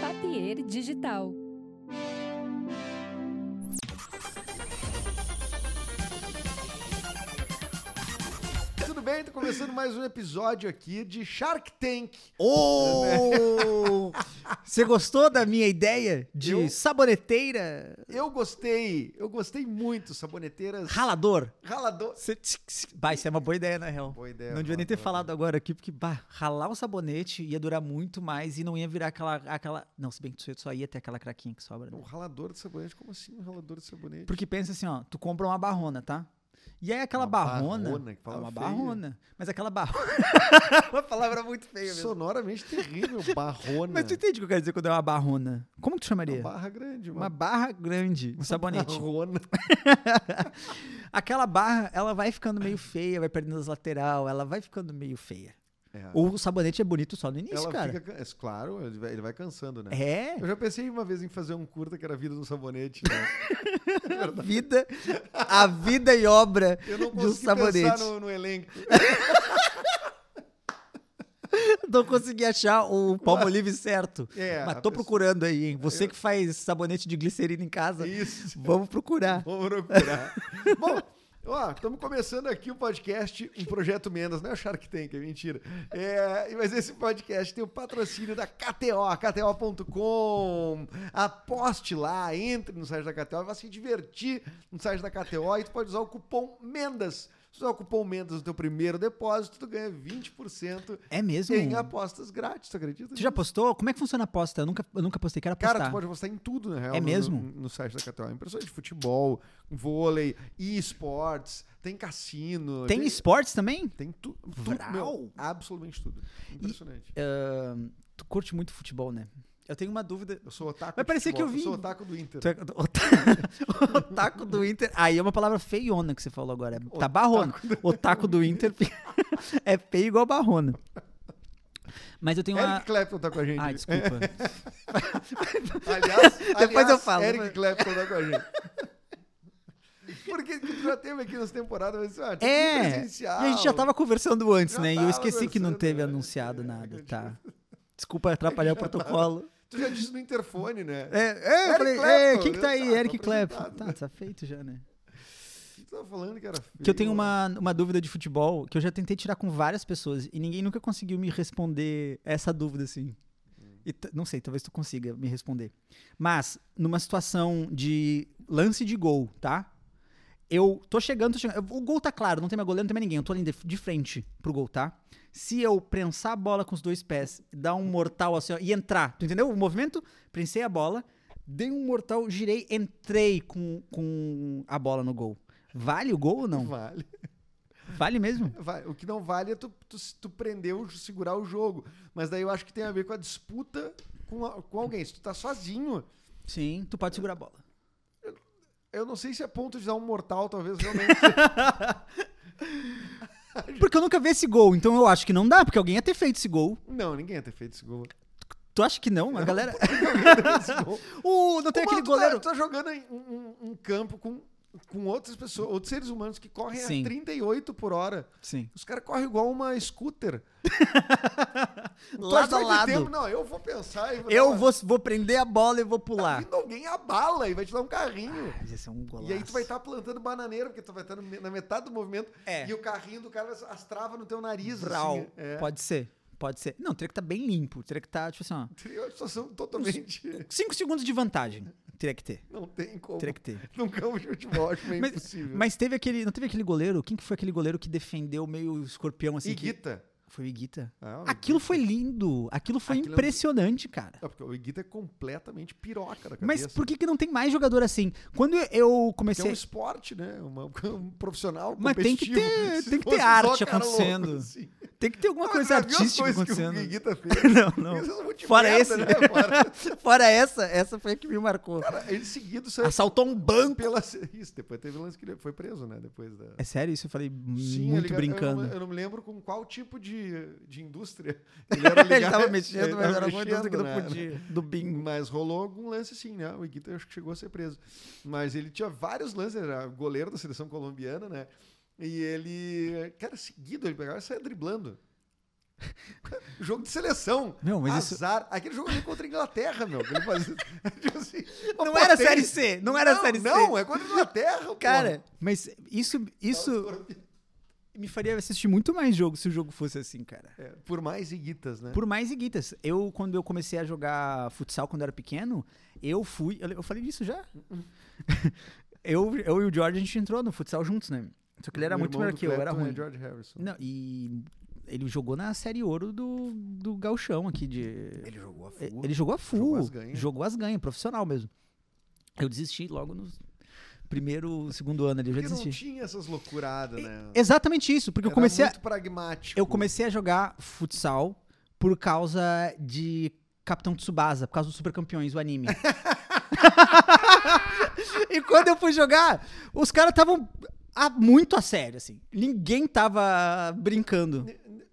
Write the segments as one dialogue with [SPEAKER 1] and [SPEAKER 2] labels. [SPEAKER 1] Saber Digital.
[SPEAKER 2] Tudo bem? Tô começando mais um episódio aqui de Shark Tank.
[SPEAKER 3] Oh! Você gostou da minha ideia de
[SPEAKER 2] Eu?
[SPEAKER 3] saboneteira?
[SPEAKER 2] Eu gostei, eu gostei muito, saboneteiras.
[SPEAKER 3] Ralador?
[SPEAKER 2] Ralador.
[SPEAKER 3] Cê- tch, tch. Bah, isso é uma boa ideia, na real.
[SPEAKER 2] Boa ideia.
[SPEAKER 3] não devia nem ter
[SPEAKER 2] ralador.
[SPEAKER 3] falado agora aqui, porque bah, ralar um sabonete ia durar muito mais e não ia virar aquela. aquela... Não, se bem que tu só ia ter aquela craquinha que sobra. né?
[SPEAKER 2] Um ralador de sabonete, como assim um ralador de sabonete?
[SPEAKER 3] Porque pensa assim, ó, tu compra uma barrona, tá? E aí aquela
[SPEAKER 2] Uma
[SPEAKER 3] barrona. é
[SPEAKER 2] barrona, que palavra
[SPEAKER 3] uma
[SPEAKER 2] feia.
[SPEAKER 3] barrona. Mas aquela barrona. uma palavra muito feia mesmo.
[SPEAKER 2] Sonoramente terrível, barrona.
[SPEAKER 3] Mas tu entende o que eu quero dizer quando é uma barrona? Como que tu
[SPEAKER 2] uma
[SPEAKER 3] chamaria?
[SPEAKER 2] barra grande,
[SPEAKER 3] Uma barra grande, um sabonete.
[SPEAKER 2] barrona.
[SPEAKER 3] Aquela barra, ela vai ficando meio feia, vai perdendo as lateral, ela vai ficando meio feia.
[SPEAKER 2] É.
[SPEAKER 3] O sabonete é bonito só no início,
[SPEAKER 2] Ela
[SPEAKER 3] cara.
[SPEAKER 2] fica can- é, Claro, ele vai- ele vai cansando, né?
[SPEAKER 3] É,
[SPEAKER 2] Eu já pensei uma vez em fazer um curta que era a vida do sabonete, né?
[SPEAKER 3] a vida, a vida e obra
[SPEAKER 2] Eu não
[SPEAKER 3] de um
[SPEAKER 2] consegui pensar
[SPEAKER 3] sabonete.
[SPEAKER 2] no, no elenco.
[SPEAKER 3] Não consegui achar o palmo livre certo.
[SPEAKER 2] É,
[SPEAKER 3] Mas
[SPEAKER 2] a
[SPEAKER 3] tô
[SPEAKER 2] pessoa-
[SPEAKER 3] procurando aí, hein? Você que faz sabonete de glicerina em casa,
[SPEAKER 2] Isso.
[SPEAKER 3] vamos procurar.
[SPEAKER 2] Vamos procurar. Bom, ó, estamos começando aqui o podcast, um projeto menos, não é o Shark Tank, é mentira. É, mas esse podcast tem o patrocínio da KTO, KTO.com. Aposte lá, entre no site da KTO, vai se divertir no site da KTO e tu pode usar o cupom MENDAS. Se tu usar o cupom MENDAS no teu primeiro depósito, tu ganha 20%
[SPEAKER 3] É mesmo?
[SPEAKER 2] em apostas grátis, tu acredita?
[SPEAKER 3] Tu já postou? Como é que funciona a aposta? Eu nunca, eu nunca postei, quero apostar.
[SPEAKER 2] Cara, tu pode apostar em tudo, na real.
[SPEAKER 3] É
[SPEAKER 2] no-
[SPEAKER 3] mesmo?
[SPEAKER 2] No, no site da KTO. Impressão de futebol, vôlei, e-sports, tem cassino.
[SPEAKER 3] Tem esportes também?
[SPEAKER 2] Tem tudo.
[SPEAKER 3] Vral.
[SPEAKER 2] absolutamente tudo. Impressionante.
[SPEAKER 3] Tu curte muito futebol, né? Eu tenho uma dúvida.
[SPEAKER 2] Eu sou otaku
[SPEAKER 3] Mas
[SPEAKER 2] de
[SPEAKER 3] parecia que
[SPEAKER 2] futebol,
[SPEAKER 3] eu vi-
[SPEAKER 2] sou otaku do Inter.
[SPEAKER 3] Tu é- ota- Otaku do Inter. Aí é uma palavra feiona que você falou agora. é- Tá barrona. Otaku do Inter é feio igual barrona. Mas eu tenho uma.
[SPEAKER 2] Eric Clapton tá com a gente.
[SPEAKER 3] Ai, desculpa.
[SPEAKER 2] Aliás,
[SPEAKER 3] Depois
[SPEAKER 2] aliás,
[SPEAKER 3] eu falo. né?
[SPEAKER 2] Eric Clapton tá com a gente. Porque tu já teve aqui nas temporadas, mas ah, tem
[SPEAKER 3] É! E
[SPEAKER 2] presencial.
[SPEAKER 3] a gente já tava conversando antes,
[SPEAKER 2] Já
[SPEAKER 3] né? E eu
[SPEAKER 2] tava
[SPEAKER 3] esqueci que não
[SPEAKER 2] conversando,
[SPEAKER 3] teve
[SPEAKER 2] né?
[SPEAKER 3] anunciado
[SPEAKER 2] É,
[SPEAKER 3] nada.
[SPEAKER 2] eu
[SPEAKER 3] Tá. Desculpa atrapalhar o protocolo.
[SPEAKER 2] Tu já disse no interfone, né?
[SPEAKER 3] É, é, eu
[SPEAKER 2] Eric
[SPEAKER 3] falei, é,
[SPEAKER 2] Clapton,
[SPEAKER 3] quem que tá
[SPEAKER 2] né?
[SPEAKER 3] aí?
[SPEAKER 2] Tá,
[SPEAKER 3] Eric
[SPEAKER 2] tá
[SPEAKER 3] Clapton.
[SPEAKER 2] apresentado,
[SPEAKER 3] Tá, tá feito já, né?
[SPEAKER 2] Tu tava falando que era feio. né?
[SPEAKER 3] Que eu tenho uma, uma dúvida de futebol que eu já tentei tirar com várias pessoas e ninguém nunca conseguiu me responder essa dúvida, assim. E t- não sei, talvez tu consiga me responder. Mas, numa situação de lance de gol, tá? Eu tô chegando, tô chegando. O gol tá claro, não tem mais goleiro, não tem mais ninguém. Eu tô ali de, de frente pro gol, tá? Se eu prensar a bola com os dois pés, dar um mortal assim ó, e entrar, tu entendeu o movimento? Prensei a bola, dei um mortal, girei, entrei com, com a bola no gol. Vale o gol ou não?
[SPEAKER 2] Vale.
[SPEAKER 3] Vale mesmo?
[SPEAKER 2] Vai- o que não vale é tu, tu, tu prender, o- segurar o jogo. Mas daí eu acho que tem a ver com a disputa com, a- com alguém. Se tu tá sozinho,
[SPEAKER 3] Sim, tu pode segurar a bola.
[SPEAKER 2] eu não sei se é ponto de dar um mortal, talvez realmente.
[SPEAKER 3] Porque eu nunca vi esse gol, então eu acho que não dá, porque alguém ia ter feito esse gol.
[SPEAKER 2] não, ninguém ia ter feito esse gol.
[SPEAKER 3] Tu acha que não? A galera.
[SPEAKER 2] Ninguém ia ter feito esse gol.
[SPEAKER 3] Uh, não tem
[SPEAKER 2] Como
[SPEAKER 3] aquele
[SPEAKER 2] tu tá-
[SPEAKER 3] goleiro.
[SPEAKER 2] Tu tá jogando em um, um- um campo com, com outras pessoas, outros seres humanos que correm
[SPEAKER 3] Sim.
[SPEAKER 2] a 38 por hora.
[SPEAKER 3] Sim.
[SPEAKER 2] Os caras correm igual uma scooter. Tu acha
[SPEAKER 3] Lado
[SPEAKER 2] que
[SPEAKER 3] a
[SPEAKER 2] vai ter tempo?
[SPEAKER 3] lado.
[SPEAKER 2] Não, eu vou pensar. e
[SPEAKER 3] Eu
[SPEAKER 2] não,
[SPEAKER 3] vou, vou prender a bola e vou
[SPEAKER 2] Tá
[SPEAKER 3] pular.
[SPEAKER 2] vindo alguém a bala e vai te dar um carrinho.
[SPEAKER 3] Mas esse é um golaço.
[SPEAKER 2] E aí tu vai tá estar plantando bananeira, porque tu vai estar na metade do movimento
[SPEAKER 3] É.
[SPEAKER 2] e o carrinho do cara vai- as trava no teu nariz.
[SPEAKER 3] Vral.
[SPEAKER 2] Assim, é.
[SPEAKER 3] Pode ser. Pode ser. Não, teria que estar bem limpo. Teria que estar, tipo assim, ó.
[SPEAKER 2] Seria uma situação totalmente.
[SPEAKER 3] 5 segundos de vantagem. Teria que ter.
[SPEAKER 2] Não tem como.
[SPEAKER 3] Teria que ter.
[SPEAKER 2] Num campo de futebol, acho meio
[SPEAKER 3] Mas-
[SPEAKER 2] impossível.
[SPEAKER 3] Mas teve aquele. Não teve aquele goleiro? Quem que foi aquele goleiro que defendeu meio escorpião assim?
[SPEAKER 2] e
[SPEAKER 3] que-
[SPEAKER 2] Guita.
[SPEAKER 3] Foi o Iguita.
[SPEAKER 2] Ah, o
[SPEAKER 3] Aquilo foi lindo. Aquilo foi
[SPEAKER 2] Aquilo é um-
[SPEAKER 3] impressionante, cara.
[SPEAKER 2] Iguita- Ah, porque o Guita é completamente piroca da cabeça.
[SPEAKER 3] Mas por que, que não tem mais jogador assim? Quando eu
[SPEAKER 2] Porque é um
[SPEAKER 3] comecei.
[SPEAKER 2] esporte, né? Uma- um profissional
[SPEAKER 3] Mas tem que
[SPEAKER 2] competitivo.
[SPEAKER 3] ter-
[SPEAKER 2] Se
[SPEAKER 3] tem que ter
[SPEAKER 2] fosse só
[SPEAKER 3] arte
[SPEAKER 2] cara louco,
[SPEAKER 3] acontecendo.
[SPEAKER 2] assim.
[SPEAKER 3] um Tem que ter alguma
[SPEAKER 2] Ah,
[SPEAKER 3] coisa
[SPEAKER 2] já viu as
[SPEAKER 3] artística
[SPEAKER 2] coisas
[SPEAKER 3] acontecendo. né?
[SPEAKER 2] Que o Guita fez.
[SPEAKER 3] Não,
[SPEAKER 2] Isso
[SPEAKER 3] não.
[SPEAKER 2] é muito
[SPEAKER 3] Fora
[SPEAKER 2] merda,
[SPEAKER 3] esse,
[SPEAKER 2] né?
[SPEAKER 3] né?
[SPEAKER 2] Fora-
[SPEAKER 3] Fora essa, essa foi a que me marcou.
[SPEAKER 2] Cara, ele seguido saiu
[SPEAKER 3] Assaltou um banco.
[SPEAKER 2] pela. Isso, depois teve lance que ele foi preso, né? Depois da.
[SPEAKER 3] É sério isso? Eu falei
[SPEAKER 2] Sim,
[SPEAKER 3] muito
[SPEAKER 2] ele- eu-
[SPEAKER 3] brincando.
[SPEAKER 2] Eu, não me lembro com qual tipo de, de indústria ele era ligado.
[SPEAKER 3] ele tava
[SPEAKER 2] Ele
[SPEAKER 3] mexendo, mas
[SPEAKER 2] tava
[SPEAKER 3] era alguma coisa que não
[SPEAKER 2] mexendo, né?
[SPEAKER 3] podia. Do bingo.
[SPEAKER 2] Mas rolou algum lance sim, né? O Iguita acho que chegou a ser preso. Mas ele tinha vários lances, era goleiro da seleção colombiana, né? E ele, cara, seguido, ele pegava e saia driblando. jogo de seleção.
[SPEAKER 3] Meu, mas isso-
[SPEAKER 2] Azar. Aquele jogo ali contra a Inglaterra, meu. que ele fazia- tipo assim, uma
[SPEAKER 3] Não era
[SPEAKER 2] potência.
[SPEAKER 3] Série C, não era Série C.
[SPEAKER 2] Não, é contra a Inglaterra,
[SPEAKER 3] Cara, mas isso, isso
[SPEAKER 2] porra.
[SPEAKER 3] me faria assistir muito mais jogo se o jogo fosse assim, cara.
[SPEAKER 2] É, por mais iguitas, né?
[SPEAKER 3] Por mais guitas. Eu, quando eu comecei a jogar futsal quando eu era pequeno, eu fui. Eu, eu falei disso já? eu, eu e o George, a gente entrou no futsal juntos, né? Só que ele era
[SPEAKER 2] O
[SPEAKER 3] muito
[SPEAKER 2] irmão
[SPEAKER 3] melhor
[SPEAKER 2] do
[SPEAKER 3] que eu, era
[SPEAKER 2] Clapton é
[SPEAKER 3] ruim.
[SPEAKER 2] George Harrison.
[SPEAKER 3] Não, e ele jogou na série ouro do, do Galchão aqui de. Ele,
[SPEAKER 2] Ele jogou a full.
[SPEAKER 3] jogou a
[SPEAKER 2] Jogou
[SPEAKER 3] full, jogou
[SPEAKER 2] as
[SPEAKER 3] as,
[SPEAKER 2] ganhas.
[SPEAKER 3] ganhas. profissional mesmo. Eu desisti logo no primeiro, segundo ano ali, eu já
[SPEAKER 2] Porque não
[SPEAKER 3] desisti.
[SPEAKER 2] tinha essas loucuradas, né?
[SPEAKER 3] Exatamente isso, porque eu
[SPEAKER 2] Era
[SPEAKER 3] comecei, a,
[SPEAKER 2] muito pragmático.
[SPEAKER 3] eu comecei a jogar futsal por causa de Capitão Tsubasa, por causa dos Super Campeões, o anime. e quando eu fui jogar, os caras estavam ah, muito a sério, assim. Ninguém tava brincando.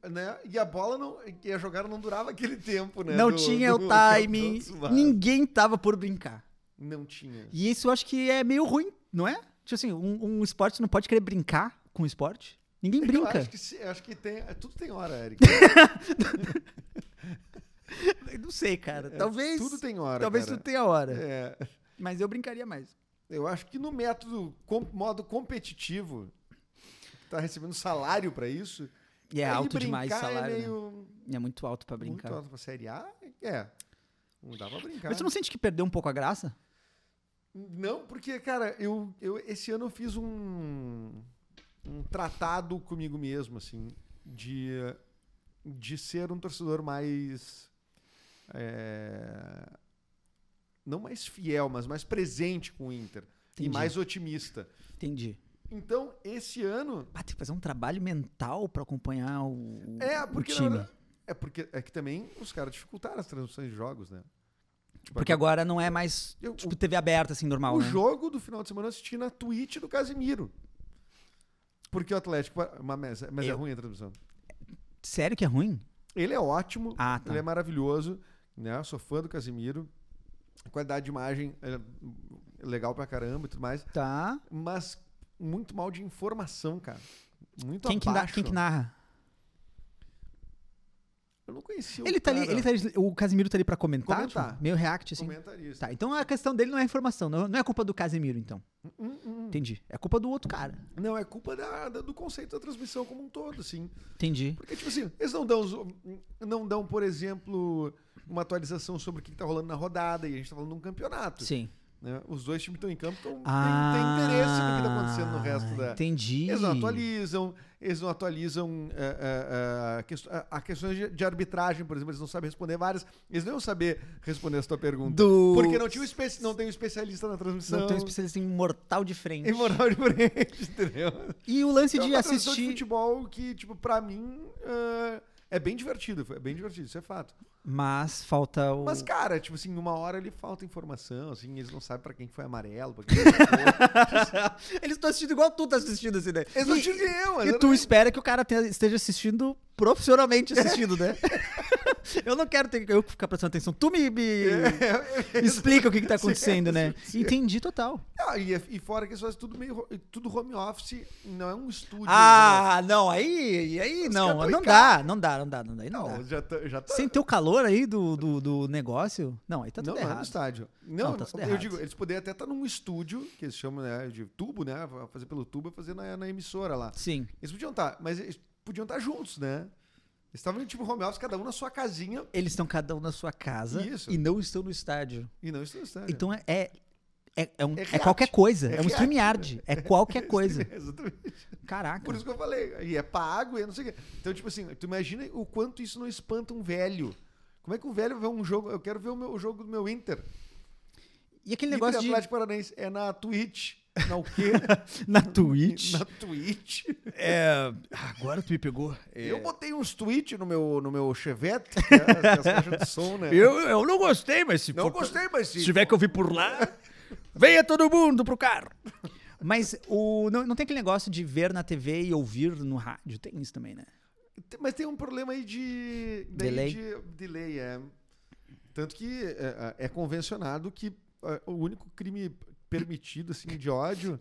[SPEAKER 2] Né? E a bola não. E a jogada não durava aquele tempo, né?
[SPEAKER 3] Não
[SPEAKER 2] do-
[SPEAKER 3] tinha
[SPEAKER 2] do-
[SPEAKER 3] o timing,
[SPEAKER 2] do Tsubasa.
[SPEAKER 3] ninguém tava por brincar.
[SPEAKER 2] Não tinha.
[SPEAKER 3] E isso eu acho que é meio ruim, não é? Tipo assim, um, um esporte não pode querer brincar com o esporte. Ninguém
[SPEAKER 2] Eu
[SPEAKER 3] brinca.
[SPEAKER 2] acho que, se- acho que tem. Tudo tem hora, Eric.
[SPEAKER 3] Eu Não sei, cara. Talvez.
[SPEAKER 2] Tudo tem hora.
[SPEAKER 3] talvez
[SPEAKER 2] cara.
[SPEAKER 3] tu tenha É, hora.
[SPEAKER 2] É,
[SPEAKER 3] Mas eu brincaria mais.
[SPEAKER 2] eu acho que no método, com- modo competitivo, tá recebendo salário pra isso.
[SPEAKER 3] E é
[SPEAKER 2] aí
[SPEAKER 3] alto demais o
[SPEAKER 2] brincar
[SPEAKER 3] salário.
[SPEAKER 2] É
[SPEAKER 3] né?
[SPEAKER 2] meio
[SPEAKER 3] É muito alto pra brincar.
[SPEAKER 2] muito alto pra série A. É. Não dá pra brincar.
[SPEAKER 3] Mas tu não sente que perdeu um pouco a graça?
[SPEAKER 2] Não, porque, cara, eu, eu esse ano eu fiz um, um tratado comigo mesmo, assim, de, de ser um torcedor mais. é, não mais fiel, mas mais presente com o Inter. E
[SPEAKER 3] Entendi.
[SPEAKER 2] mais otimista.
[SPEAKER 3] Entendi.
[SPEAKER 2] Então, esse ano.
[SPEAKER 3] Ah, tem que fazer um trabalho mental pra acompanhar o,
[SPEAKER 2] É,
[SPEAKER 3] o
[SPEAKER 2] porque. na
[SPEAKER 3] time.
[SPEAKER 2] verdade- é porque é que também os caras dificultaram as transmissões de jogos, né? Tipo,
[SPEAKER 3] Porque agora não é mais,
[SPEAKER 2] Eu-
[SPEAKER 3] tipo, TV aberta, assim, normal,
[SPEAKER 2] O
[SPEAKER 3] né?
[SPEAKER 2] jogo do final de semana eu assisti na Twitch do Casimiro. Porque o Atlético. Mas, mas é
[SPEAKER 3] Eu-
[SPEAKER 2] ruim a transmissão.
[SPEAKER 3] Sério que é ruim?
[SPEAKER 2] Ele é ótimo,
[SPEAKER 3] Ah, tá.
[SPEAKER 2] ele é maravilhoso, né? Eu sou fã do Casimiro. A qualidade de imagem é legal pra caramba e tudo mais.
[SPEAKER 3] Tá.
[SPEAKER 2] Mas muito mal de informação, cara. Muito
[SPEAKER 3] Quem que, na-
[SPEAKER 2] abaixo.
[SPEAKER 3] quem que narra?
[SPEAKER 2] Eu não conhecia
[SPEAKER 3] Ele
[SPEAKER 2] o
[SPEAKER 3] tá,
[SPEAKER 2] cara.
[SPEAKER 3] ali, ele tá ali- o Casimiro tá ali pra comentar?
[SPEAKER 2] Comentar.
[SPEAKER 3] tipo, meio react, assim.
[SPEAKER 2] Comentarista.
[SPEAKER 3] Tá, então a questão dele não é informação, não, não é culpa do Casimiro, então.
[SPEAKER 2] Hum, hum.
[SPEAKER 3] Entendi. É culpa do outro cara.
[SPEAKER 2] Não, é culpa da- da- do conceito da transmissão como um todo, assim.
[SPEAKER 3] Entendi.
[SPEAKER 2] Porque, tipo assim, eles não dão, os- não dão, por exemplo, uma atualização sobre o que que tá rolando na rodada e a gente tá falando de um campeonato.
[SPEAKER 3] Sim.
[SPEAKER 2] né? Os dois times estão em campo, então tem- tem,
[SPEAKER 3] Ah,
[SPEAKER 2] interesse no que tá acontecendo no resto da.
[SPEAKER 3] Entendi.
[SPEAKER 2] Eles não atualizam, eles não atualizam é, é, é, quest- a- a questões de, de arbitragem, por exemplo, eles não sabem responder várias. Eles não iam saber responder essa tua pergunta.
[SPEAKER 3] Do...
[SPEAKER 2] Porque não, tinha um espe- não tem um especialista na transmissão.
[SPEAKER 3] Não tem um especialista em mortal de frente.
[SPEAKER 2] Em moral de frente, entendeu?
[SPEAKER 3] E o lance
[SPEAKER 2] é
[SPEAKER 3] de
[SPEAKER 2] uma transmissão de
[SPEAKER 3] assistir.
[SPEAKER 2] futebol que, tipo, pra mim é, é bem divertido. É bem divertido, isso é fato.
[SPEAKER 3] Mas falta o.
[SPEAKER 2] Mas, cara, tipo assim, uma hora ele falta informação, assim, eles não sabem pra quem foi amarelo, pra quem foi cor.
[SPEAKER 3] Eles estão assistindo igual tu tá assistindo, assim, né?
[SPEAKER 2] Eles não tinham que eu, mas
[SPEAKER 3] E
[SPEAKER 2] eu
[SPEAKER 3] tu
[SPEAKER 2] não-
[SPEAKER 3] espera que o cara tenha- esteja assistindo profissionalmente assistindo, né? eu não quero ter que eu ficar prestando atenção. Tu me,
[SPEAKER 2] É,
[SPEAKER 3] me explica o que, que tá acontecendo, né? Entendi total.
[SPEAKER 2] Ah, e, é- e fora que isso é tudo meio ro- tudo home office, não é um estúdio.
[SPEAKER 3] Ah, não, aí, aí
[SPEAKER 2] né? Os
[SPEAKER 3] não,
[SPEAKER 2] caras tão
[SPEAKER 3] não
[SPEAKER 2] em
[SPEAKER 3] dá, não dá, não dá, não dá, aí
[SPEAKER 2] né?
[SPEAKER 3] não
[SPEAKER 2] não,
[SPEAKER 3] dá.
[SPEAKER 2] já tá, já tá
[SPEAKER 3] Sem ter o calor aí do, do, do negócio, não, aí tá
[SPEAKER 2] não,
[SPEAKER 3] tudo
[SPEAKER 2] não é no
[SPEAKER 3] errado.
[SPEAKER 2] estádio. Não,
[SPEAKER 3] Não, tá tudo
[SPEAKER 2] eu
[SPEAKER 3] errado.
[SPEAKER 2] digo, eles poderiam até estar num estúdio, que eles chamam né, de tubo, né? Fazer pelo tubo, fazer na, na emissora lá.
[SPEAKER 3] Sim,
[SPEAKER 2] Eles podiam estar, mas eles podiam estar juntos, né? Eles estavam tipo home office, cada um na sua casinha
[SPEAKER 3] eles estão cada um na sua casa
[SPEAKER 2] Isso.
[SPEAKER 3] e não estão no estádio.
[SPEAKER 2] e não estão no estádio.
[SPEAKER 3] Então é é, é, é um- é
[SPEAKER 2] react,
[SPEAKER 3] qualquer coisa.
[SPEAKER 2] é
[SPEAKER 3] É, um
[SPEAKER 2] react,
[SPEAKER 3] StreamYard. É qualquer coisa.
[SPEAKER 2] Exatamente.
[SPEAKER 3] Caraca.
[SPEAKER 2] Por isso que eu falei. E é pago e não sei o quê. Então, tipo assim, tu imagina o quanto isso não espanta um velho. Como é que um velho vê um jogo? Eu quero ver o, meu, o jogo do meu Inter.
[SPEAKER 3] E
[SPEAKER 2] Inter e
[SPEAKER 3] aquele negócio de.
[SPEAKER 2] Atlético Paranaense é na Twitch. Na o quê?
[SPEAKER 3] Na Twitch.
[SPEAKER 2] Na Twitch.
[SPEAKER 3] É, Agora tu me pegou. É,
[SPEAKER 2] Eu botei uns tweets no meu, no meu Chevette, que é as, que é as caixas de som, né?
[SPEAKER 3] eu, eu não gostei, mas se,
[SPEAKER 2] não
[SPEAKER 3] for-
[SPEAKER 2] gostei, mas se...
[SPEAKER 3] se tiver que ouvir por lá, venha todo mundo pro carro. Mas o, não, não tem aquele negócio de ver na TV e ouvir no rádio? Tem isso também, né?
[SPEAKER 2] Mas tem um problema aí de... daí
[SPEAKER 3] Delay.
[SPEAKER 2] de- delay, é. Tanto que é, é convencionado que é, o único crime permitido, assim, de ódio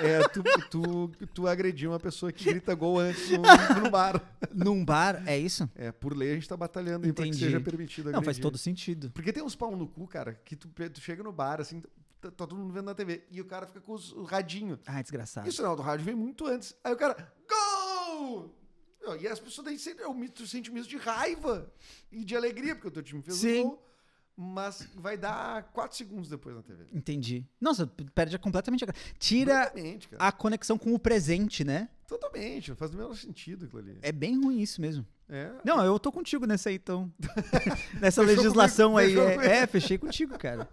[SPEAKER 2] é tu, tu, tu agredir uma pessoa que grita gol antes no, no bar.
[SPEAKER 3] Num bar, é isso?
[SPEAKER 2] É, por lei a gente tá batalhando aí pra que
[SPEAKER 3] Entendi.
[SPEAKER 2] seja permitido agredir.
[SPEAKER 3] Não, faz todo sentido.
[SPEAKER 2] Porque tem uns pau no cu, cara, que tu, pe- tu chega no bar, assim, tá, tá todo mundo vendo na TV, e o cara fica com os, o radinho.
[SPEAKER 3] Ah, desgraçado.
[SPEAKER 2] E o sinal do rádio vem muito antes. Aí o cara, gol! Não, E as pessoas daí sentem, é um misto, sente um misto de raiva e de alegria, porque o teu time fez
[SPEAKER 3] Sim.
[SPEAKER 2] um gol. Mas vai dar 4 segundos depois na TV.
[SPEAKER 3] Entendi. Nossa, perde completamente a graça. Tira
[SPEAKER 2] Totalmente, cara.
[SPEAKER 3] a conexão com o presente, né?
[SPEAKER 2] Totalmente, não faz o menor sentido aquilo ali.
[SPEAKER 3] É bem ruim isso mesmo.
[SPEAKER 2] É.
[SPEAKER 3] Não, eu tô contigo nessa aí, então. nessa
[SPEAKER 2] Fechou
[SPEAKER 3] legislação
[SPEAKER 2] comigo,
[SPEAKER 3] aí.
[SPEAKER 2] fechou
[SPEAKER 3] é-
[SPEAKER 2] comigo.
[SPEAKER 3] É, fechei contigo, cara.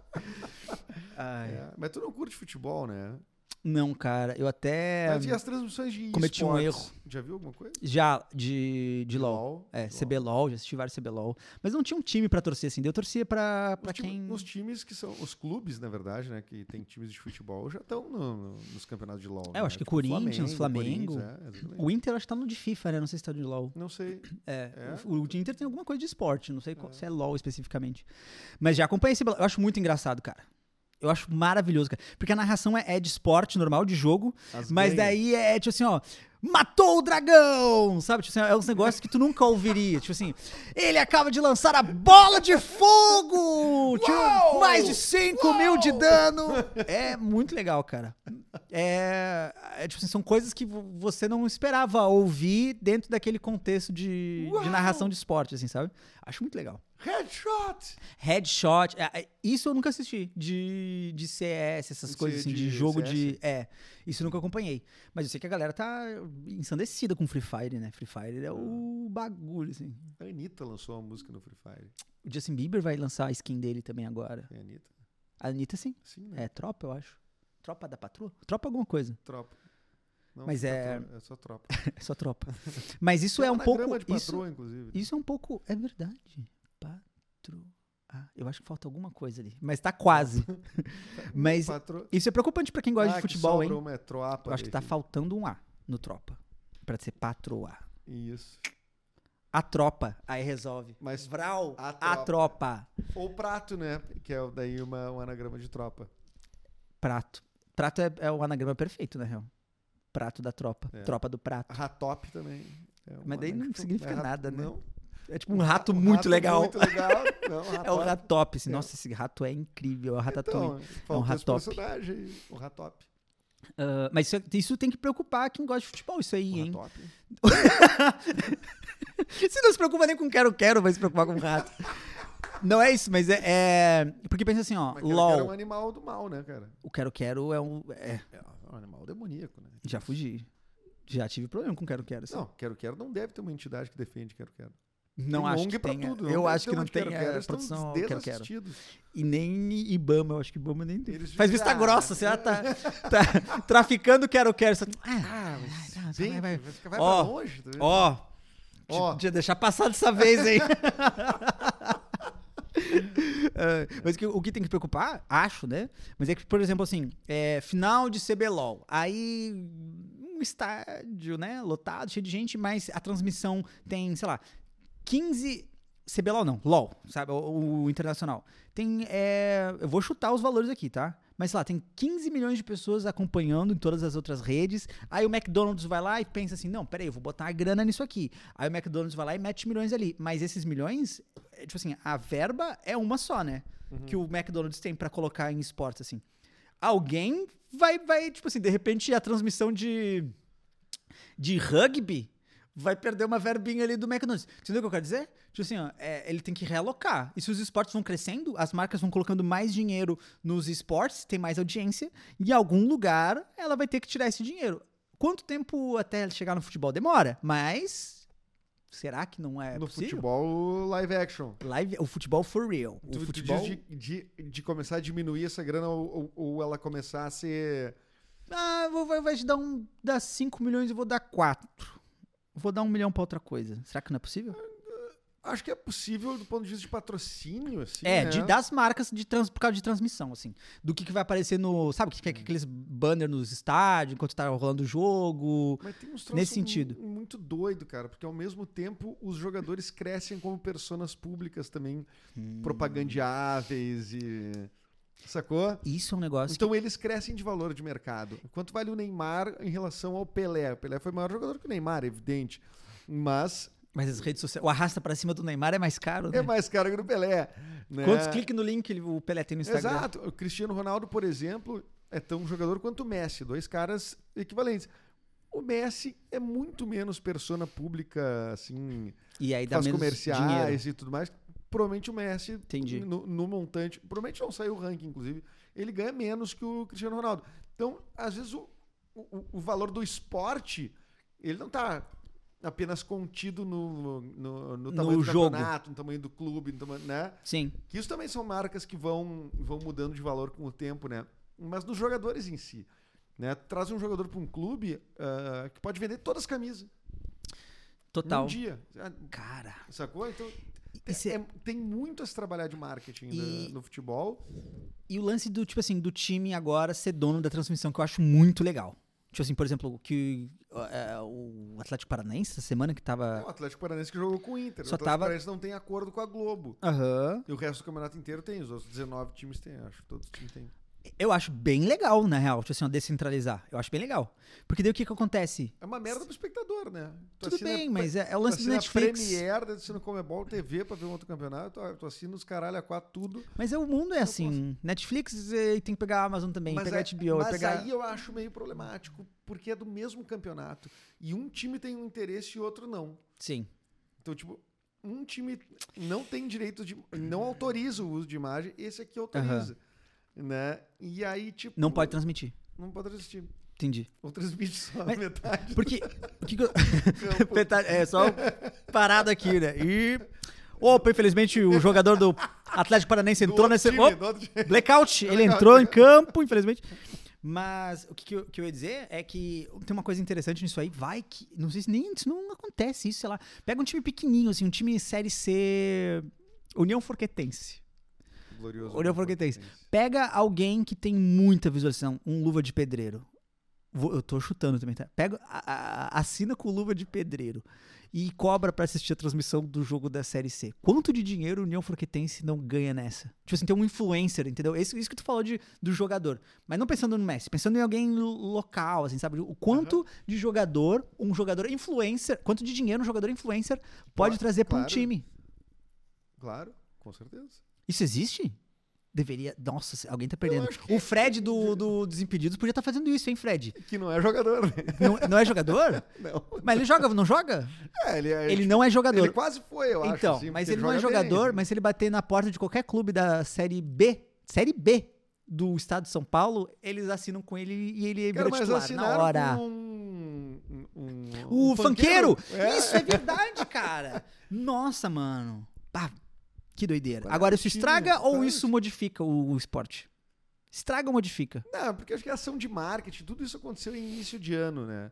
[SPEAKER 3] Ai.
[SPEAKER 2] é. Mas tu não curte futebol, né?
[SPEAKER 3] Não, cara, eu até
[SPEAKER 2] Mas e as transmissões de
[SPEAKER 3] É. cometi um
[SPEAKER 2] esportes? Já viu alguma coisa?
[SPEAKER 3] já de, de LOL. É,
[SPEAKER 2] de LOL.
[SPEAKER 3] CBLOL, já assisti vários CBLOL. Mas não tinha um time pra torcer, assim. daí Eu torcia pra, pra
[SPEAKER 2] Os time-
[SPEAKER 3] quem...
[SPEAKER 2] Os times que são. Os clubes, na verdade, né? Que tem times de futebol já estão no- no- nos campeonatos de LOL.
[SPEAKER 3] É, eu
[SPEAKER 2] né?
[SPEAKER 3] acho que Corinthians, Flamengo.
[SPEAKER 2] Corinthians, é, exatamente.
[SPEAKER 3] O Inter, acho que tá no de FIFA, né? Não sei se tá de LOL.
[SPEAKER 2] Não sei.
[SPEAKER 3] É,
[SPEAKER 2] É?
[SPEAKER 3] O, o Inter tem alguma coisa de esporte, não sei qual- se é LOL especificamente. Mas já acompanhei esse. Eu acho muito engraçado, cara. Eu acho maravilhoso, cara. Porque a narração é, é de esporte normal, de jogo,
[SPEAKER 2] As
[SPEAKER 3] mas
[SPEAKER 2] ganhas.
[SPEAKER 3] daí é tipo assim, ó. Matou o dragão! Sabe? Tipo assim, é uns negócios que tu nunca ouviria. Tipo assim, ele acaba de lançar a bola de fogo! Tipo,
[SPEAKER 2] Uau!
[SPEAKER 3] mais de 5 mil de
[SPEAKER 2] Uau!
[SPEAKER 3] dano! É muito legal, cara. É, é, tipo assim, são coisas que vo- você não esperava ouvir dentro daquele contexto de, de
[SPEAKER 2] Uau!
[SPEAKER 3] narração de esporte, assim, sabe? Acho muito legal.
[SPEAKER 2] Headshot!
[SPEAKER 3] Headshot, é, é, isso eu nunca assisti. De, de CS, essas
[SPEAKER 2] De
[SPEAKER 3] coisas assim, de,
[SPEAKER 2] de
[SPEAKER 3] jogo
[SPEAKER 2] CS?
[SPEAKER 3] de. É, isso eu nunca acompanhei. Mas eu sei que a galera tá ensandecida com Free Fire, né? Free Fire é o bagulho, assim.
[SPEAKER 2] A Anitta lançou uma música no Free Fire.
[SPEAKER 3] O Justin Bieber vai lançar a skin dele também agora.
[SPEAKER 2] É a Anitta?
[SPEAKER 3] A Anitta, sim.
[SPEAKER 2] Sim, né?
[SPEAKER 3] É tropa, eu acho. Tropa da patroa? Tropa alguma coisa.
[SPEAKER 2] Tropa. Não,
[SPEAKER 3] É. Mas é-
[SPEAKER 2] patroa, É só tropa.
[SPEAKER 3] É só tropa. Mas isso é um pouco.
[SPEAKER 2] Anagrama de
[SPEAKER 3] isso-
[SPEAKER 2] patroa, inclusive. né?
[SPEAKER 3] Isso é um pouco. É verdade. Patro. Ah, eu acho que falta alguma coisa ali. Mas tá quase. Mas
[SPEAKER 2] Patroa.
[SPEAKER 3] isso é preocupante pra quem gosta de futebol, hein?
[SPEAKER 2] Uma é tropa
[SPEAKER 3] Eu acho que tá
[SPEAKER 2] daí.
[SPEAKER 3] faltando um A no tropa. Pra ser patroa.
[SPEAKER 2] Isso.
[SPEAKER 3] A tropa. Aí resolve.
[SPEAKER 2] Mas-
[SPEAKER 3] Vral.
[SPEAKER 2] A
[SPEAKER 3] A
[SPEAKER 2] tropa.
[SPEAKER 3] tropa.
[SPEAKER 2] Ou prato, né? Que é daí uma, um anagrama de tropa.
[SPEAKER 3] Prato. Prato é, é o anagrama perfeito, na real. Prato da tropa.
[SPEAKER 2] É.
[SPEAKER 3] Tropa do prato.
[SPEAKER 2] Ratop também. é um
[SPEAKER 3] Mas daí não
[SPEAKER 2] anagrama-
[SPEAKER 3] significa
[SPEAKER 2] é rato-
[SPEAKER 3] nada, né?
[SPEAKER 2] Não.
[SPEAKER 3] É tipo um rato
[SPEAKER 2] Um
[SPEAKER 3] muito
[SPEAKER 2] rato
[SPEAKER 3] legal.
[SPEAKER 2] Muito legal. Não,
[SPEAKER 3] É o
[SPEAKER 2] ratop.
[SPEAKER 3] ratop. Assim, Nossa, esse rato é incrível. É o ratatouille.
[SPEAKER 2] Então, faltou esse
[SPEAKER 3] ratop.
[SPEAKER 2] personagem aí, o ratop.
[SPEAKER 3] Ah, mas isso, é- isso tem que preocupar quem gosta de futebol, isso aí,
[SPEAKER 2] O
[SPEAKER 3] hein?
[SPEAKER 2] ratop.
[SPEAKER 3] Você não se preocupa nem com quero-quero, vai se preocupar com rato. não é isso, mas é. é- Porque pensa assim, ó,
[SPEAKER 2] Mas cara,
[SPEAKER 3] LOL.
[SPEAKER 2] Era um animal do mal, né, cara?
[SPEAKER 3] O quero-quero é um. É,
[SPEAKER 2] É um animal demoníaco, né?
[SPEAKER 3] já fugi. Já tive problema com quero-quero. assim.
[SPEAKER 2] Não, quero quero não deve ter uma entidade que defende quero quero.
[SPEAKER 3] Não
[SPEAKER 2] Tem
[SPEAKER 3] acho
[SPEAKER 2] ONG
[SPEAKER 3] que
[SPEAKER 2] pra
[SPEAKER 3] tenha.
[SPEAKER 2] tudo,
[SPEAKER 3] eu
[SPEAKER 2] deve
[SPEAKER 3] acho
[SPEAKER 2] ter
[SPEAKER 3] que
[SPEAKER 2] uma
[SPEAKER 3] não
[SPEAKER 2] de quero
[SPEAKER 3] tem
[SPEAKER 2] quero,
[SPEAKER 3] a
[SPEAKER 2] eles estão
[SPEAKER 3] produção quero-quero.
[SPEAKER 2] desassistidos.
[SPEAKER 3] E nem Ibama, eu acho que Ibama nem tem.
[SPEAKER 2] assim. Eles
[SPEAKER 3] Faz
[SPEAKER 2] dizem,
[SPEAKER 3] vista
[SPEAKER 2] "Ah,
[SPEAKER 3] grossa, você já tá, tá traficando quero-quero. você- Ah,
[SPEAKER 2] Ah, mas
[SPEAKER 3] Ah, não, só
[SPEAKER 2] bem,
[SPEAKER 3] vai- vai-
[SPEAKER 2] vai ficar- vai
[SPEAKER 3] Ó,
[SPEAKER 2] pra longe, tá vendo?
[SPEAKER 3] ó.
[SPEAKER 2] Ó.
[SPEAKER 3] Podia deixar passar dessa vez, hein? Ah, mas que- o que tem que preocupar, acho, né? Mas é que, por exemplo, assim, é, final de CBLOL, aí um estádio, né, lotado, cheio de gente, mas a transmissão tem, sei lá, 15... CBLOL não, LOL, sabe? O, o internacional. Tem, é, eu vou chutar os valores aqui, tá? Mas, sei lá, tem 15 milhões de pessoas acompanhando em todas as outras redes. Aí o McDonald's vai lá e pensa assim, não, peraí, eu vou botar a grana nisso aqui. Aí o McDonald's vai lá e mete milhões ali. Mas esses milhões, é, tipo assim, a verba é uma só, né? Que o McDonald's tem pra colocar em esportes, assim. Alguém vai, vai, tipo assim, de repente a transmissão de, de rugby vai perder uma verbinha ali do McDonald's. Entendeu o que eu quero dizer? Tipo assim, ó, é, ele tem que realocar. E se os esportes vão crescendo, as marcas vão colocando mais dinheiro nos esportes, tem mais audiência, e em algum lugar ela vai ter que tirar esse dinheiro. Quanto tempo até chegar no futebol demora? Mas será que não é
[SPEAKER 2] no
[SPEAKER 3] possível?
[SPEAKER 2] futebol live action.
[SPEAKER 3] Live, o futebol for real. O
[SPEAKER 2] Tu,
[SPEAKER 3] futebol
[SPEAKER 2] tu diz de, de, de começar a diminuir essa grana ou, ou- ou ela começar a ser.
[SPEAKER 3] Ah, vou, vai, vai te dar um. Dar 5 milhões e vou dar 4. Vou dar um milhão pra outra coisa. Será que não é possível?
[SPEAKER 2] Acho que é possível do ponto de vista de patrocínio, assim.
[SPEAKER 3] é,
[SPEAKER 2] né?
[SPEAKER 3] de, das marcas de trans, por causa de transmissão, assim. Do que, que vai aparecer no. Sabe, que, que é aqueles banner nos estádios, enquanto tá rolando o jogo.
[SPEAKER 2] Mas tem uns troços
[SPEAKER 3] Nesse sentido.
[SPEAKER 2] mu- muito doido, cara, porque ao mesmo tempo os jogadores
[SPEAKER 3] Hum.
[SPEAKER 2] crescem como personas públicas também, propagandeáveis e Sacou?
[SPEAKER 3] Isso é um negócio.
[SPEAKER 2] Então eles crescem de valor de mercado. Quanto vale o Neymar em relação ao Pelé? O Pelé foi maior jogador que o Neymar, evidente. Mas
[SPEAKER 3] que- Mas as redes sociais. O arrasta pra cima do Neymar é mais caro, né?
[SPEAKER 2] é mais caro que o Pelé. Né?
[SPEAKER 3] Quantos cliques no link ele- o Pelé tem no Instagram?
[SPEAKER 2] Exato. O Cristiano Ronaldo, por exemplo, é tão jogador quanto o Messi, dois caras equivalentes. O Messi é muito menos persona pública, assim,
[SPEAKER 3] E aí dá
[SPEAKER 2] faz
[SPEAKER 3] menos dinheiro.
[SPEAKER 2] comerciais e tudo mais. Provavelmente o Messi,
[SPEAKER 3] Entendi.
[SPEAKER 2] No, no montante, provavelmente não saiu o ranking, inclusive, ele ganha menos que o Cristiano Ronaldo. Então, às vezes, o, o, o valor do esporte, ele não tá apenas contido no, no, no
[SPEAKER 3] No
[SPEAKER 2] tamanho do
[SPEAKER 3] jogo.
[SPEAKER 2] campeonato, no tamanho do clube, no tamanho, né?
[SPEAKER 3] Sim.
[SPEAKER 2] Que isso também são marcas que vão, vão mudando de valor com o tempo, né? Mas nos jogadores em si. Né? Traz um jogador para um clube ah, que pode vender todas as camisas num
[SPEAKER 3] Total.
[SPEAKER 2] dia. Ah,
[SPEAKER 3] Cara.
[SPEAKER 2] Sacou? Então,
[SPEAKER 3] E, cê-
[SPEAKER 2] é- tem muito a se trabalhar de marketing
[SPEAKER 3] E-
[SPEAKER 2] no, no futebol.
[SPEAKER 3] e o lance do, tipo assim, do time agora ser dono da transmissão, que eu acho muito legal. Tipo assim, por exemplo, que é, o Atlético Paranaense, essa semana que
[SPEAKER 2] É o
[SPEAKER 3] tava.
[SPEAKER 2] Atlético Paranaense que jogou com o Inter.
[SPEAKER 3] Só
[SPEAKER 2] o Atlético
[SPEAKER 3] tava-
[SPEAKER 2] Paranaense não tem acordo com a Globo.
[SPEAKER 3] Aham.
[SPEAKER 2] E o resto do campeonato inteiro tem. Os outros 19 times têm, acho. Todos os times têm.
[SPEAKER 3] Eu acho bem legal, na real, tipo assim, ó, descentralizar. Eu acho bem legal. Porque daí o que que acontece?
[SPEAKER 2] É uma merda pro espectador, né? Tu
[SPEAKER 3] Tudo
[SPEAKER 2] assina
[SPEAKER 3] bem,
[SPEAKER 2] pre-
[SPEAKER 3] mas é, é o
[SPEAKER 2] Tu
[SPEAKER 3] lance do
[SPEAKER 2] assina
[SPEAKER 3] Netflix.
[SPEAKER 2] Premiere, tu assina Comebol TV pra ver um outro campeonato, tu- tu assina os caralho a quatro, tudo.
[SPEAKER 3] Mas é, o mundo é assim. Netflix eh, tem que pegar a Amazon também,
[SPEAKER 2] mas
[SPEAKER 3] pegar
[SPEAKER 2] aí-
[SPEAKER 3] HBO,
[SPEAKER 2] mas
[SPEAKER 3] pegar...
[SPEAKER 2] aí eu acho meio problemático, porque é do mesmo campeonato. E um time tem um interesse e outro não.
[SPEAKER 3] Sim.
[SPEAKER 2] Então, tipo, um time não tem direito de. não autoriza o uso de imagem, esse aqui autoriza. Né? E aí, tipo.
[SPEAKER 3] Não pode transmitir.
[SPEAKER 2] Não pode assistir.
[SPEAKER 3] Entendi.
[SPEAKER 2] Ou transmite só a
[SPEAKER 3] Mas-
[SPEAKER 2] metade.
[SPEAKER 3] Porque. o que que eu-
[SPEAKER 2] do campo.
[SPEAKER 3] Peta- é só parado aqui, né? E. Opa, infelizmente o jogador do Atlético Paranense
[SPEAKER 2] Do
[SPEAKER 3] entrou
[SPEAKER 2] outro
[SPEAKER 3] nessa.
[SPEAKER 2] time,
[SPEAKER 3] Opa,
[SPEAKER 2] do outro time.
[SPEAKER 3] blackout! Ele entrou em campo, infelizmente. Mas o que, que, eu, que eu ia dizer é que tem uma coisa interessante nisso aí. Vai que. Não sei se nem isso não acontece isso, sei lá. Pega um time pequenininho, assim, um time Série C. União Forquetense.
[SPEAKER 2] Glorioso.
[SPEAKER 3] Olha o Forquetense. Pega alguém que tem muita visualização, um luva de pedreiro. Vou- eu tô chutando também, tá? Pega, a- a- assina com luva de pedreiro e cobra pra assistir a transmissão do jogo da Série C. Quanto de dinheiro o União Forquetense não ganha nessa? Tipo assim, tem um influencer, entendeu? Isso, isso que tu falou de, do jogador. Mas não pensando no Messi, pensando em alguém lo- local, assim, sabe? O quanto de jogador, um jogador influencer, quanto de dinheiro um jogador influencer pode
[SPEAKER 2] Claro,
[SPEAKER 3] trazer pra um
[SPEAKER 2] claro.
[SPEAKER 3] time?
[SPEAKER 2] Claro, com certeza.
[SPEAKER 3] Isso existe? Deveria. Nossa, se- alguém tá perdendo.
[SPEAKER 2] acho que-
[SPEAKER 3] O Fred do, do Desimpedidos podia estar fazendo isso, hein, Fred?
[SPEAKER 2] Que não é jogador, né?
[SPEAKER 3] Não, não é jogador?
[SPEAKER 2] Não.
[SPEAKER 3] Mas ele joga, não joga?
[SPEAKER 2] É, ele, é,
[SPEAKER 3] Ele
[SPEAKER 2] tipo,
[SPEAKER 3] não é jogador.
[SPEAKER 2] Ele quase foi, eu acho.
[SPEAKER 3] então,
[SPEAKER 2] assim,
[SPEAKER 3] mas
[SPEAKER 2] porque
[SPEAKER 3] ele não é
[SPEAKER 2] joga
[SPEAKER 3] jogador,
[SPEAKER 2] bem.
[SPEAKER 3] mas se ele bater na porta de qualquer clube da Série B, Série B do estado de São Paulo, eles assinam com ele e ele
[SPEAKER 2] Cara,
[SPEAKER 3] vira
[SPEAKER 2] mas
[SPEAKER 3] titular na
[SPEAKER 2] assinaram
[SPEAKER 3] hora.
[SPEAKER 2] com um, um- um-
[SPEAKER 3] O
[SPEAKER 2] um
[SPEAKER 3] funkeiro!
[SPEAKER 2] É.
[SPEAKER 3] Isso é verdade, cara! Nossa, mano. Pá, que doideira.
[SPEAKER 2] Qual é
[SPEAKER 3] Agora,
[SPEAKER 2] o
[SPEAKER 3] isso
[SPEAKER 2] time,
[SPEAKER 3] estraga ou
[SPEAKER 2] claro.
[SPEAKER 3] isso modifica o, o esporte? Estraga ou modifica?
[SPEAKER 2] Não, porque acho que a ação de marketing, tudo isso aconteceu em início de ano, né?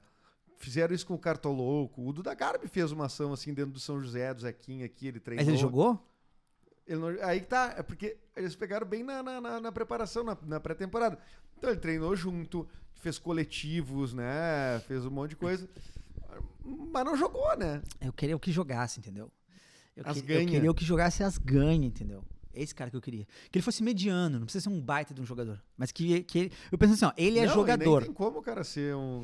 [SPEAKER 2] Fizeram isso com o Cartolouco. O Duda Garbi fez uma ação assim dentro do São José, do Zequinha aqui, ele treinou.
[SPEAKER 3] Mas ele jogou?
[SPEAKER 2] Ele não- aí que tá, é porque eles pegaram bem na, na, na- na preparação, na, na pré-temporada. Então ele treinou junto, fez coletivos, né? Fez um monte de coisa. Mas não jogou, né?
[SPEAKER 3] Eu queria o que jogasse, entendeu? Eu,
[SPEAKER 2] As
[SPEAKER 3] que- eu
[SPEAKER 2] ganha.
[SPEAKER 3] queria o que jogasse as ganha, entendeu? É Esse cara que eu queria. Que ele fosse mediano, não precisa ser um baita de um jogador. Mas que, que ele. Eu penso assim, ó, ele é
[SPEAKER 2] Não, e
[SPEAKER 3] jogador.
[SPEAKER 2] Nem tem como, cara, ser um.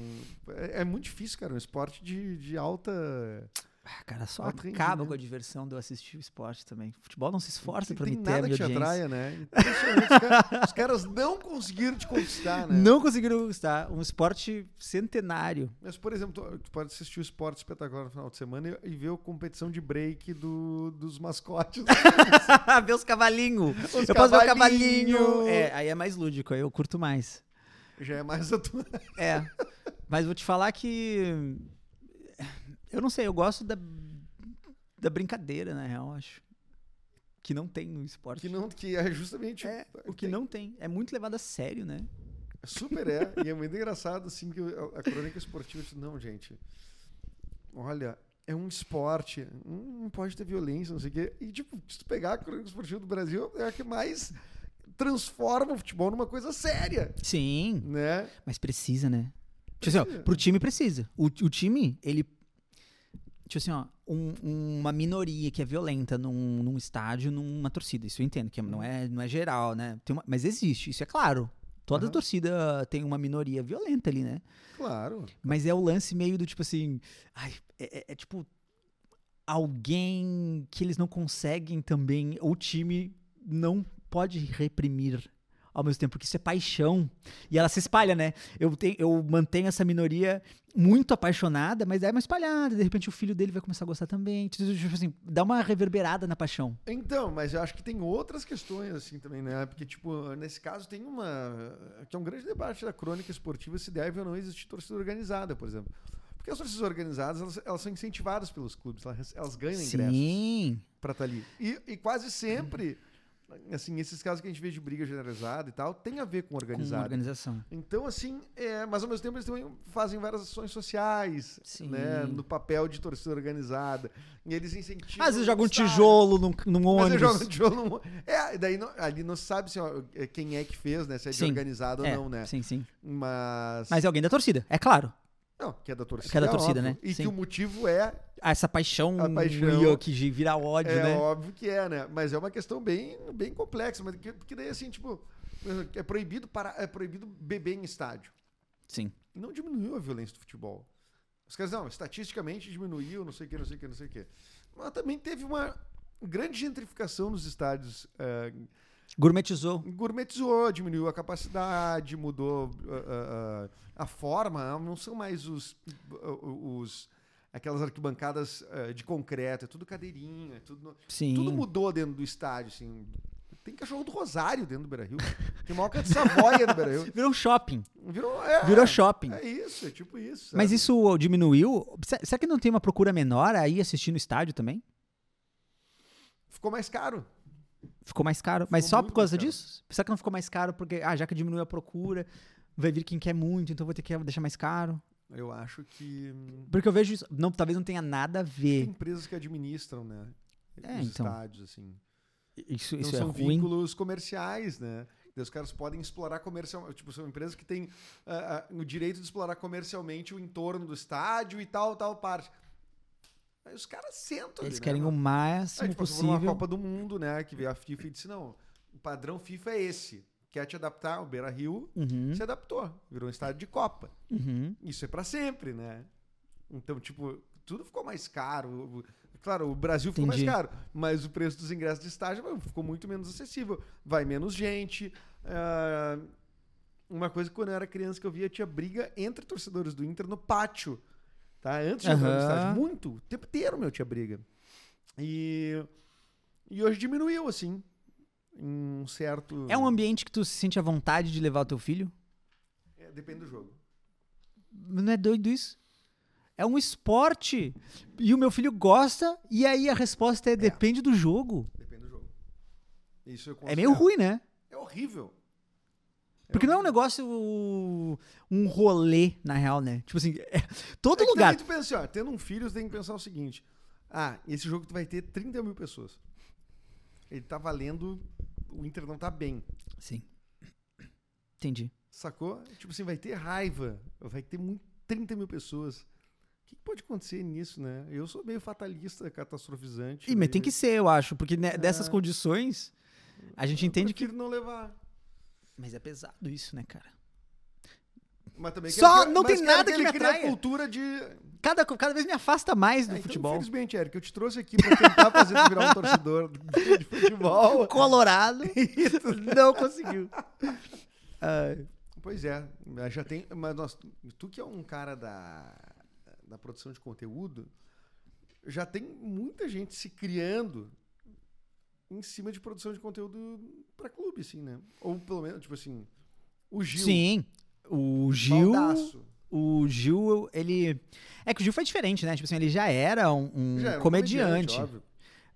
[SPEAKER 2] É, é muito difícil, cara. Um esporte de, de alta.
[SPEAKER 3] Ah, cara, só
[SPEAKER 2] Atinge,
[SPEAKER 3] acaba
[SPEAKER 2] né?
[SPEAKER 3] com a diversão de eu assistir o esporte também. Futebol não se esforça
[SPEAKER 2] Não
[SPEAKER 3] pra
[SPEAKER 2] tem
[SPEAKER 3] me ter a
[SPEAKER 2] nada que
[SPEAKER 3] minha
[SPEAKER 2] te
[SPEAKER 3] audiência.
[SPEAKER 2] atraia, né? Impressionante, Os, cara- os caras não conseguiram te conquistar, né?
[SPEAKER 3] Não conseguiram conquistar um esporte centenário.
[SPEAKER 2] Mas, por exemplo, tu- tu pode assistir o esporte espetacular no final de semana e, e ver a competição de break do- dos mascotes.
[SPEAKER 3] ver os cavalinhos.
[SPEAKER 2] Os
[SPEAKER 3] eu posso ver o
[SPEAKER 2] cavalinho.
[SPEAKER 3] cavalinho. É, aí é mais lúdico, aí eu curto mais.
[SPEAKER 2] Já é mais a tua.
[SPEAKER 3] É. Mas vou te falar que. Eu não sei, eu gosto da, da brincadeira, na real, acho. Que não tem no esporte.
[SPEAKER 2] Que, não, que é justamente.
[SPEAKER 3] É, o que não tem. É muito levado a sério, né?
[SPEAKER 2] Super é. e é muito engraçado, assim, que eu- a, a crônica esportiva. eu disse, Não, gente. Olha, é um esporte. hum, Não pode ter violência, não sei o quê. E, tipo, se tu pegar a crônica esportiva do Brasil, é a que mais transforma o futebol numa coisa séria,
[SPEAKER 3] Sim,
[SPEAKER 2] né?
[SPEAKER 3] mas precisa, né? Tipo assim, ó, pro time precisa. O, o time, ele. tipo assim, ó, um- uma minoria que é violenta num, num estádio, numa torcida. Isso eu entendo, que não é, não é geral, né? Tem uma- mas existe, isso é claro. Toda
[SPEAKER 2] Aham.
[SPEAKER 3] torcida tem uma minoria violenta ali, né?
[SPEAKER 2] Claro.
[SPEAKER 3] Mas é o lance meio do tipo assim. Ai, é, é- é tipo. Alguém que eles não conseguem também. O time não pode reprimir ao mesmo tempo, porque isso é paixão. E ela se espalha, né? Eu, tenho, eu mantenho essa minoria muito apaixonada, mas é uma espalhada. De repente o filho dele vai começar a gostar também. Tipo assim, dá uma reverberada na paixão.
[SPEAKER 2] Então, mas eu acho que tem outras questões assim também, né? Porque, tipo, nesse caso tem uma. que é um grande debate da crônica esportiva se deve ou não existir torcida organizada, por exemplo. Porque as torcidas organizadas, elas, elas são incentivadas pelos clubes, elas, elas ganham ingressos
[SPEAKER 3] Sim.
[SPEAKER 2] pra estar ali. E, e quase sempre, assim, esses casos que a gente vê de briga generalizada e tal, tem a ver com
[SPEAKER 3] Com
[SPEAKER 2] organizada.
[SPEAKER 3] organização.
[SPEAKER 2] Então, assim, é, mas ao mesmo tempo eles também fazem várias ações sociais,
[SPEAKER 3] Sim.
[SPEAKER 2] né? No papel de torcida organizada. E eles incentivam.
[SPEAKER 3] Às vezes joga um
[SPEAKER 2] estádio.
[SPEAKER 3] tijolo num, num
[SPEAKER 2] Mas eles
[SPEAKER 3] ônibus.
[SPEAKER 2] jogam tijolo no... É, e daí não- ali não se sabe se, ó, é, quem é que fez, né? Se é de
[SPEAKER 3] Sim.
[SPEAKER 2] organizado
[SPEAKER 3] É,
[SPEAKER 2] ou não, né?
[SPEAKER 3] Sim, sim.
[SPEAKER 2] Mas.
[SPEAKER 3] Mas é alguém da torcida, é claro.
[SPEAKER 2] Não, que é da torcida.
[SPEAKER 3] Que é da torcida,
[SPEAKER 2] óbvio.
[SPEAKER 3] né?
[SPEAKER 2] E
[SPEAKER 3] Sim.
[SPEAKER 2] que o motivo é,
[SPEAKER 3] Ah, essa paixão,
[SPEAKER 2] A paixão.
[SPEAKER 3] meio que gi- vira ódio,
[SPEAKER 2] é
[SPEAKER 3] né?
[SPEAKER 2] óbvio que é, né? Mas é uma questão bem, bem complexa. Mas que, porque daí, assim, tipo, é proibido, para, é proibido beber em estádio.
[SPEAKER 3] Sim.
[SPEAKER 2] E não diminuiu a violência do futebol. Os caras, não, estatisticamente diminuiu, não sei o que, não sei o que, não sei o que. Mas também teve uma grande gentrificação nos estádios. eh,
[SPEAKER 3] Gourmetizou.
[SPEAKER 2] gourmetizou, diminuiu a capacidade, mudou ah, ah, ah, a forma. Não são mais os, ah, os aquelas arquibancadas ah, de concreto, é tudo cadeirinha, é tudo, no-
[SPEAKER 3] Sim.
[SPEAKER 2] tudo mudou dentro do estádio, assim. Tem cachorro do Rosário dentro do Beira-Rio. Tem maior de Savoia no Beira-Rio.
[SPEAKER 3] Virou um shopping.
[SPEAKER 2] Virou, é,
[SPEAKER 3] Virou shopping.
[SPEAKER 2] É isso, é tipo isso. sabe?
[SPEAKER 3] Mas isso diminuiu? Se- Será que não tem uma procura menor aí assistindo o estádio também?
[SPEAKER 2] Ficou mais caro.
[SPEAKER 3] Ficou mais caro? Mas
[SPEAKER 2] Ficou
[SPEAKER 3] só por
[SPEAKER 2] muito
[SPEAKER 3] causa
[SPEAKER 2] mais caro.
[SPEAKER 3] disso? Será que não ficou mais caro porque, ah, já que diminuiu a procura, vai vir quem quer muito, então vou ter que deixar mais caro?
[SPEAKER 2] Eu acho que hum,
[SPEAKER 3] Porque eu vejo isso, não, talvez não tenha nada a
[SPEAKER 2] tem
[SPEAKER 3] ver.
[SPEAKER 2] empresas que administram, né?
[SPEAKER 3] É,
[SPEAKER 2] os
[SPEAKER 3] então.
[SPEAKER 2] estádios, assim.
[SPEAKER 3] Isso,
[SPEAKER 2] Então
[SPEAKER 3] isso é
[SPEAKER 2] são
[SPEAKER 3] ruim.
[SPEAKER 2] vínculos comerciais, né? E os caras podem explorar comercialmente. Tipo, são empresas que têm ah, ah, o direito de explorar comercialmente o entorno do estádio e tal, tal parte. Aí os caras sentam.
[SPEAKER 3] Eles
[SPEAKER 2] ali,
[SPEAKER 3] querem
[SPEAKER 2] né?
[SPEAKER 3] o máximo
[SPEAKER 2] Aí, tipo, passou por uma
[SPEAKER 3] possível.
[SPEAKER 2] Copa do Mundo, né? Que veio a FIFA e disse: não, o padrão FIFA é esse. Quer te adaptar? O Beira Rio
[SPEAKER 3] Uhum,
[SPEAKER 2] se adaptou. Virou um estádio de Copa.
[SPEAKER 3] uhum.
[SPEAKER 2] Isso é pra sempre, né? Então, tipo, tudo ficou mais caro. O- o- Claro, o Brasil ficou
[SPEAKER 3] Entendi.
[SPEAKER 2] mais caro, mas o preço dos ingressos de estágio bom, ficou muito menos acessível. Vai menos gente. ah, uma coisa que quando eu era criança que eu via tinha briga entre torcedores do Inter no pátio. Tá? Antes de entrar no
[SPEAKER 3] Aham.
[SPEAKER 2] estádio. Muito. O tempo inteiro, meu, tinha briga. E, e hoje diminuiu, assim. Um certo.
[SPEAKER 3] É um ambiente que tu se sente à vontade de levar o teu filho?
[SPEAKER 2] É, depende do jogo.
[SPEAKER 3] Não é doido isso? É um esporte. E o meu filho gosta, e aí a resposta é depende do jogo.
[SPEAKER 2] Depende do jogo. Isso eu
[SPEAKER 3] É meio
[SPEAKER 2] considero.
[SPEAKER 3] ruim, né?
[SPEAKER 2] É horrível.
[SPEAKER 3] Porque não é um negócio. um rolê, na real, né? Tipo assim, é- todo
[SPEAKER 2] É que
[SPEAKER 3] lugar.
[SPEAKER 2] também Tu pensa assim, ó, tendo um filho, você tem que pensar o seguinte: ah, esse jogo tu vai ter 30 mil pessoas. Ele tá valendo. O Inter não tá bem.
[SPEAKER 3] Sim. Entendi.
[SPEAKER 2] Sacou? Tipo assim, vai ter raiva. Vai ter muito, 30 mil pessoas. O que que pode acontecer nisso, né? Eu sou meio fatalista, catastrofizante. né?
[SPEAKER 3] E, mas
[SPEAKER 2] daí
[SPEAKER 3] tem que ser, eu acho, porque né, dessas condições a gente
[SPEAKER 2] eu
[SPEAKER 3] entende que.
[SPEAKER 2] prefiro Ah. não levar.
[SPEAKER 3] Mas é pesado isso, né, cara?
[SPEAKER 2] Mas também
[SPEAKER 3] Só
[SPEAKER 2] quero
[SPEAKER 3] não
[SPEAKER 2] mas
[SPEAKER 3] tem
[SPEAKER 2] quero
[SPEAKER 3] nada que
[SPEAKER 2] ele
[SPEAKER 3] me
[SPEAKER 2] crie a
[SPEAKER 3] atraia.
[SPEAKER 2] cultura de.
[SPEAKER 3] Cada, co- cada vez me afasta mais do
[SPEAKER 2] Ah, então,
[SPEAKER 3] futebol.
[SPEAKER 2] infelizmente, Eric, eu te trouxe aqui pra tentar fazer tu virar um torcedor de futebol.
[SPEAKER 3] Colorado. não conseguiu.
[SPEAKER 2] Ah. Pois é, mas já tem. Mas nós, tu que é um cara da, da produção de conteúdo, já tem muita gente se criando em cima de produção de conteúdo pra clube, assim, né? Ou pelo menos, tipo assim, o Gil.
[SPEAKER 3] Sim. O Gil.
[SPEAKER 2] Baldasso.
[SPEAKER 3] O Gil, ele. É que o Gil foi diferente, né? Tipo assim, ele já era um, um
[SPEAKER 2] Já era um
[SPEAKER 3] comediante.
[SPEAKER 2] óbvio.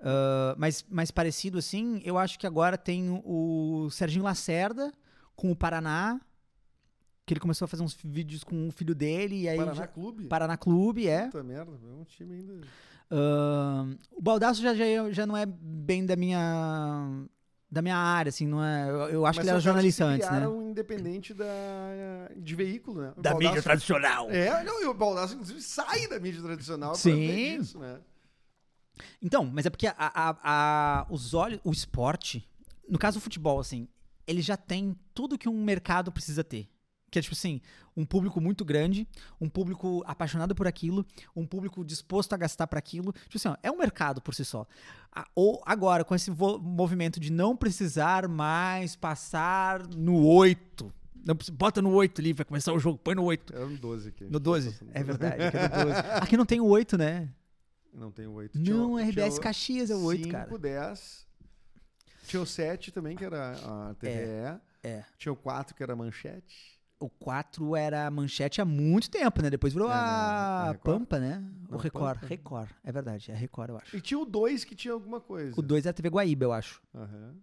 [SPEAKER 3] Ah, mas, mas parecido assim, eu acho que agora tem o Serginho Lacerda com o Paraná. Que ele começou a fazer uns vídeos com o filho dele. E aí
[SPEAKER 2] Paraná
[SPEAKER 3] É, já-
[SPEAKER 2] Clube?
[SPEAKER 3] Paraná Clube, é.
[SPEAKER 2] Puta merda, é um time ainda.
[SPEAKER 3] Ah, o Baldaço já, já, já não é bem da minha. da minha área, assim, não é. Eu, eu
[SPEAKER 2] Mas
[SPEAKER 3] acho que ele
[SPEAKER 2] são
[SPEAKER 3] era
[SPEAKER 2] caras
[SPEAKER 3] jornalista antes, né?
[SPEAKER 2] criaram independente da, de veículo, né? O
[SPEAKER 3] Da mídia
[SPEAKER 2] Baldassi-
[SPEAKER 3] tradicional.
[SPEAKER 2] É, não, e o Baldassi, inclusive, sai da mídia tradicional pra
[SPEAKER 3] Sim.
[SPEAKER 2] ver disso, né?
[SPEAKER 3] Então, mas é porque a- a- a- os olhos, o esporte, no caso o futebol, assim, ele já tem tudo que um mercado precisa ter. Que é tipo assim, um público muito grande, um público apaixonado por aquilo, um público disposto a gastar para aquilo. Tipo assim, ó, é um mercado por si só. A- Ou agora, com esse vo- movimento de não precisar mais passar no 8. Não, precisa- bota no 8 ali, vai começar o jogo, põe no 8.
[SPEAKER 2] Era um 12 aqui.
[SPEAKER 3] No 12? É verdade, aqui é no 12. Aqui não tem o 8, né?
[SPEAKER 2] Não tem o 8.
[SPEAKER 3] Não, RBS Caxias é o 8, cara.
[SPEAKER 2] 5, 10. Tinha o 7 também, que era a TVE.
[SPEAKER 3] é.
[SPEAKER 2] Tinha o 4, que era a Manchete.
[SPEAKER 3] O 4 era manchete há muito tempo, né? Depois virou
[SPEAKER 2] É, né?
[SPEAKER 3] a
[SPEAKER 2] A Record?
[SPEAKER 3] Pampa, né? O
[SPEAKER 2] Não,
[SPEAKER 3] Record.
[SPEAKER 2] Pampa.
[SPEAKER 3] Record. É verdade, é Record, eu acho.
[SPEAKER 2] E tinha o 2, que tinha alguma coisa.
[SPEAKER 3] O 2 era a TV Guaíba, eu acho.
[SPEAKER 2] Aham.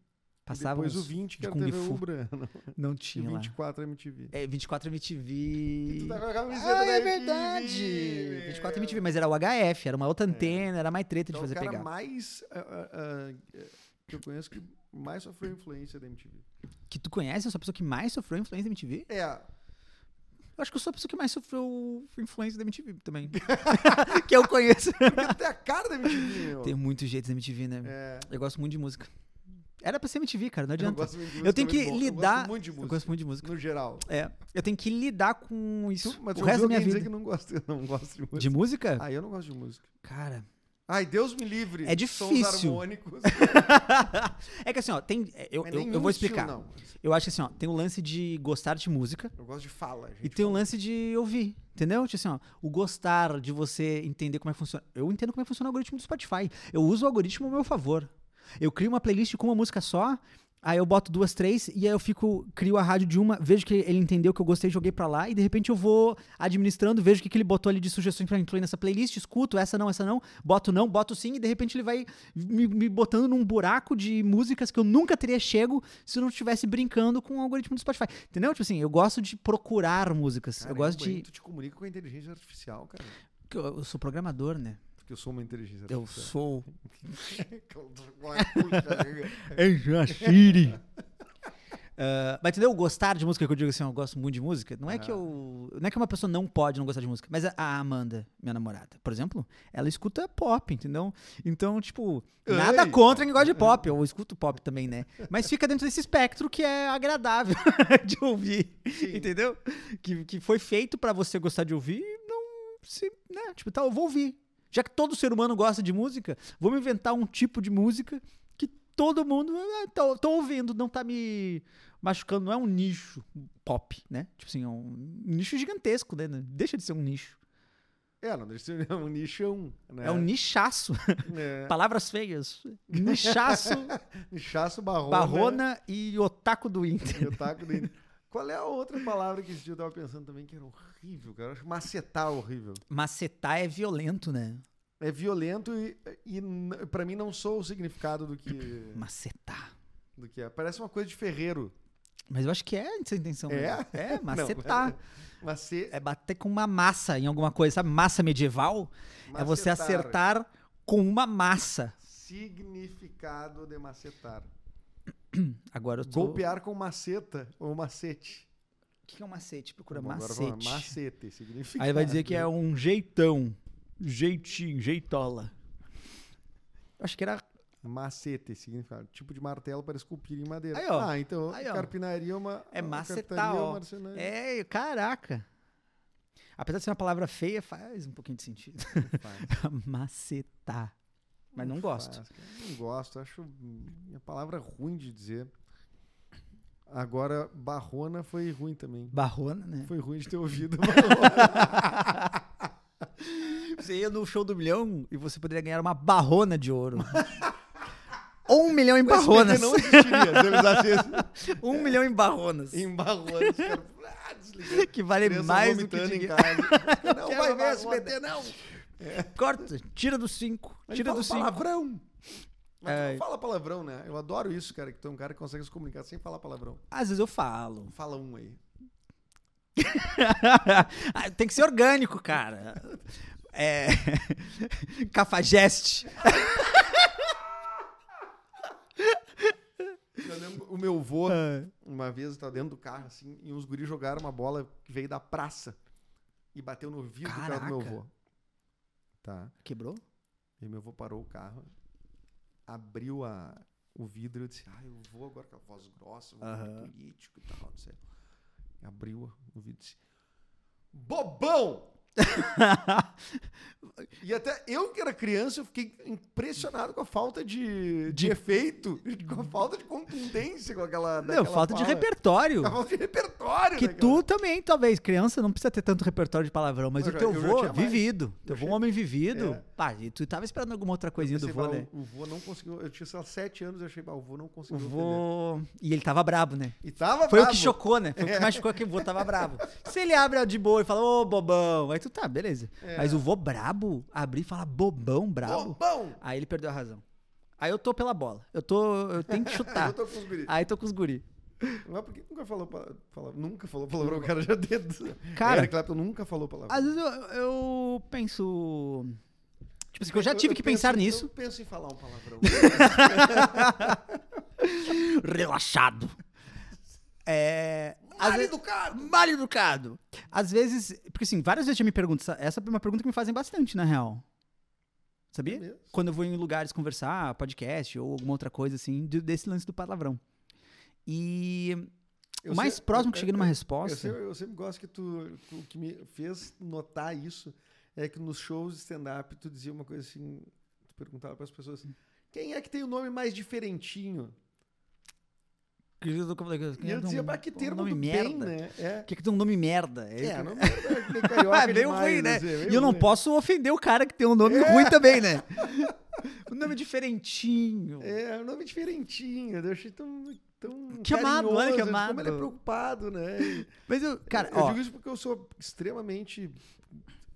[SPEAKER 3] Passava
[SPEAKER 2] é. Depois
[SPEAKER 3] uns-
[SPEAKER 2] o 20, que
[SPEAKER 3] de
[SPEAKER 2] era a
[SPEAKER 3] Kung
[SPEAKER 2] TV
[SPEAKER 3] Fu.
[SPEAKER 2] Ubrano.
[SPEAKER 3] Não
[SPEAKER 2] E
[SPEAKER 3] tinha lá.
[SPEAKER 2] 24 MTV.
[SPEAKER 3] É, 24
[SPEAKER 2] E tu
[SPEAKER 3] MTV.
[SPEAKER 2] tá com a camiseta
[SPEAKER 3] Ah,
[SPEAKER 2] da
[SPEAKER 3] é
[SPEAKER 2] MTV,
[SPEAKER 3] verdade!
[SPEAKER 2] meu.
[SPEAKER 3] 24 MTV, mas era o HF, era uma outra antena, era mais
[SPEAKER 2] É.
[SPEAKER 3] treta
[SPEAKER 2] Então,
[SPEAKER 3] de fazer
[SPEAKER 2] o cara
[SPEAKER 3] pegar.
[SPEAKER 2] mais ah, ah, ah, eh, que eu conheço que mais sofreu influência da MTV.
[SPEAKER 3] Que tu conhece, eu sou a pessoa que mais sofreu influência da MTV?
[SPEAKER 2] É,
[SPEAKER 3] Eu acho que eu sou a pessoa que mais sofreu influência da MTV também. que eu conheço.
[SPEAKER 2] porque até a cara da MTV, meu.
[SPEAKER 3] Tem um- muitos jeitos da MTV, né?
[SPEAKER 2] É,
[SPEAKER 3] Eu gosto muito de música. Era pra ser MTV, cara, não
[SPEAKER 2] eu
[SPEAKER 3] adianta.
[SPEAKER 2] gosto muito de música,
[SPEAKER 3] tenho
[SPEAKER 2] é
[SPEAKER 3] que
[SPEAKER 2] muito bom. Eu
[SPEAKER 3] lidar-
[SPEAKER 2] gosto muito de
[SPEAKER 3] Eu
[SPEAKER 2] música,
[SPEAKER 3] gosto muito de música.
[SPEAKER 2] no geral.
[SPEAKER 3] É. Eu tenho que lidar com isso
[SPEAKER 2] Tu, mas
[SPEAKER 3] o
[SPEAKER 2] eu
[SPEAKER 3] resto
[SPEAKER 2] ouvi
[SPEAKER 3] da minha
[SPEAKER 2] alguém dizer
[SPEAKER 3] vida.
[SPEAKER 2] que não gosta, eu não gosto de música.
[SPEAKER 3] De música?
[SPEAKER 2] Ah, eu não gosto de música.
[SPEAKER 3] Cara.
[SPEAKER 2] Ai, Deus me livre.
[SPEAKER 3] É
[SPEAKER 2] Sons
[SPEAKER 3] difícil.
[SPEAKER 2] harmônicos.
[SPEAKER 3] é que assim, ó, tem. é, Eu,
[SPEAKER 2] Mas
[SPEAKER 3] eu,
[SPEAKER 2] nenhum
[SPEAKER 3] eu vou
[SPEAKER 2] estilo,
[SPEAKER 3] explicar.
[SPEAKER 2] não.
[SPEAKER 3] Eu acho que assim, ó, tem o lance de gostar de música
[SPEAKER 2] Eu gosto de fala, gente.
[SPEAKER 3] e tem um o lance de ouvir. Entendeu? Tipo assim, ó, o gostar de você entender como é que funciona. Eu entendo como é que funciona o algoritmo do Spotify. Eu uso o algoritmo ao meu favor. Eu crio uma playlist com uma música só, aí eu boto duas, três, e aí eu fico, crio a rádio de uma, vejo que ele entendeu que eu gostei, joguei pra lá, e de repente eu vou administrando, vejo o que, que ele botou ali de sugestões pra incluir nessa playlist, escuto essa não, essa não, boto não, boto sim, e de repente ele vai me, me botando num buraco de músicas que eu nunca teria chego se eu não estivesse brincando com o algoritmo do Spotify. Entendeu? Tipo assim, eu gosto de procurar músicas. eu
[SPEAKER 2] Caramba,
[SPEAKER 3] gosto
[SPEAKER 2] hein,
[SPEAKER 3] de.
[SPEAKER 2] Tu te comunica com a inteligência artificial, cara.
[SPEAKER 3] que Eu eu sou programador, né?
[SPEAKER 2] Porque eu sou uma inteligência
[SPEAKER 3] Eu
[SPEAKER 2] artificial.
[SPEAKER 3] sou.
[SPEAKER 2] Puxa,
[SPEAKER 3] É Jaciri. Ah, mas entendeu? O Gostar de música, que eu digo assim, eu gosto muito de música. Não é que eu. Não é que uma pessoa não pode não gostar de música. Mas a- a Amanda, minha namorada, por exemplo, ela escuta pop, entendeu? Então, tipo,
[SPEAKER 2] Ei!
[SPEAKER 3] nada contra quem gosta de pop. Eu escuto pop também, né? Mas fica dentro desse espectro que é agradável de ouvir.
[SPEAKER 2] Sim.
[SPEAKER 3] Entendeu? Que, que foi feito pra você gostar de ouvir, não se. Né? Tipo, tá, eu vou ouvir. Já que todo ser humano gosta de música, vamos inventar um tipo de música que todo mundo ah, tá, tá ouvindo, não tá me machucando, não é um nicho pop, né? Tipo assim, é um nicho gigantesco, né? Deixa de ser um nicho.
[SPEAKER 2] É, não deixa de ser um nicho é um, né?
[SPEAKER 3] É, um nichaço.
[SPEAKER 2] É.
[SPEAKER 3] Palavras feias. Nichaço,
[SPEAKER 2] Nichaço, barrona.
[SPEAKER 3] barrona e otaku do Inter.
[SPEAKER 2] E o taco dele. Qual é a outra palavra que esse dia eu tava pensando também que era horrível, cara? Eu acho macetar horrível.
[SPEAKER 3] Macetar é violento, né?
[SPEAKER 2] É violento e, e n- pra mim não sou o significado do que,
[SPEAKER 3] Macetar.
[SPEAKER 2] do que é. Parece uma coisa de ferreiro.
[SPEAKER 3] Mas eu acho que é essa a intenção.
[SPEAKER 2] É?
[SPEAKER 3] mesmo. É, macetar.
[SPEAKER 2] Mace,
[SPEAKER 3] É bater com uma massa em alguma coisa, sabe? Massa medieval é você
[SPEAKER 2] macetar.
[SPEAKER 3] acertar com uma massa.
[SPEAKER 2] Significado de macetar.
[SPEAKER 3] Agora eu tô...
[SPEAKER 2] Golpear com maceta ou macete.
[SPEAKER 3] O que que é um macete? Procura
[SPEAKER 2] Bom, agora vamos lá,
[SPEAKER 3] macete.
[SPEAKER 2] Macete, né? significa.
[SPEAKER 3] Aí vai dizer que é um jeitão. Jeitinho, jeitola. Eu acho que era...
[SPEAKER 2] Macete, significa tipo de martelo para esculpir em madeira.
[SPEAKER 3] Aí, ó.
[SPEAKER 2] Ah, então
[SPEAKER 3] Aí, ó.
[SPEAKER 2] carpinaria é uma.
[SPEAKER 3] É
[SPEAKER 2] a
[SPEAKER 3] macetar,
[SPEAKER 2] carpintaria
[SPEAKER 3] ó.
[SPEAKER 2] uma marcenaria.
[SPEAKER 3] É, caraca. Apesar de ser uma palavra feia, faz um pouquinho de sentido.
[SPEAKER 2] Faz,
[SPEAKER 3] Macetar. Mas não gosto.
[SPEAKER 2] faz, cara. Não gosto, acho a palavra ruim de dizer. Agora, barrona foi ruim também.
[SPEAKER 3] Barrona, né?
[SPEAKER 2] Foi ruim de ter ouvido. barrona.
[SPEAKER 3] Você ia no show do milhão e você poderia ganhar uma barrona de ouro. Ou um milhão em
[SPEAKER 2] O SBT
[SPEAKER 3] barronas.
[SPEAKER 2] não existiria se eles achassem
[SPEAKER 3] Um milhão em barronas.
[SPEAKER 2] em barrona. os caras, Ah, desliguei.
[SPEAKER 3] Que vale
[SPEAKER 2] Criança
[SPEAKER 3] mais do que
[SPEAKER 2] vomitando em
[SPEAKER 3] dinheiro.
[SPEAKER 2] casa. Não
[SPEAKER 3] Quero
[SPEAKER 2] vai ver
[SPEAKER 3] uma
[SPEAKER 2] SBT, não.
[SPEAKER 3] Corta, tira do cinco.
[SPEAKER 2] Mas
[SPEAKER 3] Tira
[SPEAKER 2] fala
[SPEAKER 3] do cinco.
[SPEAKER 2] palavrão. Mas tu não
[SPEAKER 3] É.
[SPEAKER 2] fala palavrão, né? Eu adoro isso, cara, que tu é um cara que consegue se comunicar sem falar palavrão.
[SPEAKER 3] Às vezes eu falo.
[SPEAKER 2] Fala um aí.
[SPEAKER 3] Ah, Tem que ser orgânico, cara. É. Cafajeste.
[SPEAKER 2] lembro, o meu vô,
[SPEAKER 3] Ah,
[SPEAKER 2] uma vez, eu tava dentro do carro, assim, e uns guris jogaram uma bola que veio da praça e bateu no vidro do carro do meu
[SPEAKER 3] Caraca.
[SPEAKER 2] vô. Tá.
[SPEAKER 3] quebrou?
[SPEAKER 2] E meu avô parou o carro, abriu a, o vidro e eu disse, ah, eu vou agora com a voz grossa, vou falar
[SPEAKER 3] Aham.
[SPEAKER 2] político e tal, não sei. Abriu o vidro e disse, bobão! e até eu que era criança, eu fiquei impressionado com a falta de, de, efeito, com a falta de contundência com aquela
[SPEAKER 3] Não,
[SPEAKER 2] daquela
[SPEAKER 3] falta de
[SPEAKER 2] fala.
[SPEAKER 3] repertório.
[SPEAKER 2] Com a falta de repertório.
[SPEAKER 3] Que
[SPEAKER 2] né, cara?
[SPEAKER 3] tu também, talvez, criança, não precisa ter tanto repertório de palavrão, mas
[SPEAKER 2] Eu
[SPEAKER 3] o
[SPEAKER 2] já-
[SPEAKER 3] teu
[SPEAKER 2] eu já
[SPEAKER 3] vô,
[SPEAKER 2] tinha mais.
[SPEAKER 3] vivido. Teu
[SPEAKER 2] Eu
[SPEAKER 3] vô, um
[SPEAKER 2] já-
[SPEAKER 3] homem vivido.
[SPEAKER 2] É.
[SPEAKER 3] Pá, e tu tava esperando alguma outra coisinha do
[SPEAKER 2] Pensei,
[SPEAKER 3] vô,
[SPEAKER 2] bah,
[SPEAKER 3] né?
[SPEAKER 2] O, o vô não conseguiu, eu tinha, sei lá, sete anos, eu achei, bah, o vô não
[SPEAKER 3] O
[SPEAKER 2] conseguiu entender.
[SPEAKER 3] vô. E ele tava brabo, né?
[SPEAKER 2] E né? tava É.
[SPEAKER 3] Foi o que
[SPEAKER 2] bravo.
[SPEAKER 3] chocou, né? Foi o que mais chocou que o vô tava brabo. Se ele abre de boa e fala, ô bobão, aí tu tá, beleza.
[SPEAKER 2] É.
[SPEAKER 3] Mas o vô brabo abrir e falar bobão brabo,
[SPEAKER 2] Bobão!
[SPEAKER 3] aí ele perdeu a razão. Aí eu tô pela bola. Eu tô. Eu tenho que chutar.
[SPEAKER 2] Eu tô com os guris.
[SPEAKER 3] Aí tô com os guri.
[SPEAKER 2] Mas por que nunca falou pa- fala- Nunca falou palavrão, o cara já dedo.
[SPEAKER 3] Cara-
[SPEAKER 2] Eric Clapton nunca falou palavrão.
[SPEAKER 3] Às vezes eu, eu penso. Tipo assim, que eu já
[SPEAKER 2] Eu-
[SPEAKER 3] tive
[SPEAKER 2] eu
[SPEAKER 3] que
[SPEAKER 2] penso-
[SPEAKER 3] pensar nisso.
[SPEAKER 2] Eu penso em falar um palavrão.
[SPEAKER 3] relaxado. É. Às
[SPEAKER 2] Mal
[SPEAKER 3] vezes,
[SPEAKER 2] educado!
[SPEAKER 3] mal educado. Às vezes, porque assim, várias vezes eu me pergunto, essa- essa é uma pergunta que me fazem bastante, na real.
[SPEAKER 2] É
[SPEAKER 3] Sabia?
[SPEAKER 2] mesmo?
[SPEAKER 3] Quando eu vou em lugares conversar, podcast ou alguma outra coisa assim, de- desse lance do palavrão. E
[SPEAKER 2] Eu
[SPEAKER 3] o mais
[SPEAKER 2] sei-
[SPEAKER 3] próximo
[SPEAKER 2] eu-
[SPEAKER 3] que cheguei
[SPEAKER 2] eu-
[SPEAKER 3] numa
[SPEAKER 2] eu-
[SPEAKER 3] resposta.
[SPEAKER 2] Eu, sempre- eu sempre gosto que tu, tu- O que me fez notar isso é que nos shows de stand-up tu dizia uma coisa assim. Tu perguntava pras pessoas assim, quem é que tem o nome mais diferentinho? E eu dizia, pra que termo
[SPEAKER 3] É, um nome
[SPEAKER 2] do
[SPEAKER 3] merda.
[SPEAKER 2] bem, né? É.
[SPEAKER 3] Que que tem um nome merda?
[SPEAKER 2] É,
[SPEAKER 3] que-
[SPEAKER 2] não é meio carioca
[SPEAKER 3] É meio
[SPEAKER 2] demais,
[SPEAKER 3] ruim, né?
[SPEAKER 2] assim, é meio
[SPEAKER 3] E eu não
[SPEAKER 2] ruim.
[SPEAKER 3] posso ofender o cara que tem um
[SPEAKER 2] É.
[SPEAKER 3] nome ruim também, né? Um nome diferentinho.
[SPEAKER 2] É, um nome diferentinho. Eu achei tão. tão
[SPEAKER 3] Que amado, olha que
[SPEAKER 2] carinhoso, Como ele é
[SPEAKER 3] amado.
[SPEAKER 2] preocupado, né? E-
[SPEAKER 3] Mas eu, cara,
[SPEAKER 2] eu
[SPEAKER 3] ó,
[SPEAKER 2] digo isso porque eu sou extremamente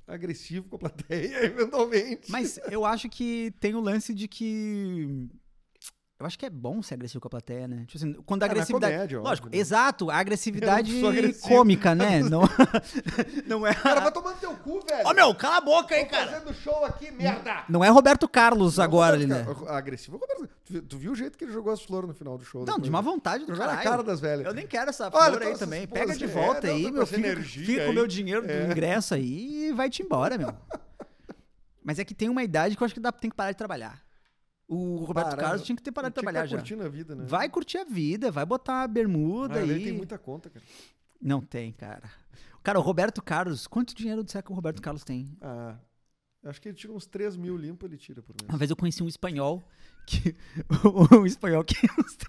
[SPEAKER 2] agressivo com a plateia, eventualmente.
[SPEAKER 3] mas eu acho que tem o lance de que eu acho que é bom ser agressivo com a plateia, né? Tipo assim, quando a
[SPEAKER 2] Ah, na
[SPEAKER 3] agressividade,
[SPEAKER 2] comédia, óbvio,
[SPEAKER 3] lógico,
[SPEAKER 2] né?
[SPEAKER 3] exato, a agressividade
[SPEAKER 2] Eu não sou agressivo.
[SPEAKER 3] cômica, né? Não, não é.
[SPEAKER 2] O cara vai tomando teu cu, velho.
[SPEAKER 3] Ó, meu, cala a boca aí,
[SPEAKER 2] Tô
[SPEAKER 3] cara.
[SPEAKER 2] fazendo show aqui, merda!
[SPEAKER 3] Não é Roberto Carlos agora ali,
[SPEAKER 2] Roberto,
[SPEAKER 3] né?
[SPEAKER 2] cara, Agressivo. Roberto, Tu, vi- tu viu o jeito que ele jogou as flores no final do show?
[SPEAKER 3] Não,
[SPEAKER 2] depois,
[SPEAKER 3] de má
[SPEAKER 2] né?
[SPEAKER 3] vontade do
[SPEAKER 2] Jogou na
[SPEAKER 3] caralho.
[SPEAKER 2] cara das velhas.
[SPEAKER 3] Eu nem quero essa
[SPEAKER 2] Olha,
[SPEAKER 3] flor aí
[SPEAKER 2] essas
[SPEAKER 3] também.
[SPEAKER 2] porras
[SPEAKER 3] Pega de
[SPEAKER 2] aí,
[SPEAKER 3] volta
[SPEAKER 2] é,
[SPEAKER 3] aí,
[SPEAKER 2] não,
[SPEAKER 3] meu
[SPEAKER 2] essa
[SPEAKER 3] filho.
[SPEAKER 2] energia
[SPEAKER 3] fica com o
[SPEAKER 2] aí. É.
[SPEAKER 3] meu dinheiro do ingresso aí e vai-te embora, meu. Mas é que tem uma idade que eu acho que dá, tem que parar de trabalhar. O Roberto
[SPEAKER 2] Parar-
[SPEAKER 3] Carlos tinha que ter parado de
[SPEAKER 2] Tinha que
[SPEAKER 3] trabalhar
[SPEAKER 2] tá
[SPEAKER 3] já.
[SPEAKER 2] curtindo a vida, né?
[SPEAKER 3] Vai curtir a vida, vai botar a
[SPEAKER 2] Ah,
[SPEAKER 3] bermuda
[SPEAKER 2] Ele
[SPEAKER 3] aí.
[SPEAKER 2] tem muita conta, cara.
[SPEAKER 3] Não tem, cara. Cara, o Roberto Carlos, quanto dinheiro será que o Roberto Carlos tem?
[SPEAKER 2] Ah, acho que ele tira uns 3 mil limpo, ele tira por mês.
[SPEAKER 3] Uma vez eu conheci um espanhol que. um espanhol que.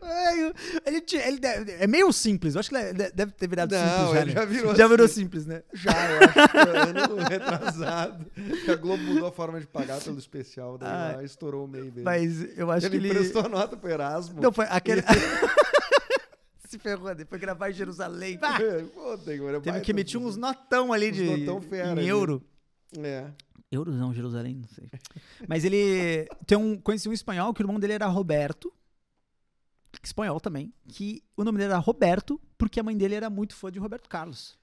[SPEAKER 3] Ai, eu- ele, tinha- ele deve- é meio simples, eu acho que ele é, deve- deve ter virado
[SPEAKER 2] Não,
[SPEAKER 3] simples já.
[SPEAKER 2] ele
[SPEAKER 3] né?
[SPEAKER 2] já virou assim.
[SPEAKER 3] simples, né?
[SPEAKER 2] Já, eu acho que foi ano retrasado. que A Globo mudou a forma de pagar pelo especial, daí
[SPEAKER 3] Ah,
[SPEAKER 2] lá estourou o meio dele.
[SPEAKER 3] Mas eu acho
[SPEAKER 2] ele
[SPEAKER 3] que ele.
[SPEAKER 2] emprestou a nota pro Erasmo.
[SPEAKER 3] Não, foi aquele. Se ferrou, depois gravar em Jerusalém. Bah!
[SPEAKER 2] Pô, tem agora
[SPEAKER 3] Teve
[SPEAKER 2] baita
[SPEAKER 3] que emitir uns notão ali
[SPEAKER 2] Uns
[SPEAKER 3] de
[SPEAKER 2] notão fera
[SPEAKER 3] em
[SPEAKER 2] ali.
[SPEAKER 3] euro.
[SPEAKER 2] É.
[SPEAKER 3] Euros não, Jerusalém, não sei. Mas ele tem um, conheci um espanhol que o irmão dele era Roberto, espanhol também, que o nome dele era Roberto porque a mãe dele era muito fã de Roberto Carlos.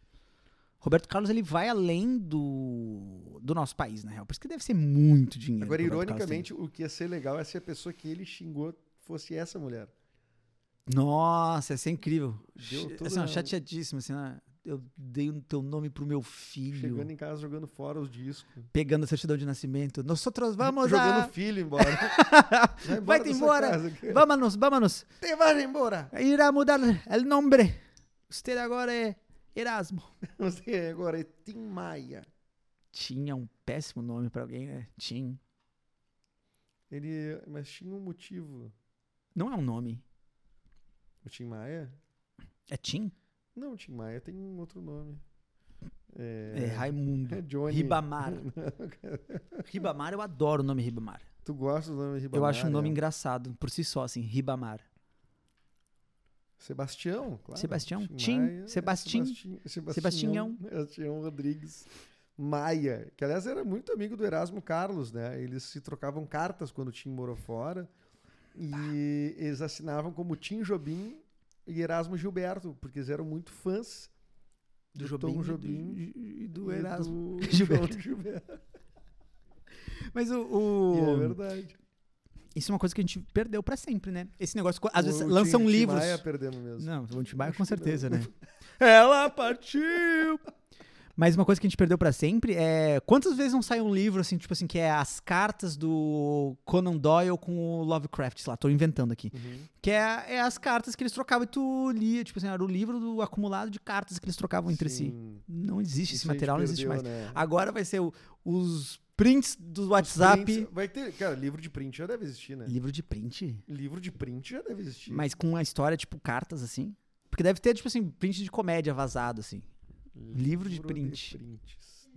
[SPEAKER 3] Roberto Carlos ele vai além do, do nosso país, na real. Por isso que deve ser muito dinheiro.
[SPEAKER 2] Agora,
[SPEAKER 3] que o Roberto Carlos
[SPEAKER 2] ironicamente, o que ia ser legal é se a pessoa que ele xingou fosse essa mulher.
[SPEAKER 3] tem. Nossa, ia ser incrível.
[SPEAKER 2] Deu
[SPEAKER 3] Ch-
[SPEAKER 2] tudo
[SPEAKER 3] assim, ó,
[SPEAKER 2] na-
[SPEAKER 3] chateadíssimo, assim, ó, eu dei o teu nome pro meu filho.
[SPEAKER 2] Chegando em casa, jogando fora os discos.
[SPEAKER 3] Pegando a certidão de nascimento. Nós outros vamos
[SPEAKER 2] jogando
[SPEAKER 3] a...
[SPEAKER 2] o filho embora.
[SPEAKER 3] Vai te
[SPEAKER 2] dessa
[SPEAKER 3] embora.
[SPEAKER 2] casa, cara.
[SPEAKER 3] Vámonos, vámonos.
[SPEAKER 2] Te vai embora.
[SPEAKER 3] Irá mudar o nome. Você agora é Erasmo.
[SPEAKER 2] Não sei, agora é Tim Maia.
[SPEAKER 3] Tinha um péssimo nome pra alguém, né? Tim.
[SPEAKER 2] Ele... Mas tinha um motivo.
[SPEAKER 3] Não é um nome.
[SPEAKER 2] O Tim Maia?
[SPEAKER 3] É Tim?
[SPEAKER 2] Não, Tim Maia tem um outro nome.
[SPEAKER 3] É,
[SPEAKER 2] É, é
[SPEAKER 3] Raimundo.
[SPEAKER 2] Johnny.
[SPEAKER 3] Ribamar. Ribamar, eu adoro o nome Ribamar.
[SPEAKER 2] Tu gosta do nome
[SPEAKER 3] eu
[SPEAKER 2] Ribamar?
[SPEAKER 3] acho um nome
[SPEAKER 2] né?
[SPEAKER 3] engraçado, por si só, assim, Ribamar.
[SPEAKER 2] Sebastião, claro.
[SPEAKER 3] Sebastião,
[SPEAKER 2] Tim
[SPEAKER 3] Tim,
[SPEAKER 2] Maia, é
[SPEAKER 3] Sebastim,
[SPEAKER 2] Sebasti- Sebastião, É,
[SPEAKER 3] Sebastião.
[SPEAKER 2] Sebastião Rodrigues Maia, que aliás era muito amigo do Erasmo Carlos, né? Eles se trocavam cartas quando o Tim morou fora
[SPEAKER 3] Tá.
[SPEAKER 2] e eles assinavam como Tim Jobim e Erasmo Gilberto, porque eles eram muito fãs
[SPEAKER 3] Do,
[SPEAKER 2] Tom
[SPEAKER 3] um Jobim, e do-
[SPEAKER 2] Jobim
[SPEAKER 3] e do,
[SPEAKER 2] e
[SPEAKER 3] Erasmo.
[SPEAKER 2] do João
[SPEAKER 3] Gilberto.
[SPEAKER 2] Gilberto.
[SPEAKER 3] Mas o...
[SPEAKER 2] E
[SPEAKER 3] o-
[SPEAKER 2] é verdade.
[SPEAKER 3] E, isso é uma coisa que a gente perdeu pra sempre, né? Esse negócio, às vezes um
[SPEAKER 2] O
[SPEAKER 3] lançam
[SPEAKER 2] Tim- Tim
[SPEAKER 3] livros.
[SPEAKER 2] Maia perdemos mesmo.
[SPEAKER 3] Não, o Timaia
[SPEAKER 2] Acho
[SPEAKER 3] com
[SPEAKER 2] que
[SPEAKER 3] certeza,
[SPEAKER 2] não.
[SPEAKER 3] né? Ela partiu! Mas uma coisa que a gente perdeu pra sempre é quantas vezes não sai um livro assim, tipo assim, que é as cartas do Conan Doyle com o Lovecraft, sei lá, tô inventando aqui.
[SPEAKER 2] Uhum.
[SPEAKER 3] Que é, é as cartas que eles trocavam e tu lia, tipo assim, era o livro do acumulado de cartas que eles trocavam entre si.
[SPEAKER 2] Sim.
[SPEAKER 3] Não existe
[SPEAKER 2] Isso a
[SPEAKER 3] esse
[SPEAKER 2] gente
[SPEAKER 3] material, não existe mais. Ah,
[SPEAKER 2] perdeu, né?
[SPEAKER 3] Agora vai ser o- os prints do WhatsApp.
[SPEAKER 2] Prints- Vai ter, cara, livro de print já deve existir, né?
[SPEAKER 3] Livro de print?
[SPEAKER 2] Livro de print já deve existir.
[SPEAKER 3] Mas com uma história, tipo, cartas, assim. Porque deve ter, tipo assim, print de comédia vazado, assim. Livro de print.
[SPEAKER 2] prints.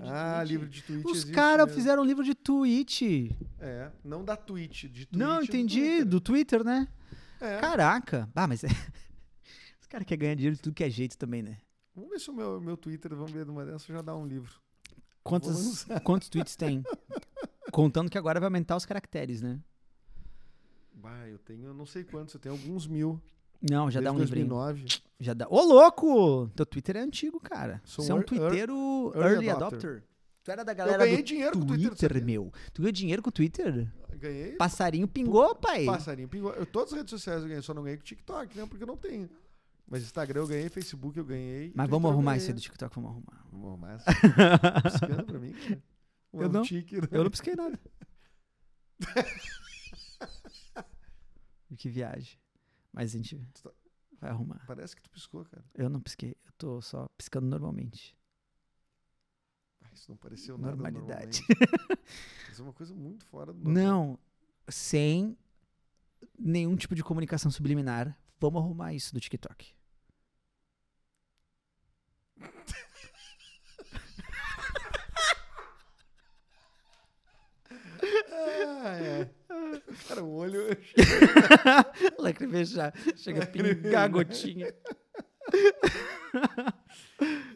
[SPEAKER 2] ah, livro de tweet.
[SPEAKER 3] Os
[SPEAKER 2] existe
[SPEAKER 3] caras
[SPEAKER 2] mesmo.
[SPEAKER 3] fizeram um livro de tweet.
[SPEAKER 2] É, não da tweet, de tweet.
[SPEAKER 3] Não,
[SPEAKER 2] do
[SPEAKER 3] entendi.
[SPEAKER 2] Twitter.
[SPEAKER 3] Do Twitter, né?
[SPEAKER 2] É.
[SPEAKER 3] Caraca. Ah, mas é... Os caras querem ganhar dinheiro de tudo que é jeito também, né?
[SPEAKER 2] Vamos ver se o meu, meu Twitter, vamos ver numa dessa, já dá um livro. Vou
[SPEAKER 3] Quantos, quantos tweets tem? Contando que agora vai aumentar os caracteres, né?
[SPEAKER 2] Bah, eu tenho, eu não sei quantos, eu tenho alguns mil.
[SPEAKER 3] Não, já dá
[SPEAKER 2] Desde
[SPEAKER 3] um livrinho.
[SPEAKER 2] 2009.
[SPEAKER 3] Já dá. Ô, louco! Teu Twitter é antigo, cara.
[SPEAKER 2] Sou
[SPEAKER 3] Você é um
[SPEAKER 2] ear- ear-
[SPEAKER 3] twitteiro
[SPEAKER 2] early
[SPEAKER 3] early
[SPEAKER 2] adopter.
[SPEAKER 3] adopter. Tu era da
[SPEAKER 2] Eu
[SPEAKER 3] galera
[SPEAKER 2] ganhei
[SPEAKER 3] do
[SPEAKER 2] dinheiro com o Twitter.
[SPEAKER 3] Twitter,
[SPEAKER 2] sabia?
[SPEAKER 3] meu. Tu ganhou dinheiro com o Twitter?
[SPEAKER 2] Ganhei
[SPEAKER 3] Passarinho pingou, pai.
[SPEAKER 2] passarinho. Pingou. Eu, todas as redes sociais eu ganhei, só não ganhei com o TikTok, né? Porque eu não tenho. Mas Instagram eu ganhei, Facebook eu ganhei.
[SPEAKER 3] Mas
[SPEAKER 2] Twitter
[SPEAKER 3] vamos
[SPEAKER 2] eu
[SPEAKER 3] arrumar
[SPEAKER 2] ganhei.
[SPEAKER 3] isso aí do TikTok, vamos arrumar.
[SPEAKER 2] Vamos arrumar isso. Tá piscando pra mim, cara. Um
[SPEAKER 3] Eu não.
[SPEAKER 2] tique, né?
[SPEAKER 3] Eu não pisquei nada. que viagem. Mas a gente
[SPEAKER 2] Tá.
[SPEAKER 3] vai arrumar.
[SPEAKER 2] Parece que tu piscou, cara.
[SPEAKER 3] Eu não pisquei, eu tô só piscando normalmente.
[SPEAKER 2] Ah, Isso não pareceu nada
[SPEAKER 3] Normalidade.
[SPEAKER 2] normalmente. Isso é uma coisa muito fora do normal.
[SPEAKER 3] Não, sem nenhum tipo de comunicação subliminar. Vamos arrumar isso do TikTok.
[SPEAKER 2] Ah, é. Cara, um olho...
[SPEAKER 3] Lacrimejar. Chega a
[SPEAKER 2] Lacrimejar.
[SPEAKER 3] pingar a gotinha.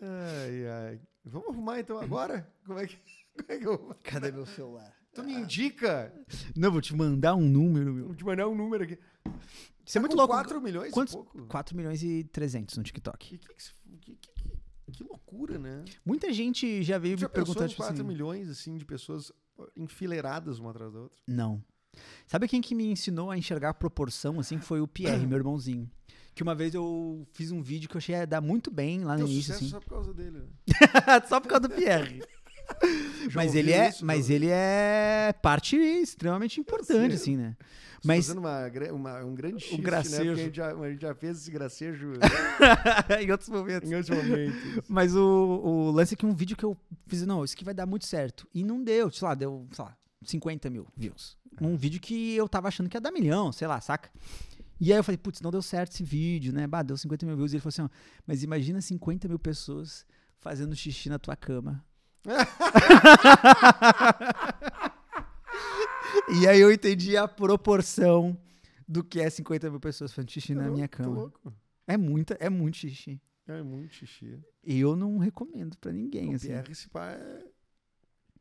[SPEAKER 2] Ai, ai. Vamos arrumar então agora? Como é que, como é que eu...
[SPEAKER 3] Cadê meu celular?
[SPEAKER 2] Tu me indica?
[SPEAKER 3] Não, vou te mandar um número, meu.
[SPEAKER 2] Vou te mandar um número aqui.
[SPEAKER 3] Isso
[SPEAKER 2] Tá
[SPEAKER 3] é muito
[SPEAKER 2] com
[SPEAKER 3] louco.
[SPEAKER 2] 4 milhões e
[SPEAKER 3] Quantos-
[SPEAKER 2] pouco?
[SPEAKER 3] 4 milhões e 300 no
[SPEAKER 2] Que,
[SPEAKER 3] TikTok.
[SPEAKER 2] que, que se- que- que- que- que loucura, né?
[SPEAKER 3] Muita gente já veio
[SPEAKER 2] Já
[SPEAKER 3] me
[SPEAKER 2] pensou
[SPEAKER 3] perguntar,
[SPEAKER 2] em
[SPEAKER 3] tipo
[SPEAKER 2] 4
[SPEAKER 3] assim...
[SPEAKER 2] um milhões, assim, de pessoas enfileiradas uma atrás da outra?
[SPEAKER 3] Não. Sabe quem que me ensinou a enxergar a proporção, assim, foi o Pierre, meu irmãozinho. Que uma vez eu fiz um vídeo que eu achei ia dar muito bem lá no
[SPEAKER 2] Teu
[SPEAKER 3] início,
[SPEAKER 2] um sucesso
[SPEAKER 3] assim.
[SPEAKER 2] só por causa dele, né?
[SPEAKER 3] Só por causa do Pierre.
[SPEAKER 2] Já
[SPEAKER 3] mas
[SPEAKER 2] ouviu
[SPEAKER 3] ele é,
[SPEAKER 2] isso? né? Já
[SPEAKER 3] mas
[SPEAKER 2] ouviu?
[SPEAKER 3] ele é parte extremamente importante,
[SPEAKER 2] sei.
[SPEAKER 3] assim, né?
[SPEAKER 2] Estou
[SPEAKER 3] Mas
[SPEAKER 2] tá fazendo uma, gra- uma- um grande shift,
[SPEAKER 3] gracejo.
[SPEAKER 2] né? Porque a gente, já, a gente já fez esse gracejo
[SPEAKER 3] em outros momentos.
[SPEAKER 2] em outros momentos.
[SPEAKER 3] Mas o, o lance é que um vídeo que eu fiz, não, isso aqui vai dar muito certo. E não deu, sei lá, deu, sei lá, 50 mil views.
[SPEAKER 2] É.
[SPEAKER 3] Um vídeo que eu tava achando que ia dar milhão, sei lá, saca? E aí eu falei, putz, não deu certo esse vídeo, né? Bah, deu 50 mil views. E ele falou assim, ó, mas imagina 50 mil pessoas fazendo xixi na tua cama. e aí eu entendi a proporção do que é 50 mil pessoas fazendo xixi na
[SPEAKER 2] Tá
[SPEAKER 3] minha
[SPEAKER 2] louco, tá
[SPEAKER 3] cama.
[SPEAKER 2] louco.
[SPEAKER 3] É muita, é muito xixi.
[SPEAKER 2] É muito xixi.
[SPEAKER 3] Eu não recomendo pra ninguém,
[SPEAKER 2] O
[SPEAKER 3] assim.
[SPEAKER 2] Pierre, esse pai é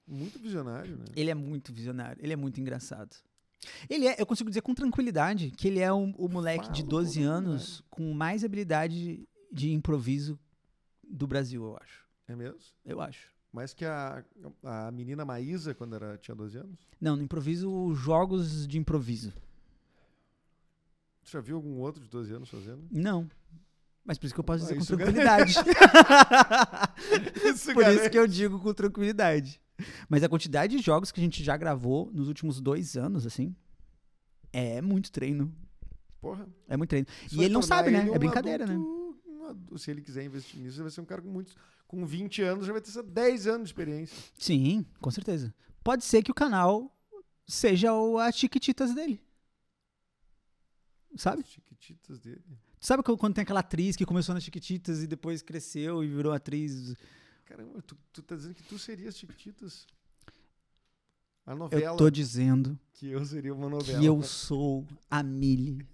[SPEAKER 2] muito visionário, né?
[SPEAKER 3] Ele é muito visionário, ele é muito engraçado. Ele é, eu consigo dizer com tranquilidade, que ele é um- o moleque de
[SPEAKER 2] Falo com
[SPEAKER 3] 12 anos com mais habilidade de improviso do Brasil, eu acho.
[SPEAKER 2] É mesmo?
[SPEAKER 3] Eu acho.
[SPEAKER 2] Mais que a, a menina Maísa, quando era, tinha 12 anos.
[SPEAKER 3] Não, no improviso, jogos de improviso.
[SPEAKER 2] Tu já viu algum outro de 12 anos fazendo?
[SPEAKER 3] Não. Mas por isso que eu posso
[SPEAKER 2] Ah,
[SPEAKER 3] dizer com
[SPEAKER 2] isso gar-
[SPEAKER 3] tranquilidade.
[SPEAKER 2] Isso,
[SPEAKER 3] por isso que eu digo com tranquilidade. Mas a quantidade de jogos que a gente já gravou nos últimos dois anos, assim, é muito treino.
[SPEAKER 2] Porra.
[SPEAKER 3] É muito treino.
[SPEAKER 2] Isso
[SPEAKER 3] e
[SPEAKER 2] vai
[SPEAKER 3] ele não
[SPEAKER 2] tornar
[SPEAKER 3] sabe, né?
[SPEAKER 2] ele
[SPEAKER 3] É
[SPEAKER 2] um
[SPEAKER 3] brincadeira, né?
[SPEAKER 2] adulto- um adu- se ele quiser investir nisso, ele vai ser um cara com muitos. Com 20 anos, já vai ter essa 10 anos de experiência.
[SPEAKER 3] Sim, com certeza. Pode ser que o canal seja o, a Chiquititas dele. Sabe?
[SPEAKER 2] As chiquititas dele.
[SPEAKER 3] Tu Sabe que quando tem aquela atriz que começou nas Chiquititas e depois cresceu e virou atriz?
[SPEAKER 2] Caramba, tu, tu tá dizendo que tu serias Chiquititas? A
[SPEAKER 3] Eu
[SPEAKER 2] novela.
[SPEAKER 3] tô dizendo
[SPEAKER 2] Que eu seria uma novela.
[SPEAKER 3] que eu sou a Mili.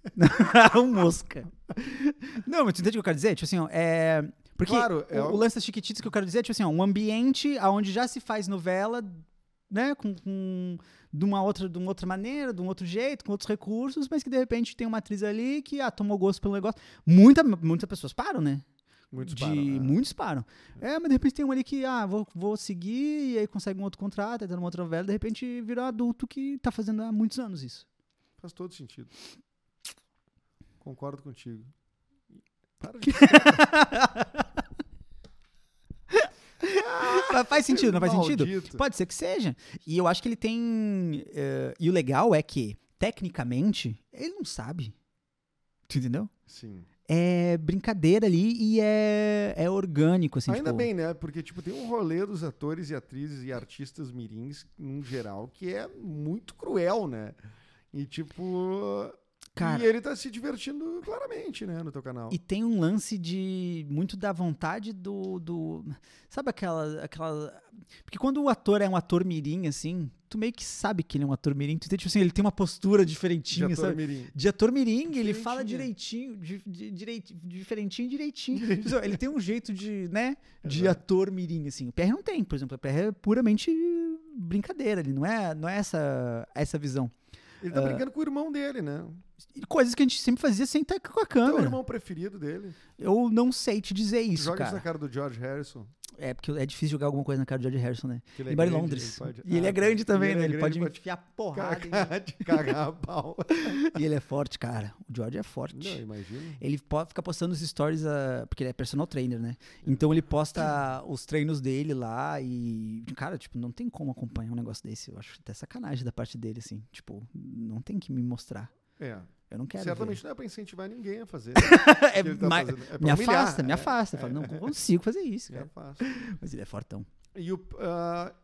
[SPEAKER 3] o Mosca. Não, mas tu entende o que eu quero dizer? Tipo assim, ó, é... Porque
[SPEAKER 2] Claro, é
[SPEAKER 3] o, o
[SPEAKER 2] algo-
[SPEAKER 3] lance das Chiquititas que eu quero dizer é tipo assim, ó, um ambiente onde já se faz novela, né, com, com- de uma outra, de uma outra maneira, de um outro jeito, com outros recursos, mas que de repente tem uma atriz ali que ah, tomou gosto pelo negócio. Muita, muitas pessoas param, né?
[SPEAKER 2] Muitos
[SPEAKER 3] de
[SPEAKER 2] param, né?
[SPEAKER 3] muitos param. É, mas de repente tem um ali que, ah, vou, vou seguir, e aí consegue um outro contrato, entra numa outra novela, de repente vira um adulto que tá fazendo há muitos anos isso.
[SPEAKER 2] Faz todo sentido. Concordo contigo. Para de
[SPEAKER 3] Fa- Faz sentido, não faz sentido?
[SPEAKER 2] Maldito.
[SPEAKER 3] Pode ser que seja. E eu acho que ele tem. eh, e o legal é que, tecnicamente, ele não sabe. Tu entendeu?
[SPEAKER 2] Sim.
[SPEAKER 3] É brincadeira ali e é, é orgânico, assim.
[SPEAKER 2] Ainda
[SPEAKER 3] tipo,
[SPEAKER 2] bem, né? Porque, tipo, tem um rolê dos atores e atrizes e artistas mirins, num geral, que é muito cruel, né? E, tipo...
[SPEAKER 3] Cara,
[SPEAKER 2] E ele tá se divertindo claramente, né? No teu canal.
[SPEAKER 3] E tem um lance de muito da vontade do. do sabe aquela, aquela. Porque quando o ator é um ator mirim, assim, tu meio que sabe que ele é um ator mirim. Tu entende, tipo assim, ele tem uma postura
[SPEAKER 2] De
[SPEAKER 3] diferentinha,
[SPEAKER 2] ator
[SPEAKER 3] sabe?
[SPEAKER 2] mirim.
[SPEAKER 3] De ator mirim, ele fala
[SPEAKER 2] Diferentinha.
[SPEAKER 3] direitinho, di, di- direit- diferentinho, direitinho. Tipo assim, ele tem um jeito de, né, de
[SPEAKER 2] Exato.
[SPEAKER 3] ator mirim, assim. O PR não tem, por exemplo. O PR é puramente brincadeira, ele não é, não é essa, essa visão.
[SPEAKER 2] Ele
[SPEAKER 3] Ah.
[SPEAKER 2] tá brincando com o irmão dele, né?
[SPEAKER 3] E coisas que a gente sempre fazia sem estar com a
[SPEAKER 2] Tu é o
[SPEAKER 3] câmera.
[SPEAKER 2] irmão preferido dele.
[SPEAKER 3] Eu não sei te dizer isso,
[SPEAKER 2] Joga
[SPEAKER 3] cara.
[SPEAKER 2] isso na cara do George Harrison.
[SPEAKER 3] É, porque é difícil jogar alguma coisa na cara do George Harrison, né?
[SPEAKER 2] que
[SPEAKER 3] Ele,
[SPEAKER 2] é
[SPEAKER 3] mora em
[SPEAKER 2] grande,
[SPEAKER 3] Londres.
[SPEAKER 2] pode-
[SPEAKER 3] E ele
[SPEAKER 2] Ah,
[SPEAKER 3] é grande também, né?
[SPEAKER 2] é
[SPEAKER 3] Ele
[SPEAKER 2] grande,
[SPEAKER 3] pode enfiar porrada. em-
[SPEAKER 2] cagar, de cagar a pau.
[SPEAKER 3] E ele é forte, cara. O George é forte.
[SPEAKER 2] Não, imagina.
[SPEAKER 3] Ele pode ficar postando os stories, ah, porque ele é personal trainer, né? Então ele posta os treinos dele lá e. Cara, tipo, não tem como acompanhar um negócio desse. Eu acho até sacanagem da parte dele, assim. Tipo, não tem que me mostrar.
[SPEAKER 2] É.
[SPEAKER 3] Eu não quero. ver.
[SPEAKER 2] Certamente não é pra incentivar ninguém a fazer.
[SPEAKER 3] É,
[SPEAKER 2] que ele tá
[SPEAKER 3] mas-
[SPEAKER 2] fazendo. É pra
[SPEAKER 3] me
[SPEAKER 2] humilhar,
[SPEAKER 3] afasta, me
[SPEAKER 2] é,
[SPEAKER 3] afasta. Eu falo, não consigo fazer isso,
[SPEAKER 2] é
[SPEAKER 3] cara.
[SPEAKER 2] fácil.
[SPEAKER 3] Mas ele é fortão.
[SPEAKER 2] E o. ah,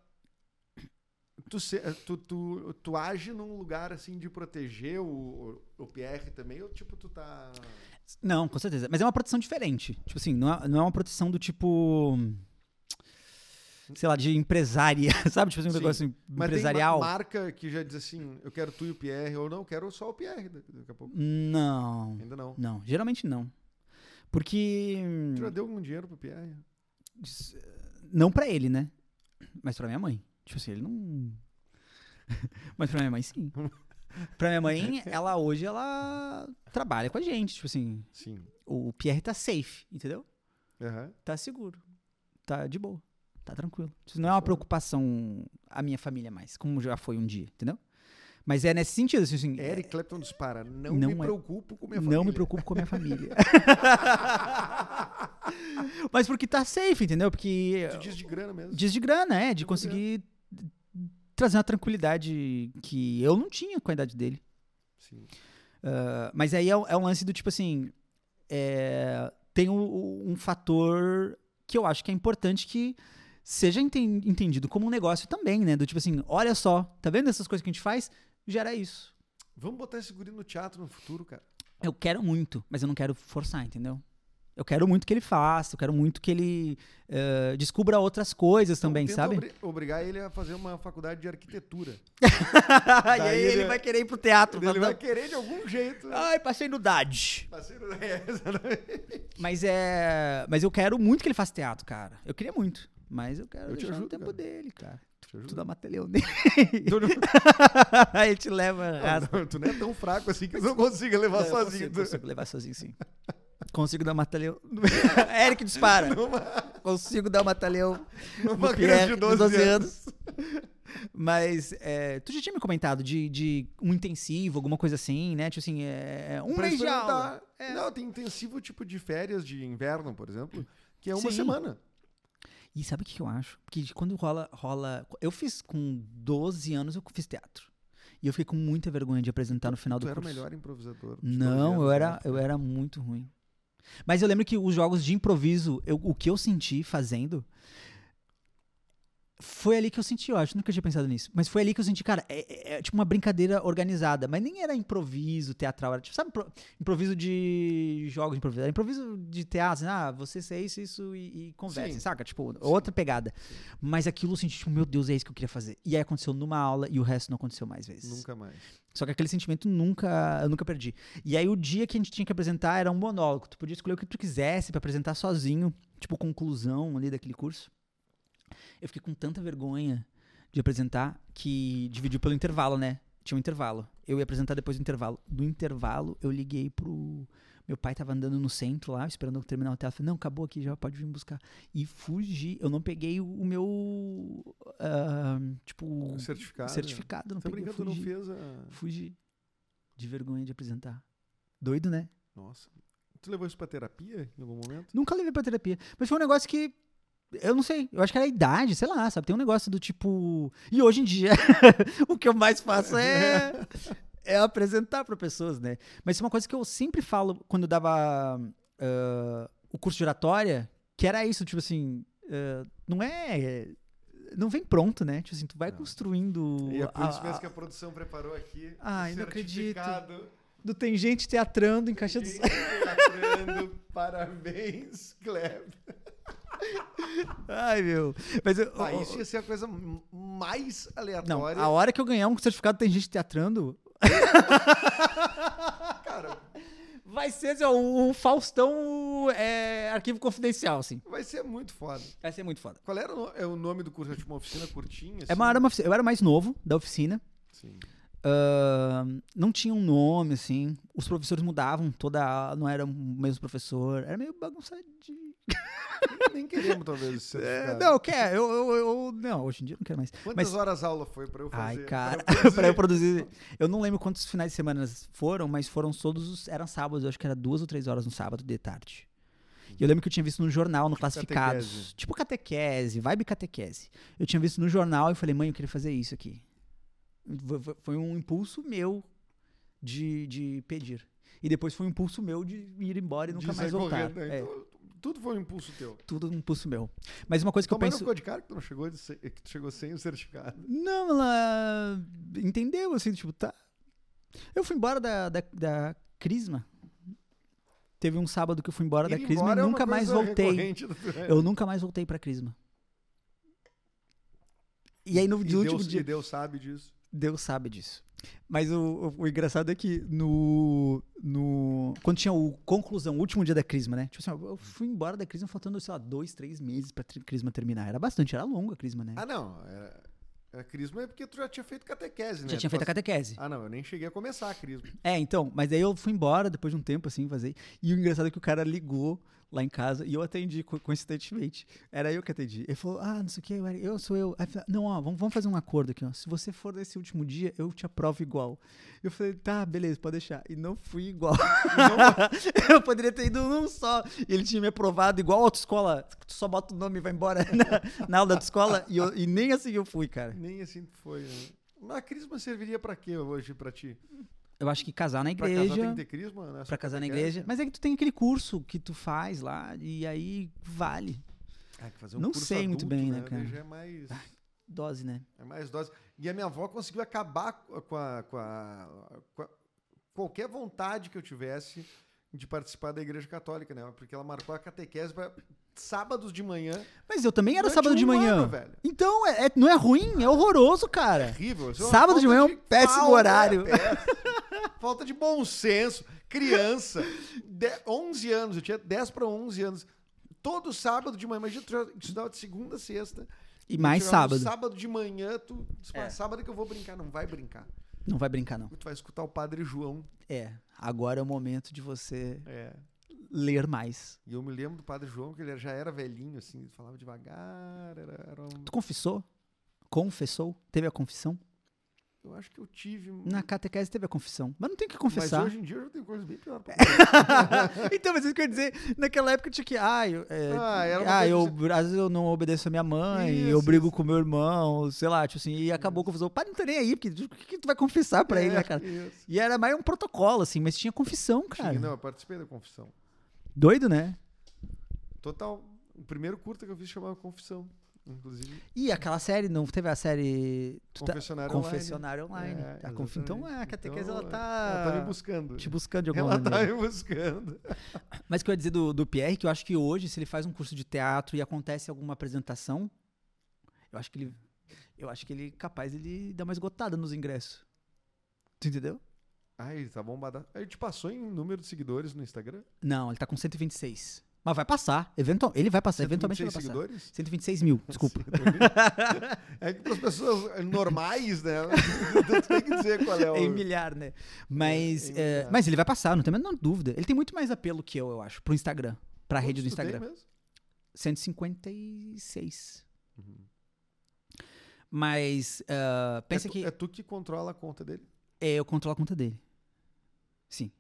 [SPEAKER 2] tu, se- eh, tu, tu, tu age num lugar assim de proteger o, o Pierre também? Ou tipo, tu tá.
[SPEAKER 3] Não, com certeza. Mas é uma proteção diferente. Tipo assim, não é, não é uma proteção do tipo. Sei lá, de empresária, sabe? Tipo assim, um
[SPEAKER 2] Sim.
[SPEAKER 3] negócio
[SPEAKER 2] Mas
[SPEAKER 3] empresarial.
[SPEAKER 2] tem uma marca que já diz assim: eu quero tu e o Pierre, ou não, eu quero só o Pierre. da- Daqui a pouco.
[SPEAKER 3] Não,
[SPEAKER 2] Ainda não.
[SPEAKER 3] não. Geralmente não. Porque.
[SPEAKER 2] Tu já deu algum dinheiro pro Pierre?
[SPEAKER 3] Não pra ele, né? Mas pra minha mãe. Tipo assim, ele não. Mas pra minha mãe, sim. Pra minha mãe, ela hoje, ela trabalha com a gente. Tipo assim,
[SPEAKER 2] Sim.
[SPEAKER 3] o Pierre tá safe, entendeu?
[SPEAKER 2] Aham.
[SPEAKER 3] tá seguro. Tá de boa. Tá tranquilo. Isso não é uma preocupação a minha família mais, como já foi um dia, entendeu? Mas é nesse sentido, assim, assim, é-
[SPEAKER 2] Eric Clapton dispara. Não,
[SPEAKER 3] Não
[SPEAKER 2] me
[SPEAKER 3] é-
[SPEAKER 2] preocupo com minha família.
[SPEAKER 3] não me preocupo com a minha família. Mas porque tá safe, entendeu? Porque
[SPEAKER 2] Tu diz de grana mesmo.
[SPEAKER 3] diz de grana, é, de
[SPEAKER 2] Tudo
[SPEAKER 3] conseguir trazer uma tranquilidade que eu não tinha com a idade dele.
[SPEAKER 2] Sim.
[SPEAKER 3] Ah, mas aí é, um- é um lance do tipo assim. é, tem o- o- um fator que eu acho que é importante que seja enten- entendido como um negócio também, né? Do tipo assim, olha só, tá vendo essas coisas que a gente faz? Gera isso.
[SPEAKER 2] Vamos botar esse guri no teatro no futuro, cara.
[SPEAKER 3] Eu quero muito, mas eu não quero forçar, entendeu? Eu quero muito que ele faça, eu quero muito que ele eh, descubra outras coisas também,
[SPEAKER 2] Então, Tenta
[SPEAKER 3] sabe?
[SPEAKER 2] obri- obrigar ele a fazer uma faculdade de arquitetura.
[SPEAKER 3] e
[SPEAKER 2] Daí
[SPEAKER 3] aí
[SPEAKER 2] ele-
[SPEAKER 3] ele, vai querer ir pro teatro.
[SPEAKER 2] Ele
[SPEAKER 3] fala,
[SPEAKER 2] vai querer de algum jeito. né?
[SPEAKER 3] Ai, passei no Dade.
[SPEAKER 2] Parceiro, é, exatamente.
[SPEAKER 3] Mas é. Mas eu quero muito que ele faça teatro, cara. Eu queria muito. Mas eu quero
[SPEAKER 2] Eu te
[SPEAKER 3] deixar
[SPEAKER 2] ajudo,
[SPEAKER 3] no tempo
[SPEAKER 2] cara.
[SPEAKER 3] dele, cara.
[SPEAKER 2] Te
[SPEAKER 3] Tu
[SPEAKER 2] ajudo.
[SPEAKER 3] dá matelhão nele.
[SPEAKER 2] Tu não,
[SPEAKER 3] Aí ele te leva. raspa.
[SPEAKER 2] não, tu não é tão fraco assim que tu não consiga levar
[SPEAKER 3] Ah, Não, eu
[SPEAKER 2] sozinho.
[SPEAKER 3] Consigo, consigo levar sozinho, sim. Consigo dar matelhão. Eric dispara. Consigo dar matelhão.
[SPEAKER 2] Numa
[SPEAKER 3] no
[SPEAKER 2] criança de
[SPEAKER 3] Pierre,
[SPEAKER 2] 12, anos.
[SPEAKER 3] Mas é, tu já tinha me comentado de, de um intensivo, alguma coisa assim, né? Tipo assim, é, um
[SPEAKER 2] Pra
[SPEAKER 3] mês de aula.
[SPEAKER 2] experimentar.
[SPEAKER 3] É.
[SPEAKER 2] Não, tem intensivo tipo de férias de inverno, por exemplo, que é uma
[SPEAKER 3] Sim.
[SPEAKER 2] semana.
[SPEAKER 3] E sabe o que que eu acho? Porque quando rola, rola. Eu fiz com 12 anos, eu fiz teatro. E eu fiquei com muita vergonha de apresentar no final
[SPEAKER 2] Tu
[SPEAKER 3] Ah, do
[SPEAKER 2] era o
[SPEAKER 3] curso.
[SPEAKER 2] melhor improvisador. de 12
[SPEAKER 3] Não,
[SPEAKER 2] anos,
[SPEAKER 3] eu era,
[SPEAKER 2] né?
[SPEAKER 3] eu era muito ruim. Mas eu lembro que os jogos de improviso, eu- o que eu senti fazendo. Foi ali que eu senti, eu acho, nunca tinha pensado nisso. Mas foi ali que eu senti, cara, é, é- é tipo uma brincadeira organizada. Mas nem era improviso teatral, era tipo, sabe, impro- improviso de jogos de improviso. Era improviso de teatro, assim, ah, você é isso, isso e, e conversa,
[SPEAKER 2] Sim.
[SPEAKER 3] saca? Tipo, outra pegada. Mas aquilo eu senti, tipo, meu Deus, é isso que eu queria fazer. E aí aconteceu numa aula e o resto não aconteceu mais vezes.
[SPEAKER 2] né? Nunca mais.
[SPEAKER 3] Só que aquele sentimento nunca, eu nunca perdi. E aí o dia que a gente tinha que apresentar era um monólogo. Tu podia escolher o que tu quisesse pra apresentar sozinho, tipo conclusão ali daquele curso. Eu fiquei com tanta vergonha de apresentar que dividiu pelo intervalo, né? Tinha um intervalo. Eu ia apresentar depois do intervalo. No intervalo eu liguei pro Meu pai tava andando no centro lá, esperando eu terminar o teatro. Falei, não, acabou aqui, já pode vir buscar. E fugi. Eu não peguei o, o meu. ah, tipo.
[SPEAKER 2] Certificado.
[SPEAKER 3] Certificado, não
[SPEAKER 2] Tá
[SPEAKER 3] peguei.
[SPEAKER 2] brincando, tu não
[SPEAKER 3] fugi.
[SPEAKER 2] fez a.
[SPEAKER 3] Fugi. De vergonha de apresentar. Doido, né?
[SPEAKER 2] Nossa. Tu levou isso pra terapia em algum momento?
[SPEAKER 3] Nunca levei pra terapia. Mas foi um negócio que. Eu não sei, eu acho que era a idade, sei lá, sabe? Tem um negócio do tipo. E hoje em dia, o que eu mais faço é. É apresentar pra pessoas, né? Mas isso é uma coisa que eu sempre falo quando eu dava ah, o curso de oratória, que era isso, tipo assim. ah, não é. Não vem pronto, né? Tipo assim, tu vai
[SPEAKER 2] Não.
[SPEAKER 3] construindo.
[SPEAKER 2] E é por isso
[SPEAKER 3] a-
[SPEAKER 2] mesmo
[SPEAKER 3] a-
[SPEAKER 2] que a produção preparou aqui.
[SPEAKER 3] Ai,
[SPEAKER 2] o
[SPEAKER 3] não acredito.
[SPEAKER 2] certificado
[SPEAKER 3] do- Tem gente teatrando em caixa dos.
[SPEAKER 2] de entrando. Parabéns, Kleber.
[SPEAKER 3] Ai, meu. Mas eu.
[SPEAKER 2] Ah, isso ia ser a coisa m- mais
[SPEAKER 3] não,
[SPEAKER 2] aleatória.
[SPEAKER 3] a hora que eu ganhar um certificado tem gente teatrando,
[SPEAKER 2] Cara,
[SPEAKER 3] Vai ser assim, ó, o o Faustão é, arquivo confidencial, assim.
[SPEAKER 2] vai ser muito foda.
[SPEAKER 3] Vai ser muito foda.
[SPEAKER 2] Qual era o, no- é o nome do curso? Era tipo uma oficina curtinha? assim?
[SPEAKER 3] É uma, era uma ofici- eu era mais novo da oficina.
[SPEAKER 2] Sim.
[SPEAKER 3] ahn, não tinha um nome, assim. Os professores mudavam toda. a- Não era o mesmo professor. Era meio bagunçadinho.
[SPEAKER 2] Nem queremos, talvez, esse
[SPEAKER 3] É,
[SPEAKER 2] certificado.
[SPEAKER 3] não, quer. Eu, eu, eu- Não, hoje em dia eu não quero mais.
[SPEAKER 2] Quantas
[SPEAKER 3] mas-
[SPEAKER 2] horas aula foi pra eu fazer?
[SPEAKER 3] Ai,
[SPEAKER 2] Pra eu
[SPEAKER 3] cara.
[SPEAKER 2] produzir?
[SPEAKER 3] pra eu produzir. Eu não lembro quantos finais de semana foram, mas foram todos. os- Eram sábados, eu acho que era duas ou três horas no sábado de tarde. E eu lembro que eu tinha visto no jornal, no Classificados.
[SPEAKER 2] Uhum. Catequese.
[SPEAKER 3] Tipo catequese, vibe catequese. Eu tinha visto no jornal e falei, mãe, eu queria fazer isso aqui. Foi- foi- Foi um impulso meu de, de pedir. E depois foi um impulso meu de ir embora e
[SPEAKER 2] De
[SPEAKER 3] nunca mais
[SPEAKER 2] sair
[SPEAKER 3] voltar.
[SPEAKER 2] correndo, né?
[SPEAKER 3] É,
[SPEAKER 2] Então, tudo foi um impulso teu.
[SPEAKER 3] tudo um impulso meu. Mas uma coisa que
[SPEAKER 2] Tua
[SPEAKER 3] eu
[SPEAKER 2] mãe não
[SPEAKER 3] penso.
[SPEAKER 2] ficou de cara que tu não chegou, de se- que tu chegou sem o certificado.
[SPEAKER 3] Não, ela entendeu, assim, tipo, tá. Eu fui embora da, da, da Crisma. Teve um sábado que eu fui embora
[SPEAKER 2] Ir
[SPEAKER 3] da Crisma
[SPEAKER 2] embora é
[SPEAKER 3] e
[SPEAKER 2] uma
[SPEAKER 3] nunca mais
[SPEAKER 2] coisa
[SPEAKER 3] voltei.
[SPEAKER 2] recorrente né? do-
[SPEAKER 3] Eu nunca mais voltei pra Crisma. E aí no
[SPEAKER 2] E
[SPEAKER 3] dia- último
[SPEAKER 2] Deus,
[SPEAKER 3] dia.
[SPEAKER 2] e Deus sabe disso.
[SPEAKER 3] Deus sabe disso. Mas o, o- o engraçado é que no, no. Quando tinha o conclusão, o último dia da Crisma, né? Tipo assim, ó, eu fui embora da Crisma faltando, sei lá, dois, três meses pra tri- Crisma terminar. Era bastante, era longa a Crisma, né?
[SPEAKER 2] Ah, não. Era, era crisma é porque tu já tinha feito catequese, né?
[SPEAKER 3] Já
[SPEAKER 2] Tu
[SPEAKER 3] tinha feito a
[SPEAKER 2] faz-
[SPEAKER 3] catequese.
[SPEAKER 2] Ah, não. Eu nem cheguei a começar a crisma.
[SPEAKER 3] É, então, mas daí eu fui embora depois de um tempo, assim, fazer. E o engraçado é que o cara ligou lá em casa e eu atendi, co- coincidentemente. Era eu que atendi. Ele falou, ah, não sei o que, eu, era- eu sou eu. Aí eu falei, não, ó, vamos, vamos fazer um acordo aqui, ó. Se você for nesse último dia, eu te aprovo igual. Eu falei, tá, beleza, pode deixar. E não fui igual. eu poderia ter ido num só. E ele tinha me aprovado igual a autoescola. Tu só bota o nome e vai embora na, na aula da autoescola. E, eu- e nem assim eu fui, cara.
[SPEAKER 2] Nem assim foi. Né? Mas a crisma serviria pra quê hoje pra ti?
[SPEAKER 3] Eu acho que casar na
[SPEAKER 2] Pra
[SPEAKER 3] igreja...
[SPEAKER 2] casar tem que ter crisma? Né?
[SPEAKER 3] Pra casar na
[SPEAKER 2] catequese?
[SPEAKER 3] igreja. Mas é que tu tem aquele curso que tu faz lá e aí vale.
[SPEAKER 2] Ah, que fazer
[SPEAKER 3] Não
[SPEAKER 2] curso
[SPEAKER 3] sei muito bem, né, cara?
[SPEAKER 2] Daí Já é mais...
[SPEAKER 3] Dose, né?
[SPEAKER 2] É mais dose. E a minha avó conseguiu acabar co- com a, com a- com a- qualquer vontade que eu tivesse de participar da igreja católica, né? Porque ela marcou a catequese para sábados de manhã.
[SPEAKER 3] Mas eu também era
[SPEAKER 2] durante
[SPEAKER 3] sábado
[SPEAKER 2] um
[SPEAKER 3] de manhã.
[SPEAKER 2] ano, velho.
[SPEAKER 3] Então, é- é- não é ruim, é horroroso, cara.
[SPEAKER 2] Terrível. Isso é uma
[SPEAKER 3] Sábado de
[SPEAKER 2] falta
[SPEAKER 3] manhã é um péssimo
[SPEAKER 2] falta-
[SPEAKER 3] horário.
[SPEAKER 2] é péssimo. Falta de bom senso. Criança, de- 11 anos, eu tinha 10 para 11 anos. Todo sábado de manhã, imagina, tu já estudava de segunda a sexta.
[SPEAKER 3] E mais
[SPEAKER 2] chegava no
[SPEAKER 3] sábado.
[SPEAKER 2] Sábado de manhã, tu. diz, "Pá,
[SPEAKER 3] É.
[SPEAKER 2] Sábado que eu vou brincar. Não vai brincar.
[SPEAKER 3] Não vai brincar, não.
[SPEAKER 2] Tu vai escutar o padre João.
[SPEAKER 3] É. Agora é o momento de você
[SPEAKER 2] É.
[SPEAKER 3] ler mais.
[SPEAKER 2] E eu me lembro do padre João, que ele já era velhinho, assim, ele falava devagar, era, era um-
[SPEAKER 3] Tu confessou? Confessou? Teve a confissão?
[SPEAKER 2] Eu acho que eu tive. um,
[SPEAKER 3] Na catequese teve a confissão. Mas não tem o que
[SPEAKER 2] mas
[SPEAKER 3] confessar.
[SPEAKER 2] hoje em dia eu já tenho coisa bem pior pra
[SPEAKER 3] então, mas isso quer dizer, naquela época tinha que. Ah, eu, é,
[SPEAKER 2] Ah, era uma
[SPEAKER 3] ah,
[SPEAKER 2] coisa
[SPEAKER 3] eu,
[SPEAKER 2] que
[SPEAKER 3] às vezes eu não obedeço a minha mãe, eu
[SPEAKER 2] Isso,
[SPEAKER 3] brigo com meu irmão, sei lá, tipo assim, e acabou a confusão. O pai não tá nem aí, porque o que, que tu vai confessar pra ele, né, cara?
[SPEAKER 2] É, Isso.
[SPEAKER 3] E era mais um protocolo, assim, mas tinha confissão, cara.
[SPEAKER 2] Tinha, não, eu participei da confissão.
[SPEAKER 3] Doido, né?
[SPEAKER 2] Total. O primeiro curta que eu fiz chamava Confissão. Inclusive,
[SPEAKER 3] E aquela série, não teve a série. tu tá-
[SPEAKER 2] Confessionário
[SPEAKER 3] Confessionário online.
[SPEAKER 2] É,
[SPEAKER 3] A conf- Então
[SPEAKER 2] exatamente.
[SPEAKER 3] a catequese
[SPEAKER 2] Então,
[SPEAKER 3] ela
[SPEAKER 2] Ela tá me
[SPEAKER 3] tá.
[SPEAKER 2] buscando.
[SPEAKER 3] te buscando de alguma
[SPEAKER 2] ela tá
[SPEAKER 3] maneira.
[SPEAKER 2] me buscando.
[SPEAKER 3] Mas o que eu ia dizer do, do Pierre, que eu acho que hoje, se ele faz um curso de teatro e acontece alguma apresentação, eu acho que ele. Eu acho que ele é capaz ele dá uma esgotada nos ingressos. Tu entendeu?
[SPEAKER 2] Ai, tá bombada. A gente passou em número de seguidores no Instagram?
[SPEAKER 3] Não, ele tá com 126. Mas vai passar. Eventual, ele vai passar. Eventualmente ele
[SPEAKER 2] 126
[SPEAKER 3] vai passar.
[SPEAKER 2] seguidores?
[SPEAKER 3] 126 mil, desculpa.
[SPEAKER 2] É que para as pessoas normais, né? Tu tem que dizer qual é o.
[SPEAKER 3] Em milhar, né? Mas,
[SPEAKER 2] É, em
[SPEAKER 3] é,
[SPEAKER 2] milhar.
[SPEAKER 3] mas ele vai passar, não tem a menor dúvida. Ele tem muito mais apelo que eu, eu acho, pro Instagram. Pra rede do
[SPEAKER 2] Quantos tu tem
[SPEAKER 3] Instagram.
[SPEAKER 2] mesmo?
[SPEAKER 3] 156.
[SPEAKER 2] Uhum.
[SPEAKER 3] Mas ah, pensa
[SPEAKER 2] é tu,
[SPEAKER 3] que
[SPEAKER 2] É tu que controla a conta dele?
[SPEAKER 3] é, eu controlo a conta dele. Sim.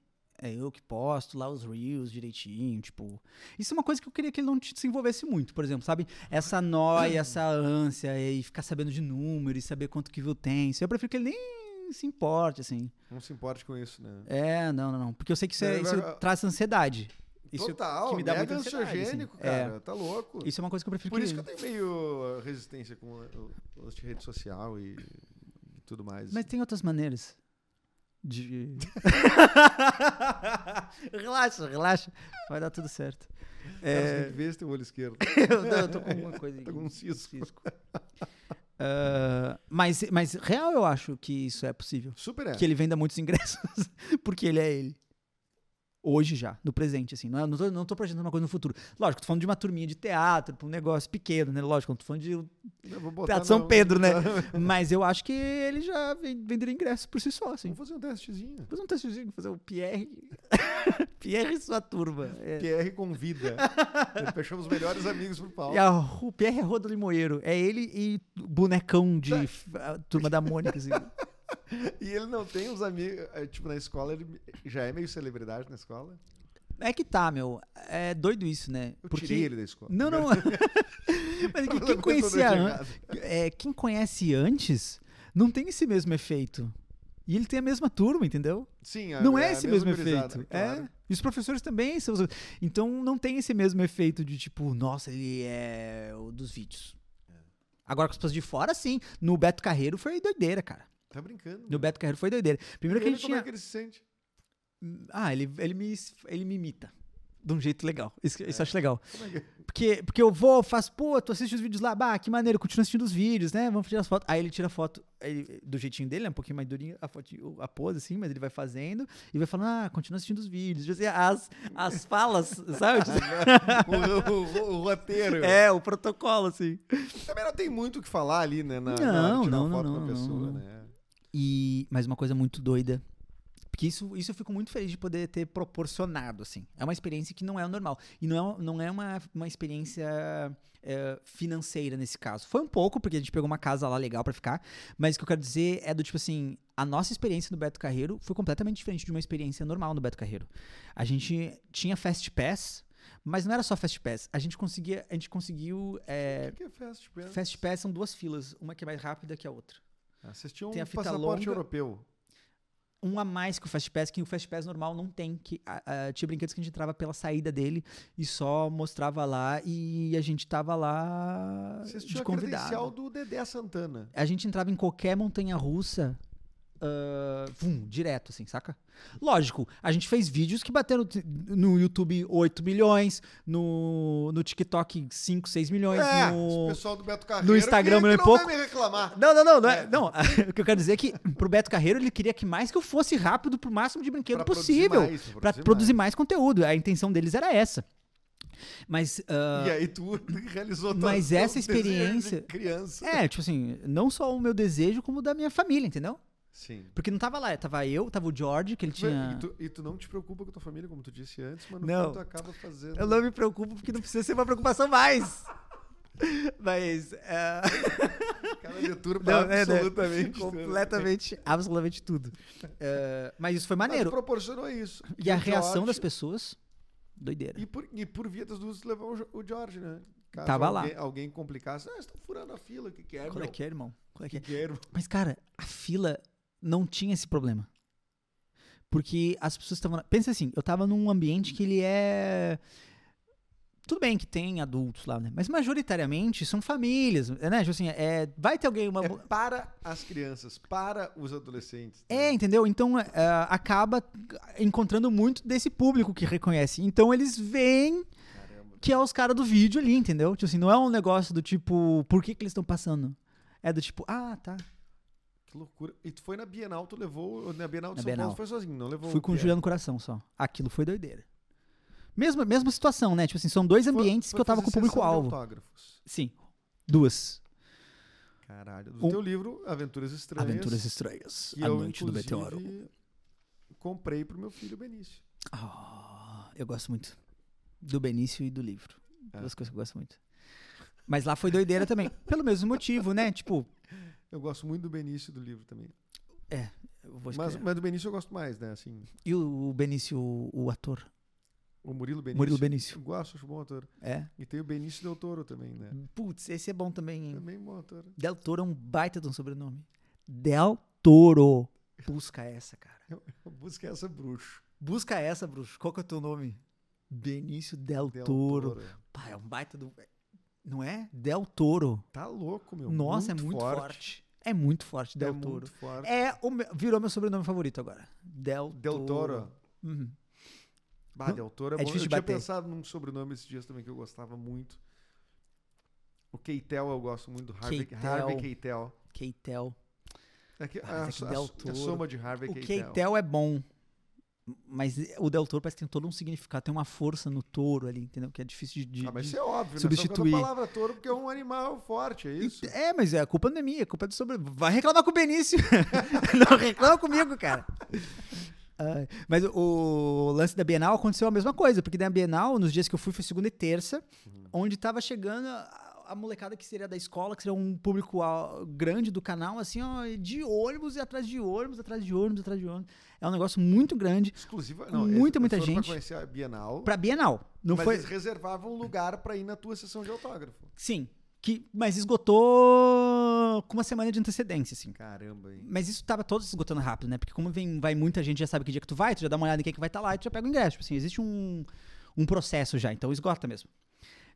[SPEAKER 3] É eu que posto lá os reels direitinho, tipo. Isso é uma coisa que eu queria que ele não te desenvolvesse muito, por exemplo, sabe? Essa noia, essa ânsia e ficar sabendo de número e saber quanto que viu tem. Isso eu prefiro que ele nem se importe, assim.
[SPEAKER 2] Não se importe com isso, né?
[SPEAKER 3] É, não, não, não. Porque eu sei que isso, é-
[SPEAKER 2] É,
[SPEAKER 3] isso
[SPEAKER 2] agora-
[SPEAKER 3] traz ansiedade. Isso,
[SPEAKER 2] Total,
[SPEAKER 3] que me dá
[SPEAKER 2] mega
[SPEAKER 3] muita ansiedade, assim.
[SPEAKER 2] ansiogênico,
[SPEAKER 3] É.
[SPEAKER 2] cara. Tá louco.
[SPEAKER 3] isso é uma coisa que eu prefiro
[SPEAKER 2] Por
[SPEAKER 3] que...
[SPEAKER 2] isso que eu tenho meio resistência com o o lance de rede social e, e tudo mais.
[SPEAKER 3] Mas tem outras maneiras de. relaxa, relaxa. Vai dar tudo certo.
[SPEAKER 2] Cara,
[SPEAKER 3] É,
[SPEAKER 2] você tem que ver se tem o olho esquerdo.
[SPEAKER 3] eu, eu tô com alguma coisa aqui.
[SPEAKER 2] Tá com um cisco.
[SPEAKER 3] Ah, mas, mas real eu acho que isso é possível.
[SPEAKER 2] Super é.
[SPEAKER 3] Que ele venda muitos ingressos, porque ele é ele. Hoje já, no presente, assim. Não, é- não, tô, não tô projetando uma coisa no futuro. Lógico, tô falando de uma turminha de teatro, pra um negócio pequeno, né? Lógico, não tô falando de
[SPEAKER 2] Eu vou botar
[SPEAKER 3] Teatro São
[SPEAKER 2] na-
[SPEAKER 3] Pedro, né? Mas eu acho que ele já ven- venderia ingressos por si só, assim.
[SPEAKER 2] Vamos fazer um testezinho.
[SPEAKER 3] Fazer um testezinho, fazer o Pierre. Pierre e sua turma. É.
[SPEAKER 2] Pierre convida. Fechamos os melhores amigos pro pau.
[SPEAKER 3] E a Ru- Pierre é Roda Limoeiro. É ele e o bonecão de f- a turma da Mônica, assim.
[SPEAKER 2] E ele não tem os amigos. é, Tipo, na escola, ele já é meio celebridade na escola.
[SPEAKER 3] É que tá, meu. É doido isso, né?
[SPEAKER 2] Eu tirei ele da escola.
[SPEAKER 3] Não, não. Mas é que quem conhecia an- é, quem conhece antes não tem esse mesmo efeito. E ele tem a mesma turma, entendeu?
[SPEAKER 2] Sim,
[SPEAKER 3] não
[SPEAKER 2] a-
[SPEAKER 3] é
[SPEAKER 2] a
[SPEAKER 3] esse
[SPEAKER 2] mesma
[SPEAKER 3] mesmo
[SPEAKER 2] gurizada,
[SPEAKER 3] efeito.
[SPEAKER 2] claro.
[SPEAKER 3] É. E os professores também são. os- Então não tem esse mesmo efeito de tipo, nossa, ele é o dos vídeos.
[SPEAKER 2] É.
[SPEAKER 3] Agora com as pessoas de fora, sim. No Beto Carreiro foi doideira, cara.
[SPEAKER 2] Tá brincando.
[SPEAKER 3] No Beto Carreiro foi doideira. Primeiro que a
[SPEAKER 2] ele,
[SPEAKER 3] gente
[SPEAKER 2] como
[SPEAKER 3] tinha.
[SPEAKER 2] é que ele se sente?
[SPEAKER 3] Ah, ele, ele, me, ele me imita. De um jeito legal. Isso, isso eu acho legal.
[SPEAKER 2] Como é que-
[SPEAKER 3] Porque, porque eu vou, faço, pô, tu assiste os vídeos lá, bah, que maneiro, continua assistindo os vídeos, né? Vamos tirar as fotos. Aí ele tira a foto aí, do jeitinho dele, é um pouquinho mais durinho a, foto, a pose, assim, mas ele vai fazendo e vai falando, ah, continua assistindo os vídeos. Tipo assim, As, as falas, sabe?
[SPEAKER 2] o, o- o- o roteiro.
[SPEAKER 3] É, o protocolo, assim.
[SPEAKER 2] Também não tem muito o que falar ali, né? Na, na hora
[SPEAKER 3] Não,
[SPEAKER 2] de tirar
[SPEAKER 3] não,
[SPEAKER 2] uma
[SPEAKER 3] não,
[SPEAKER 2] foto com a
[SPEAKER 3] não,
[SPEAKER 2] pessoa,
[SPEAKER 3] não, não.
[SPEAKER 2] né?
[SPEAKER 3] E, mas uma coisa muito doida. Porque isso, isso eu fico muito feliz de poder ter proporcionado, assim. É uma experiência que não é o normal. E não é, não é uma, uma experiência é, financeira nesse caso. Foi um pouco, porque a gente pegou uma casa lá legal pra ficar. Mas o que eu quero dizer é do tipo assim: a nossa experiência no Beto Carreiro foi completamente diferente de uma experiência normal no Beto Carreiro. A gente tinha Fast Pass, mas não era só Fast Pass. A gente, conseguia, a gente conseguiu. É,
[SPEAKER 2] O que que é fast pass?
[SPEAKER 3] fast Pass são duas filas, uma que é mais rápida que a outra.
[SPEAKER 2] Assistiu um
[SPEAKER 3] tem a fita
[SPEAKER 2] passaporte
[SPEAKER 3] longa.
[SPEAKER 2] europeu.
[SPEAKER 3] um a mais que o Fast Pass, que o Fast Pass normal não tem, que ah, ah, tinha brinquedos que a gente entrava pela saída dele e só mostrava lá e a gente tava lá
[SPEAKER 2] Você assistiu
[SPEAKER 3] de
[SPEAKER 2] a credencial
[SPEAKER 3] convidado.
[SPEAKER 2] do Dedé Santana.
[SPEAKER 3] A gente entrava em qualquer montanha russa ah, vum, direto, assim, saca? Lógico, a gente fez vídeos que bateram t- no YouTube 8 milhões, no, no TikTok 5, 6 milhões,
[SPEAKER 2] É,
[SPEAKER 3] no...
[SPEAKER 2] esse pessoal do Beto Carreiro.
[SPEAKER 3] Instagram,
[SPEAKER 2] que,
[SPEAKER 3] não é
[SPEAKER 2] que
[SPEAKER 3] pouco?
[SPEAKER 2] Não vai me reclamar.
[SPEAKER 3] Não, não, não, não, é-
[SPEAKER 2] É.
[SPEAKER 3] não. O que eu quero dizer é que pro Beto Carreiro ele queria que mais que eu fosse rápido pro máximo de brinquedo
[SPEAKER 2] Pra produzir
[SPEAKER 3] possível.
[SPEAKER 2] mais,
[SPEAKER 3] é Pra produzir mais conteúdo. A intenção deles era essa. Mas ah,
[SPEAKER 2] mais. E aí tu realizou tua-
[SPEAKER 3] Mas
[SPEAKER 2] teu
[SPEAKER 3] essa
[SPEAKER 2] desejo de
[SPEAKER 3] experiência-
[SPEAKER 2] criança.
[SPEAKER 3] é, tipo assim, não só o meu desejo como o da minha família, entendeu?
[SPEAKER 2] Sim.
[SPEAKER 3] Porque não tava lá, tava eu, tava o George, que ele
[SPEAKER 2] E,
[SPEAKER 3] tinha
[SPEAKER 2] tu, e tu não te preocupa com tua família, como tu disse antes, mas no
[SPEAKER 3] Não.
[SPEAKER 2] fundo tu acaba fazendo.
[SPEAKER 3] Eu não me preocupo porque não precisa ser uma preocupação mais. Mas ah,
[SPEAKER 2] Cara, deturpa
[SPEAKER 3] não, né, né?
[SPEAKER 2] absolutamente. tudo.
[SPEAKER 3] completamente, absolutamente tudo. Ah, mas isso foi
[SPEAKER 2] Mas tu
[SPEAKER 3] maneiro.
[SPEAKER 2] proporcionou isso.
[SPEAKER 3] E a
[SPEAKER 2] o
[SPEAKER 3] reação
[SPEAKER 2] George-
[SPEAKER 3] das pessoas, doideira.
[SPEAKER 2] E por, e por via das dúvidas levou o Jo- o George, né? Caso
[SPEAKER 3] Tava lá.
[SPEAKER 2] alguém, Alguém complicasse. Ah, vocês estão furando a fila, o que que é,
[SPEAKER 3] Qual é
[SPEAKER 2] meu?
[SPEAKER 3] que é, irmão? Qual é que é?
[SPEAKER 2] Que que é, irmão?
[SPEAKER 3] Mas, cara, a fila não tinha esse problema. Porque as pessoas estavam. na- Pensa assim, eu tava num ambiente que ele é. Tudo bem que tem adultos lá, né? Mas majoritariamente são famílias, né? Tipo assim, é... vai ter alguém. Uma...
[SPEAKER 2] É para as crianças, para os adolescentes. né?
[SPEAKER 3] É, entendeu? Então é, acaba encontrando muito desse público que reconhece. Então eles veem
[SPEAKER 2] Caramba.
[SPEAKER 3] que é os caras do vídeo ali, entendeu? Tipo assim, não é um negócio do tipo, por que, que eles estão passando? É do tipo, ah, tá.
[SPEAKER 2] Que loucura. E tu foi na Bienal, tu levou. Na Bienal de
[SPEAKER 3] Na
[SPEAKER 2] São
[SPEAKER 3] Bienal.
[SPEAKER 2] Paulo, tu foi sozinho, não levou.
[SPEAKER 3] Fui com o
[SPEAKER 2] Pierre.
[SPEAKER 3] Juliano Coração só. Aquilo foi doideira. Mesma, mesma situação, né? Tipo assim, são dois ambientes
[SPEAKER 2] Foi-
[SPEAKER 3] que eu tava
[SPEAKER 2] foi
[SPEAKER 3] com o
[SPEAKER 2] fazer sessão de
[SPEAKER 3] público-alvo.
[SPEAKER 2] autógrafos.
[SPEAKER 3] Sim. Duas.
[SPEAKER 2] Caralho. Do
[SPEAKER 3] Um-
[SPEAKER 2] teu livro, Aventuras Estranhas.
[SPEAKER 3] Aventuras Estranhas.
[SPEAKER 2] que
[SPEAKER 3] A
[SPEAKER 2] eu,
[SPEAKER 3] Noite do
[SPEAKER 2] inclusive,
[SPEAKER 3] Meteoro.
[SPEAKER 2] Comprei pro meu filho Benício.
[SPEAKER 3] Ah, eu gosto muito. Do Benício e do livro.
[SPEAKER 2] É.
[SPEAKER 3] Duas coisas que eu gosto muito. Mas lá foi doideira também. Pelo mesmo motivo, né? Tipo,
[SPEAKER 2] Eu gosto muito do Benício e do livro também.
[SPEAKER 3] eu vou
[SPEAKER 2] Mas,
[SPEAKER 3] escrever.
[SPEAKER 2] mas do Benício eu gosto mais, né? Assim,
[SPEAKER 3] E o Benício, o- o ator?
[SPEAKER 2] o Murilo Benício.
[SPEAKER 3] Murilo Benício.
[SPEAKER 2] Eu gosto, acho bom ator.
[SPEAKER 3] É.
[SPEAKER 2] E tem o Benício Del Toro também, né?
[SPEAKER 3] Putz, esse é bom também, hein?
[SPEAKER 2] Também bom ator.
[SPEAKER 3] Del Toro é um baita de um sobrenome. Del Toro. Busca essa, cara.
[SPEAKER 2] Busca é essa bruxo.
[SPEAKER 3] Busca essa, bruxo. Qual que é o teu nome? Benício Del,
[SPEAKER 2] Del
[SPEAKER 3] Toro.
[SPEAKER 2] Toro.
[SPEAKER 3] Pá, é um baita do. Não é? Del Toro.
[SPEAKER 2] Tá louco, meu.
[SPEAKER 3] Nossa, é muito forte. É muito forte, Del
[SPEAKER 2] é
[SPEAKER 3] Toro.
[SPEAKER 2] muito forte.
[SPEAKER 3] É o meu- virou meu sobrenome favorito agora. Del,
[SPEAKER 2] Del Toro.
[SPEAKER 3] Uhum.
[SPEAKER 2] Bah,
[SPEAKER 3] Não-
[SPEAKER 2] Del Toro é,
[SPEAKER 3] é
[SPEAKER 2] bom.
[SPEAKER 3] difícil
[SPEAKER 2] eu
[SPEAKER 3] de bater.
[SPEAKER 2] tinha pensado num sobrenome esses dias também que eu gostava muito. O Keitel eu gosto muito do Harvey
[SPEAKER 3] Keitel.
[SPEAKER 2] Keitel. Harvey Keitel.
[SPEAKER 3] Keitel.
[SPEAKER 2] É que,
[SPEAKER 3] Ah,
[SPEAKER 2] a,
[SPEAKER 3] mas é que
[SPEAKER 2] a-
[SPEAKER 3] Del
[SPEAKER 2] a
[SPEAKER 3] Toro-
[SPEAKER 2] soma de Harvey
[SPEAKER 3] O
[SPEAKER 2] Keitel.
[SPEAKER 3] Keitel é bom. Mas o Del Toro parece que tem todo um significado, tem uma força no touro ali, entendeu? Que é difícil de. de-
[SPEAKER 2] Ah, mas
[SPEAKER 3] de-
[SPEAKER 2] isso é óbvio. Né? Só que eu
[SPEAKER 3] substituir.
[SPEAKER 2] dou a palavra touro porque é um animal forte, é isso?
[SPEAKER 3] É, mas é a culpa não é minha, a culpa é do sobre. Vai reclamar com o Benício. não reclama comigo, cara. Ai, mas o- o lance da Bienal aconteceu a mesma coisa, porque na Bienal, nos dias que eu fui, foi segunda e terça, onde tava chegando a, a molecada que seria da escola, que seria um público ah, grande do canal, assim, ó, de ônibus e atrás de ônibus, atrás de ônibus, atrás de ônibus. É um negócio muito grande
[SPEAKER 2] Exclusiva.
[SPEAKER 3] Com
[SPEAKER 2] Não,
[SPEAKER 3] muita,
[SPEAKER 2] eles
[SPEAKER 3] muita
[SPEAKER 2] foram
[SPEAKER 3] gente.
[SPEAKER 2] Pra conhecer a Bienal.
[SPEAKER 3] pra Bienal. Não
[SPEAKER 2] mas
[SPEAKER 3] foi.
[SPEAKER 2] eles reservavam um lugar pra ir na tua sessão de autógrafo.
[SPEAKER 3] Sim. Que, mas esgotou com uma semana de antecedência, assim.
[SPEAKER 2] Caramba, hein?
[SPEAKER 3] Mas isso tava todos esgotando rápido, né? Porque como vem, vai muita gente, já sabe que dia que tu vai, tu já dá uma olhada em quem que vai estar lá e tu já pega o ingresso. Tipo assim, existe um, um processo já, então esgota mesmo.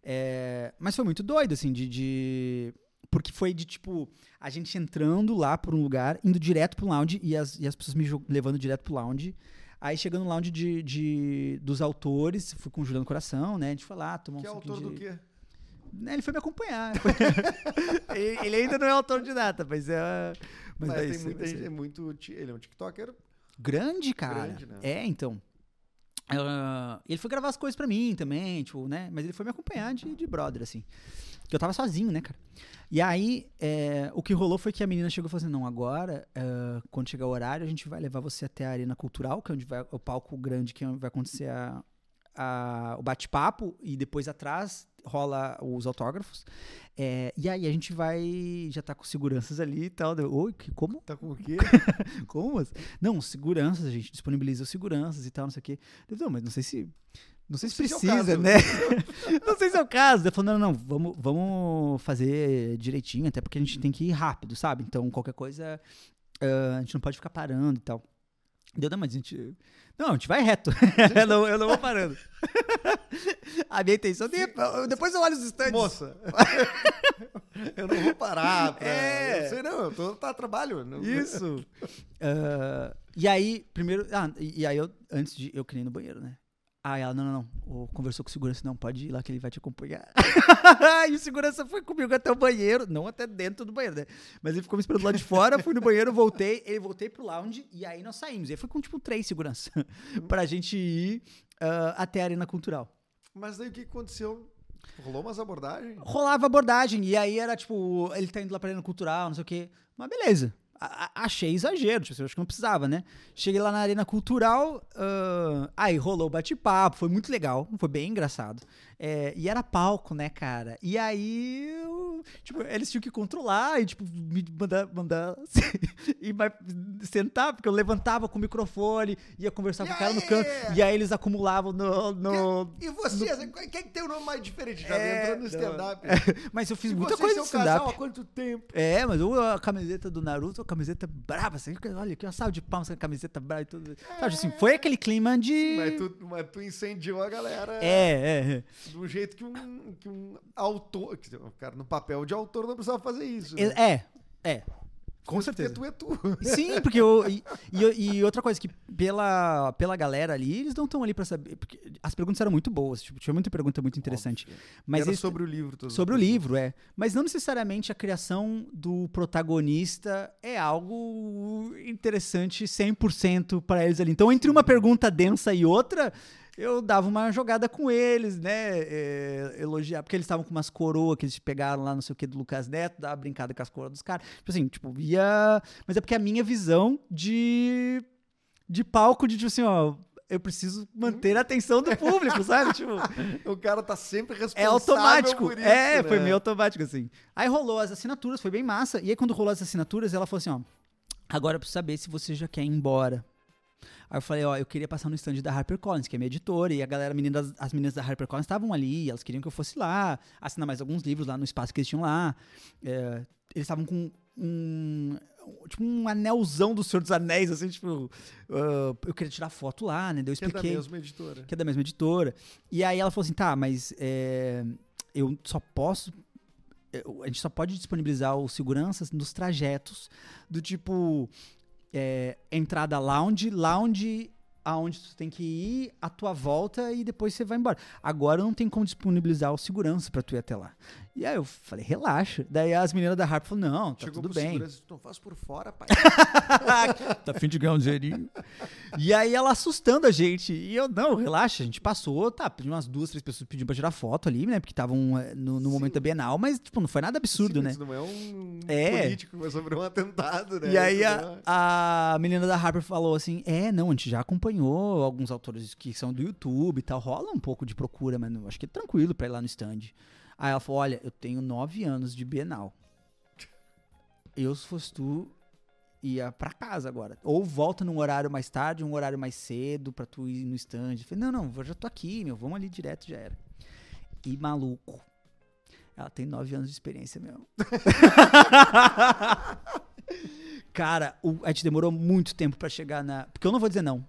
[SPEAKER 3] É, mas foi muito doido, assim, de, de- Porque foi de, tipo, a gente entrando lá por um lugar, indo direto pro lounge e as, e as pessoas me jo- levando direto pro lounge. Aí chegando no lounge de, de- dos autores, fui com o Juliano Coração, né? A gente foi lá, tomou
[SPEAKER 2] Que é
[SPEAKER 3] um
[SPEAKER 2] autor
[SPEAKER 3] suquinho
[SPEAKER 2] do
[SPEAKER 3] de...
[SPEAKER 2] quê?
[SPEAKER 3] Né, Ele foi me acompanhar. ele, ele ainda não é autor de nada, mas é...
[SPEAKER 2] Mas,
[SPEAKER 3] é
[SPEAKER 2] tem
[SPEAKER 3] isso,
[SPEAKER 2] muita
[SPEAKER 3] mas é-
[SPEAKER 2] gente, é muito. ti- Ele é um TikToker.
[SPEAKER 3] Grande, cara.
[SPEAKER 2] Grande, né?
[SPEAKER 3] É, então. Ah, ele foi gravar as coisas pra mim também, tipo, né? Mas ele foi me acompanhar de, de brother, assim. Que eu tava sozinho, né, cara? E aí, é, o que rolou foi que a menina chegou e falou assim: não, agora, ah, quando chegar o horário, a gente vai levar você até a Arena Cultural, que é onde vai o palco grande, que é onde vai acontecer a- a- o bate-papo, e depois atrás rola os autógrafos. É, e aí a gente vai. Já tá com seguranças ali e tal. Deu, Oi, que, como?
[SPEAKER 2] Tá com o quê?
[SPEAKER 3] Como? assim? Não, seguranças, a gente disponibiliza os seguranças e tal, não sei o quê. Eu falei, não, mas não sei se. Não sei se
[SPEAKER 2] Não sei se é o
[SPEAKER 3] precisa,
[SPEAKER 2] caso.
[SPEAKER 3] né? não sei se é o caso. Ele falou, não, não, vamos, vamos fazer direitinho, até porque a gente tem que ir rápido, sabe? Então, qualquer coisa, ah, a gente não pode ficar parando e tal. Deu, não, mas a gente. Não, a gente vai reto. eu, não, eu não vou parando. a minha intenção. tem- Depois eu olho os stands.
[SPEAKER 2] Moça. eu não vou parar. Pra...
[SPEAKER 3] É.
[SPEAKER 2] Eu não sei, não. Eu tô tá a trabalho. Não...
[SPEAKER 3] Isso. Ah, e aí, primeiro. Ah, e e aí eu, antes de. Eu queria ir no banheiro, né? Aí ela, não, não, não. o- conversou com o segurança, não, pode ir lá que ele vai te acompanhar. e o segurança foi comigo até o banheiro, não até dentro do banheiro, né? Mas ele ficou me esperando lá de fora, fui no banheiro, voltei, ele voltei pro lounge e aí nós saímos. E aí foi com tipo três segurança pra gente ir ah, até a Arena Cultural.
[SPEAKER 2] Mas daí o que que aconteceu? Rolou umas abordagens?
[SPEAKER 3] Rolava abordagem, e aí era tipo, ele tá indo lá pra Arena Cultural, não sei o quê. Mas beleza. A- a- achei exagero, tipo, eu acho que não precisava, né? Cheguei lá na Arena Cultural, ah, aí rolou o bate-papo, foi muito legal, foi bem engraçado. É, e era palco, né, cara? E aí, eu- tipo, eles tinham que controlar e, tipo, me mandar, mandar e mais- sentar, porque eu levantava com o microfone, ia conversar com o
[SPEAKER 2] E
[SPEAKER 3] cara no
[SPEAKER 2] aí?
[SPEAKER 3] canto, e aí eles acumulavam no- no,
[SPEAKER 2] E vocês? Quem é que tem o nome mais diferente? Já
[SPEAKER 3] É,
[SPEAKER 2] entrando no
[SPEAKER 3] não.
[SPEAKER 2] stand-up.
[SPEAKER 3] Mas eu fiz
[SPEAKER 2] E
[SPEAKER 3] muita
[SPEAKER 2] vocês
[SPEAKER 3] coisa de
[SPEAKER 2] são
[SPEAKER 3] stand-up.
[SPEAKER 2] casal há quanto tempo?
[SPEAKER 3] É, mas eu, a camiseta do Naruto, a camiseta brava, assim, olha aqui, uma salva de palmas com a camiseta brava e tudo. Sabe, assim, foi aquele clima de...
[SPEAKER 2] Mas tu, mas tu incendiou a galera
[SPEAKER 3] É, é, é.
[SPEAKER 2] de um jeito que um, que um autor. que, Cara, no papel de autor não precisava fazer isso. né?
[SPEAKER 3] É, é, é. Com
[SPEAKER 2] Porque
[SPEAKER 3] certeza.
[SPEAKER 2] tu é tu.
[SPEAKER 3] Sim, porque eu. E, e eu- e outra coisa, que pela, pela galera ali, eles não estão ali pra saber. Porque as perguntas eram muito boas, tipo, tinha muita pergunta muito interessante. Mas
[SPEAKER 2] Era
[SPEAKER 3] eles-
[SPEAKER 2] sobre o livro. todas as né?
[SPEAKER 3] Sobre o
[SPEAKER 2] perguntas.
[SPEAKER 3] livro, é. Mas não necessariamente a criação do protagonista é algo interessante 100% para eles ali. Então, entre uma pergunta densa e outra, eu dava uma jogada com eles, né? É, elogiar, porque eles estavam com umas coroas que eles pegaram lá, não sei o que, do Lucas Neto, dava brincada com as coroas dos caras. Tipo assim, tipo, via. Mas é porque a minha visão de. de palco, de tipo assim, ó. Eu preciso manter a atenção do público, sabe? Tipo,
[SPEAKER 2] O cara tá sempre
[SPEAKER 3] é
[SPEAKER 2] responsável
[SPEAKER 3] automático.
[SPEAKER 2] por isso, né?
[SPEAKER 3] é, foi meio automático, assim. Aí rolou as assinaturas, foi bem massa. E aí, quando rolou as assinaturas, ela falou assim: ó, agora eu preciso saber se você já quer ir embora. Aí eu falei, ó, eu queria passar no stand da HarperCollins, que é minha editora, e a galera, a menina das- as meninas da HarperCollins estavam ali, elas queriam que eu fosse lá, assinar mais alguns livros lá no espaço que eles tinham lá. É, eles estavam com um. Tipo um anelzão do Senhor dos Anéis, assim, tipo. ah, eu queria tirar foto lá, né? Daí eu
[SPEAKER 2] Que é da
[SPEAKER 3] expliquei
[SPEAKER 2] mesma editora.
[SPEAKER 3] que é da mesma editora. E aí ela falou assim: tá, mas é, eu só posso. eu- a gente só pode disponibilizar os seguranças nos trajetos do tipo é, entrada lounge, lounge aonde tu tem que ir, a tua volta e depois você vai embora. Agora não tem como disponibilizar o segurança pra tu ir até lá. E aí eu falei, relaxa. Daí as meninas da Harp falaram, não, tá
[SPEAKER 2] Chegou
[SPEAKER 3] tudo
[SPEAKER 2] pro
[SPEAKER 3] bem. É
[SPEAKER 2] segurança, não faz por fora, pai.
[SPEAKER 3] tá fim de ganhar um dinheirinho. E aí ela assustando a gente. E eu, não, relaxa, a gente passou, tá, pediu umas duas, três pessoas pedindo pra tirar foto ali, né? Porque estavam eh, no, no
[SPEAKER 2] Sim.
[SPEAKER 3] momento da Bienal, mas, tipo, não foi nada absurdo,
[SPEAKER 2] Sim,
[SPEAKER 3] né?
[SPEAKER 2] Isso não é um
[SPEAKER 3] É.
[SPEAKER 2] político, mas sobre um atentado, né?
[SPEAKER 3] E aí
[SPEAKER 2] Isso
[SPEAKER 3] a,
[SPEAKER 2] não é-
[SPEAKER 3] a menina da Harper falou assim: é, não, a gente já acompanhou alguns autores que são do YouTube e tal. Rola um pouco de procura, mas não, acho que é tranquilo pra ir lá no stand. Aí ela falou: olha, eu tenho nove anos de Bienal. Eu, se fosse tu, ia pra casa agora. Ou volta num horário mais tarde, um horário mais cedo, pra tu ir no stand. Eu falei, não, não, eu já tô aqui, meu, vamos ali direto, já era. E maluco. Ela tem nove anos de experiência mesmo. Cara, o- a gente demorou muito tempo pra chegar na. Porque eu não vou dizer não.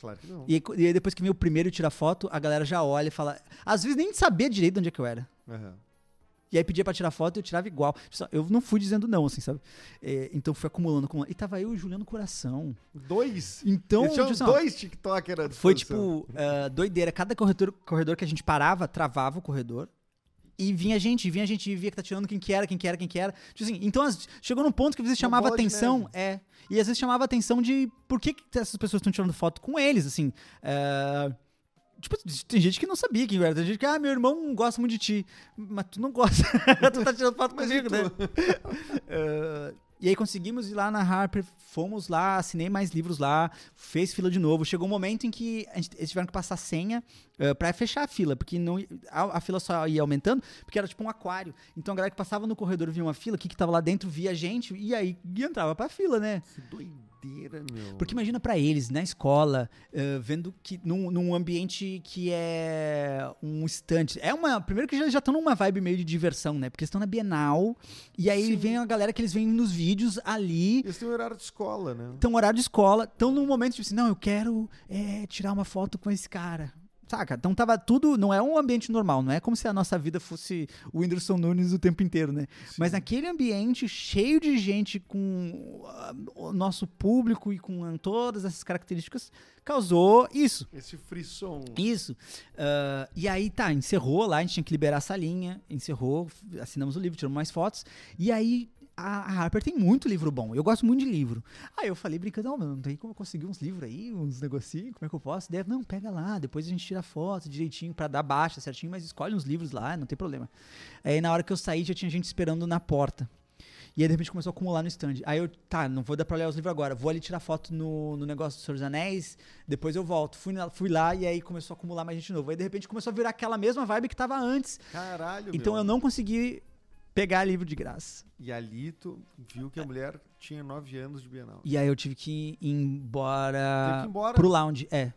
[SPEAKER 2] Claro que não.
[SPEAKER 3] E aí, co- e aí depois que vem o primeiro e tira foto, a galera já olha e fala. Às vezes nem sabia direito onde é que eu era.
[SPEAKER 2] Aham.
[SPEAKER 3] E aí pedia pra tirar foto e eu tirava igual. Só- Eu não fui dizendo não, assim, sabe? É, então fui acumulando, acumulando. E tava eu e o Juliano Coração.
[SPEAKER 2] Dois.
[SPEAKER 3] Então.
[SPEAKER 2] Eles tinham
[SPEAKER 3] tipo assim, ó,
[SPEAKER 2] dois TikTokers. à
[SPEAKER 3] foi
[SPEAKER 2] disposição.
[SPEAKER 3] tipo ah, doideira. Cada corredor, corredor que a gente parava, travava o corredor. E vinha gente, vinha gente, e via que tá tirando quem que era, quem que era, quem que era. Tipo assim, então as- chegou num ponto que às vezes
[SPEAKER 2] Uma
[SPEAKER 3] chamava
[SPEAKER 2] bola de
[SPEAKER 3] atenção, é. E às vezes chamava atenção de por que, que essas pessoas estão tirando foto com eles, assim. Ah, tipo, tem gente que não sabia quem eu era. Tem gente que, ah, meu irmão gosta muito de ti. Mas tu não gosta. tu tá tirando foto
[SPEAKER 2] Mas e
[SPEAKER 3] comigo,
[SPEAKER 2] tu?
[SPEAKER 3] né? Eh, e aí conseguimos ir lá na Harper, fomos lá, assinei mais livros lá, fez fila de novo. Chegou um momento em que a gente- eles tiveram que passar senha eh, pra fechar a fila, porque não, a, a fila só ia aumentando, porque era tipo um aquário. Então a galera que passava no corredor via uma fila, o que que tava lá dentro via a gente, e aí entrava pra fila, né?
[SPEAKER 2] Que doideira, meu.
[SPEAKER 3] Porque imagina pra eles, na escola, eh, vendo que num, num ambiente que é um estante. É uma. Primeiro que eles já estão numa vibe meio de diversão, né? Porque eles estão na Bienal. E aí
[SPEAKER 2] Sim.
[SPEAKER 3] vem a galera que eles veem nos vídeos ali.
[SPEAKER 2] Eles têm um horário de escola, né?
[SPEAKER 3] Estão horário de escola. Estão num momento tipo assim, não, eu quero eh, tirar uma foto com esse cara. Saca? Então tava tudo. Não é um ambiente normal, não é como se a nossa vida fosse o Whindersson Nunes o tempo inteiro, né? Mas naquele ambiente cheio de gente com ah, o nosso público e com todas essas características, causou isso.
[SPEAKER 2] Esse frisson.
[SPEAKER 3] Isso. Ah, e aí, tá, encerrou lá, a gente tinha que liberar a salinha, encerrou, f- assinamos o livro, tiramos mais fotos. E aí, a, a Harper tem muito livro bom. Eu gosto muito de livro. Aí eu falei brincando, não, mano, tem como eu conseguir uns livros aí, uns negocinhos, como é que eu posso? Deve, não, pega lá, depois a gente tira foto direitinho pra dar baixa certinho, mas escolhe uns livros lá, não tem problema. Aí na hora que eu saí, já tinha gente esperando na porta. E aí, de repente, começou a acumular no stand. Aí eu, tá, não vou dar pra olhar os livros agora. Vou ali tirar foto no, no negócio dos Senhor dos Anéis, depois eu volto. Fui, na- fui lá e aí começou a acumular mais gente de novo. Aí, de repente, começou a virar aquela mesma vibe que tava antes.
[SPEAKER 2] Caralho,
[SPEAKER 3] Então
[SPEAKER 2] meu.
[SPEAKER 3] eu não consegui pegar livro de graça.
[SPEAKER 2] E ali tu viu que a mulher tinha nove anos de Bienal.
[SPEAKER 3] E aí eu tive que ir
[SPEAKER 2] Teve
[SPEAKER 3] embora,
[SPEAKER 2] que ir embora.
[SPEAKER 3] pro lounge, é.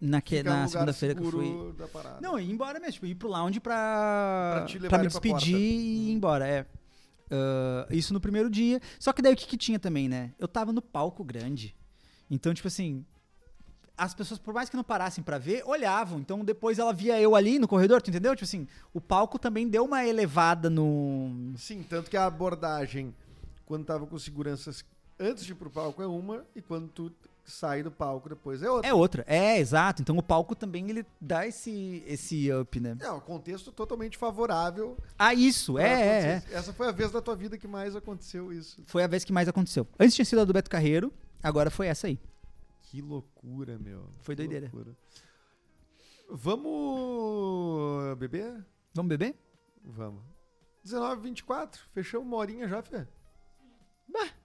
[SPEAKER 3] Naque,
[SPEAKER 2] ficar num
[SPEAKER 3] na
[SPEAKER 2] lugar
[SPEAKER 3] segunda-feira que eu fui.
[SPEAKER 2] seguro Da parada.
[SPEAKER 3] Não, ir embora mesmo, tipo, ir pro lounge
[SPEAKER 2] Ah, tá. Pra
[SPEAKER 3] pra, pra,
[SPEAKER 2] te levarem
[SPEAKER 3] me
[SPEAKER 2] pra
[SPEAKER 3] despedir
[SPEAKER 2] porta.
[SPEAKER 3] e ir embora, é. Ah, isso no primeiro dia. Só que daí o que, que tinha também, né? Eu tava no palco grande. Então, tipo assim, as pessoas, por mais que não parassem pra ver, olhavam. Então depois ela via eu ali no corredor, tu entendeu? Tipo assim, o palco também deu uma elevada no.
[SPEAKER 2] Sim, tanto que a abordagem, quando tava com seguranças antes de ir pro palco é uma, e quando tu sai do palco depois é outra.
[SPEAKER 3] É outra. É, exato. Então o palco também ele dá esse, esse up, né?
[SPEAKER 2] Não, É um contexto totalmente favorável.
[SPEAKER 3] Ah, isso,
[SPEAKER 2] pra
[SPEAKER 3] é, é, é.
[SPEAKER 2] acontecer. Essa foi a vez da tua vida que mais aconteceu isso.
[SPEAKER 3] Foi a vez que mais aconteceu. Antes tinha sido a do Beto Carreiro, agora foi essa aí.
[SPEAKER 2] Que loucura, meu.
[SPEAKER 3] Foi
[SPEAKER 2] Que
[SPEAKER 3] doideira.
[SPEAKER 2] loucura. Vamos beber?
[SPEAKER 3] Vamos beber?
[SPEAKER 2] Vamos. 19, 24. Fechamos uma horinha já, Fê.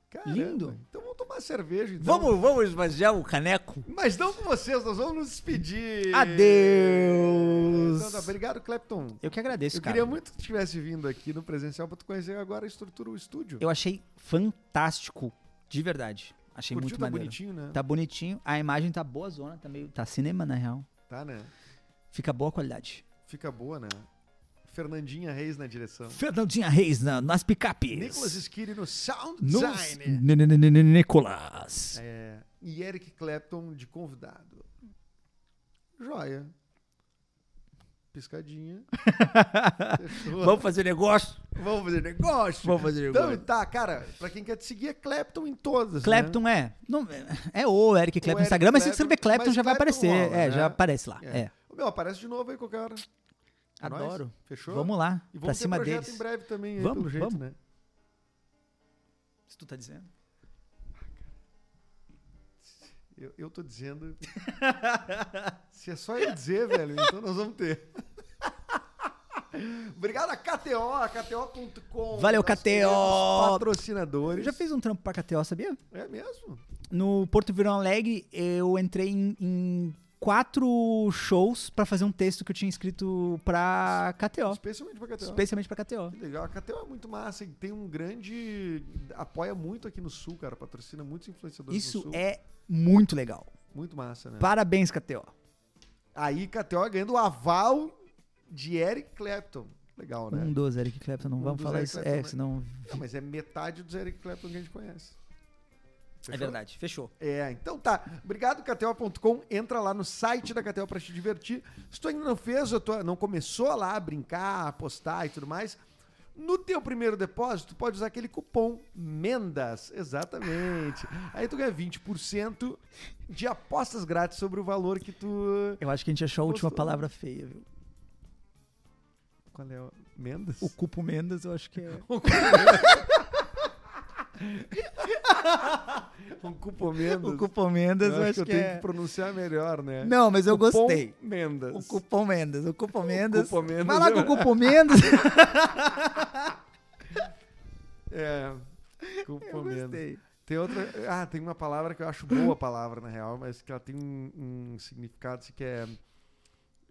[SPEAKER 2] Caramba.
[SPEAKER 3] lindo.
[SPEAKER 2] Então vamos tomar cerveja, então.
[SPEAKER 1] Vamos, vamos esvaziar o caneco?
[SPEAKER 2] Mas não com vocês, nós vamos nos despedir.
[SPEAKER 3] Adeus.
[SPEAKER 2] Então tá, obrigado, Clepton.
[SPEAKER 3] Eu que agradeço,
[SPEAKER 2] Eu
[SPEAKER 3] cara.
[SPEAKER 2] queria muito que tu tivesse vindo aqui no presencial pra tu conhecer agora a estrutura, o estúdio.
[SPEAKER 3] Eu achei fantástico, de verdade. Achei
[SPEAKER 2] Curtiu,
[SPEAKER 3] muito
[SPEAKER 2] tá
[SPEAKER 3] maneiro.
[SPEAKER 2] bonitinho, né?
[SPEAKER 3] Tá bonitinho, a imagem tá boa zona, tá meio. Tá cinema, na real.
[SPEAKER 2] Tá, né?
[SPEAKER 3] Fica boa a qualidade.
[SPEAKER 2] Fica boa, né? Fernandinha Reis na direção.
[SPEAKER 3] Fernandinha Reis na, nas picapes.
[SPEAKER 2] Nicolas Skiri no sound
[SPEAKER 3] Nos-
[SPEAKER 2] design.
[SPEAKER 3] N- n- n- n- Nicolas.
[SPEAKER 2] É, e Eric Clapton de convidado. Joia. Piscadinha. Fechou.
[SPEAKER 1] Vamos fazer negócio?
[SPEAKER 2] Vamos fazer negócio.
[SPEAKER 1] Vamos fazer
[SPEAKER 2] Então
[SPEAKER 1] negócio.
[SPEAKER 2] tá, cara, pra quem quer te seguir é Clapton em todas. né?
[SPEAKER 3] Clapton é. Não, é o Eric Clapton no
[SPEAKER 2] Eric
[SPEAKER 3] Instagram, mas
[SPEAKER 2] Clapton,
[SPEAKER 3] se escrever Clapton
[SPEAKER 2] mas
[SPEAKER 3] já vai
[SPEAKER 2] Clapton
[SPEAKER 3] aparecer.
[SPEAKER 2] rola,
[SPEAKER 3] é,
[SPEAKER 2] né?
[SPEAKER 3] já aparece lá.
[SPEAKER 2] Né?
[SPEAKER 3] É.
[SPEAKER 2] Ô, Meu, aparece de novo aí qualquer hora. É nóis.
[SPEAKER 3] Adoro.
[SPEAKER 2] Fechou?
[SPEAKER 3] Vamos lá,
[SPEAKER 2] E vamos ter
[SPEAKER 3] pra cima
[SPEAKER 2] projeto
[SPEAKER 3] deles.
[SPEAKER 2] em breve também, aí,
[SPEAKER 3] Vamos,
[SPEAKER 2] pelo jeito,
[SPEAKER 3] vamos.
[SPEAKER 2] né?
[SPEAKER 3] Isso tu tá dizendo?
[SPEAKER 2] Eu, eu tô dizendo. Se é só eu dizer, velho, então nós vamos ter. Obrigado a KTO, a KTO.com.
[SPEAKER 3] Valeu,
[SPEAKER 2] nossos
[SPEAKER 3] KTO.
[SPEAKER 2] queridos
[SPEAKER 3] Eu
[SPEAKER 2] Patrocinadores.
[SPEAKER 3] já fiz um trampo pra KTO, sabia?
[SPEAKER 2] É mesmo?
[SPEAKER 3] No Porto Verão Alegre, eu entrei em, em quatro shows pra fazer um texto que eu tinha escrito pra KTO.
[SPEAKER 2] Especialmente pra KTO.
[SPEAKER 3] Especialmente pra KTO.
[SPEAKER 2] Que legal. A KTO é muito massa e tem um grande. apoia muito aqui no Sul, cara. Patrocina muitos influenciadores no
[SPEAKER 3] Isso
[SPEAKER 2] Sul.
[SPEAKER 3] é muito legal.
[SPEAKER 2] Muito massa, né?
[SPEAKER 3] Parabéns, KTO.
[SPEAKER 2] Aí KTO ganhando o aval de Eric Clapton. Legal, né?
[SPEAKER 3] Um dos Eric Clapton, não
[SPEAKER 2] Um
[SPEAKER 3] vamos
[SPEAKER 2] dos
[SPEAKER 3] falar
[SPEAKER 2] Eric
[SPEAKER 3] isso.
[SPEAKER 2] Clapton,
[SPEAKER 3] é,
[SPEAKER 2] né?
[SPEAKER 3] senão.
[SPEAKER 2] Não, mas é metade dos Eric Clapton que a gente conhece. Fechou?
[SPEAKER 3] É verdade, fechou.
[SPEAKER 2] É, então tá. Obrigado, KTO.com. Entra lá no site da KTO pra te divertir. Se tu ainda não fez, ou tu não começou lá a brincar, a apostar e tudo mais, no teu primeiro depósito, tu pode usar aquele cupom MENDAS. Exatamente. Aí tu ganha 20% de apostas grátis sobre o valor que tu...
[SPEAKER 3] Eu acho que a gente achou a última
[SPEAKER 2] Gostou.
[SPEAKER 3] palavra feia, viu?
[SPEAKER 2] Qual é? o- MENDAS?
[SPEAKER 3] O Cupo Mendes, eu acho que é.
[SPEAKER 2] Um cupom MENDAS.
[SPEAKER 3] O Cupo Mendes,
[SPEAKER 2] Eu
[SPEAKER 3] eu acho que
[SPEAKER 2] eu tenho
[SPEAKER 3] é.
[SPEAKER 2] que pronunciar melhor, né?
[SPEAKER 3] Não, mas eu
[SPEAKER 2] Cupom
[SPEAKER 3] gostei.
[SPEAKER 2] MENDAS.
[SPEAKER 3] O Cupo Mendes, o Cupo Mendes.
[SPEAKER 2] Cupo Mendes,
[SPEAKER 3] Vai lá
[SPEAKER 2] eu-
[SPEAKER 3] com o Cupo Mendes.
[SPEAKER 2] É. Cupom
[SPEAKER 3] Eu
[SPEAKER 2] MENDAS.
[SPEAKER 3] gostei.
[SPEAKER 2] Tem outra. Ah, tem uma palavra que eu acho boa a palavra, na real, mas que ela tem um, um significado assim, que é,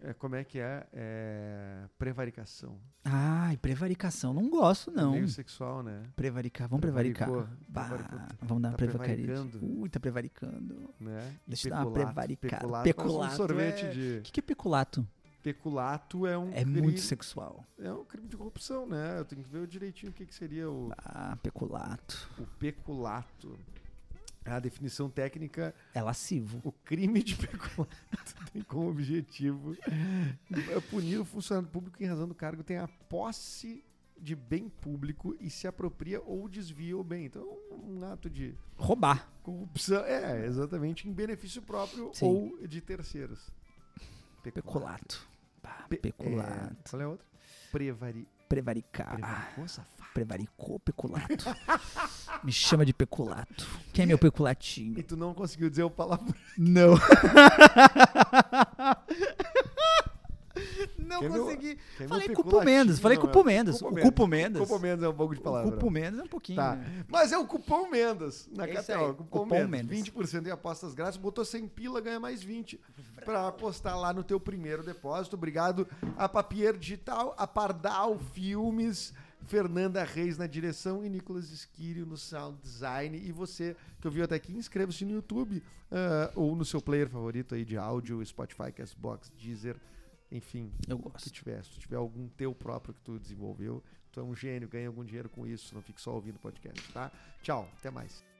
[SPEAKER 2] é. Como é que é? É. Prevaricação. É
[SPEAKER 3] Ai, prevaricação. Não gosto, não.
[SPEAKER 2] Meio sexual, né?
[SPEAKER 3] Prevaricar, vamos prevaricar.
[SPEAKER 2] Prevaricou,
[SPEAKER 3] Bah,
[SPEAKER 2] prevaricou.
[SPEAKER 3] vamos dar uma
[SPEAKER 2] Tá
[SPEAKER 3] prevaricada.
[SPEAKER 2] prevaricando.
[SPEAKER 3] Ui, tá prevaricando.
[SPEAKER 2] né? E
[SPEAKER 3] Deixa eu dar uma
[SPEAKER 2] peculato.
[SPEAKER 3] prevaricada.
[SPEAKER 2] Peculato,
[SPEAKER 3] Peculato
[SPEAKER 2] parece um sorvete
[SPEAKER 3] é- O
[SPEAKER 2] de.
[SPEAKER 3] que, que é peculato?
[SPEAKER 2] Peculato é um.
[SPEAKER 3] É
[SPEAKER 2] crime,
[SPEAKER 3] muito sexual.
[SPEAKER 2] É um crime de corrupção, né? Eu tenho que ver direitinho o que, que seria o,
[SPEAKER 3] Ah, peculato.
[SPEAKER 2] o peculato. A definição técnica
[SPEAKER 3] É lascivo.
[SPEAKER 2] O crime de peculato tem como objetivo É punir o funcionário público que, em razão do cargo, tem a posse de bem público e se apropria ou desvia o bem. Então, é um ato de
[SPEAKER 3] Roubar.
[SPEAKER 2] corrupção. É, exatamente, em benefício próprio
[SPEAKER 3] Sim.
[SPEAKER 2] ou de terceiros.
[SPEAKER 3] Peculato. Bah,
[SPEAKER 2] Pe-
[SPEAKER 3] peculato. Ah.
[SPEAKER 2] É, qual é a outra? Prevari...
[SPEAKER 3] Prevaricar.
[SPEAKER 2] Prevaricou, safado.
[SPEAKER 3] Prevaricou, peculato. Me chama de peculato. Quem é meu peculatinho?
[SPEAKER 2] E tu não conseguiu dizer o palavrão.
[SPEAKER 3] Não. Não
[SPEAKER 2] Quem é meu- quem
[SPEAKER 3] consegui.
[SPEAKER 2] é meu
[SPEAKER 3] falei cupo
[SPEAKER 2] peculatinho?
[SPEAKER 3] Mendes, falei
[SPEAKER 2] Não, é
[SPEAKER 3] cupo Mendes.
[SPEAKER 2] cupo
[SPEAKER 3] O cupo Mendes.
[SPEAKER 2] Cupo Mendes é um pouco de
[SPEAKER 3] O
[SPEAKER 2] palavra.
[SPEAKER 3] cupo Mendes é um pouquinho.
[SPEAKER 2] Tá.
[SPEAKER 3] né?
[SPEAKER 2] Mas é o cupom Mendas na
[SPEAKER 3] É isso
[SPEAKER 2] KTO.
[SPEAKER 3] aí,
[SPEAKER 2] Cupom,
[SPEAKER 3] cupom
[SPEAKER 2] Mendas.
[SPEAKER 3] Mendas.
[SPEAKER 2] 20% em apostas grátis. Botou 100 pila, ganha mais 20 pra apostar lá no teu primeiro depósito. Obrigado a Papier Digital, a Pardal Filmes, Fernanda Reis na direção e Nicolas Esquírio no sound design. E você que ouviu até aqui, inscreva-se no YouTube ah, ou no seu player favorito aí de áudio, Spotify, Castbox, Deezer, enfim
[SPEAKER 3] Eu
[SPEAKER 2] que
[SPEAKER 3] gosto.
[SPEAKER 2] tiver. Se tu tiver algum teu próprio que tu desenvolveu, tu é um gênio, ganha algum dinheiro com isso. Não fique só ouvindo podcast, tá? Tchau, até mais.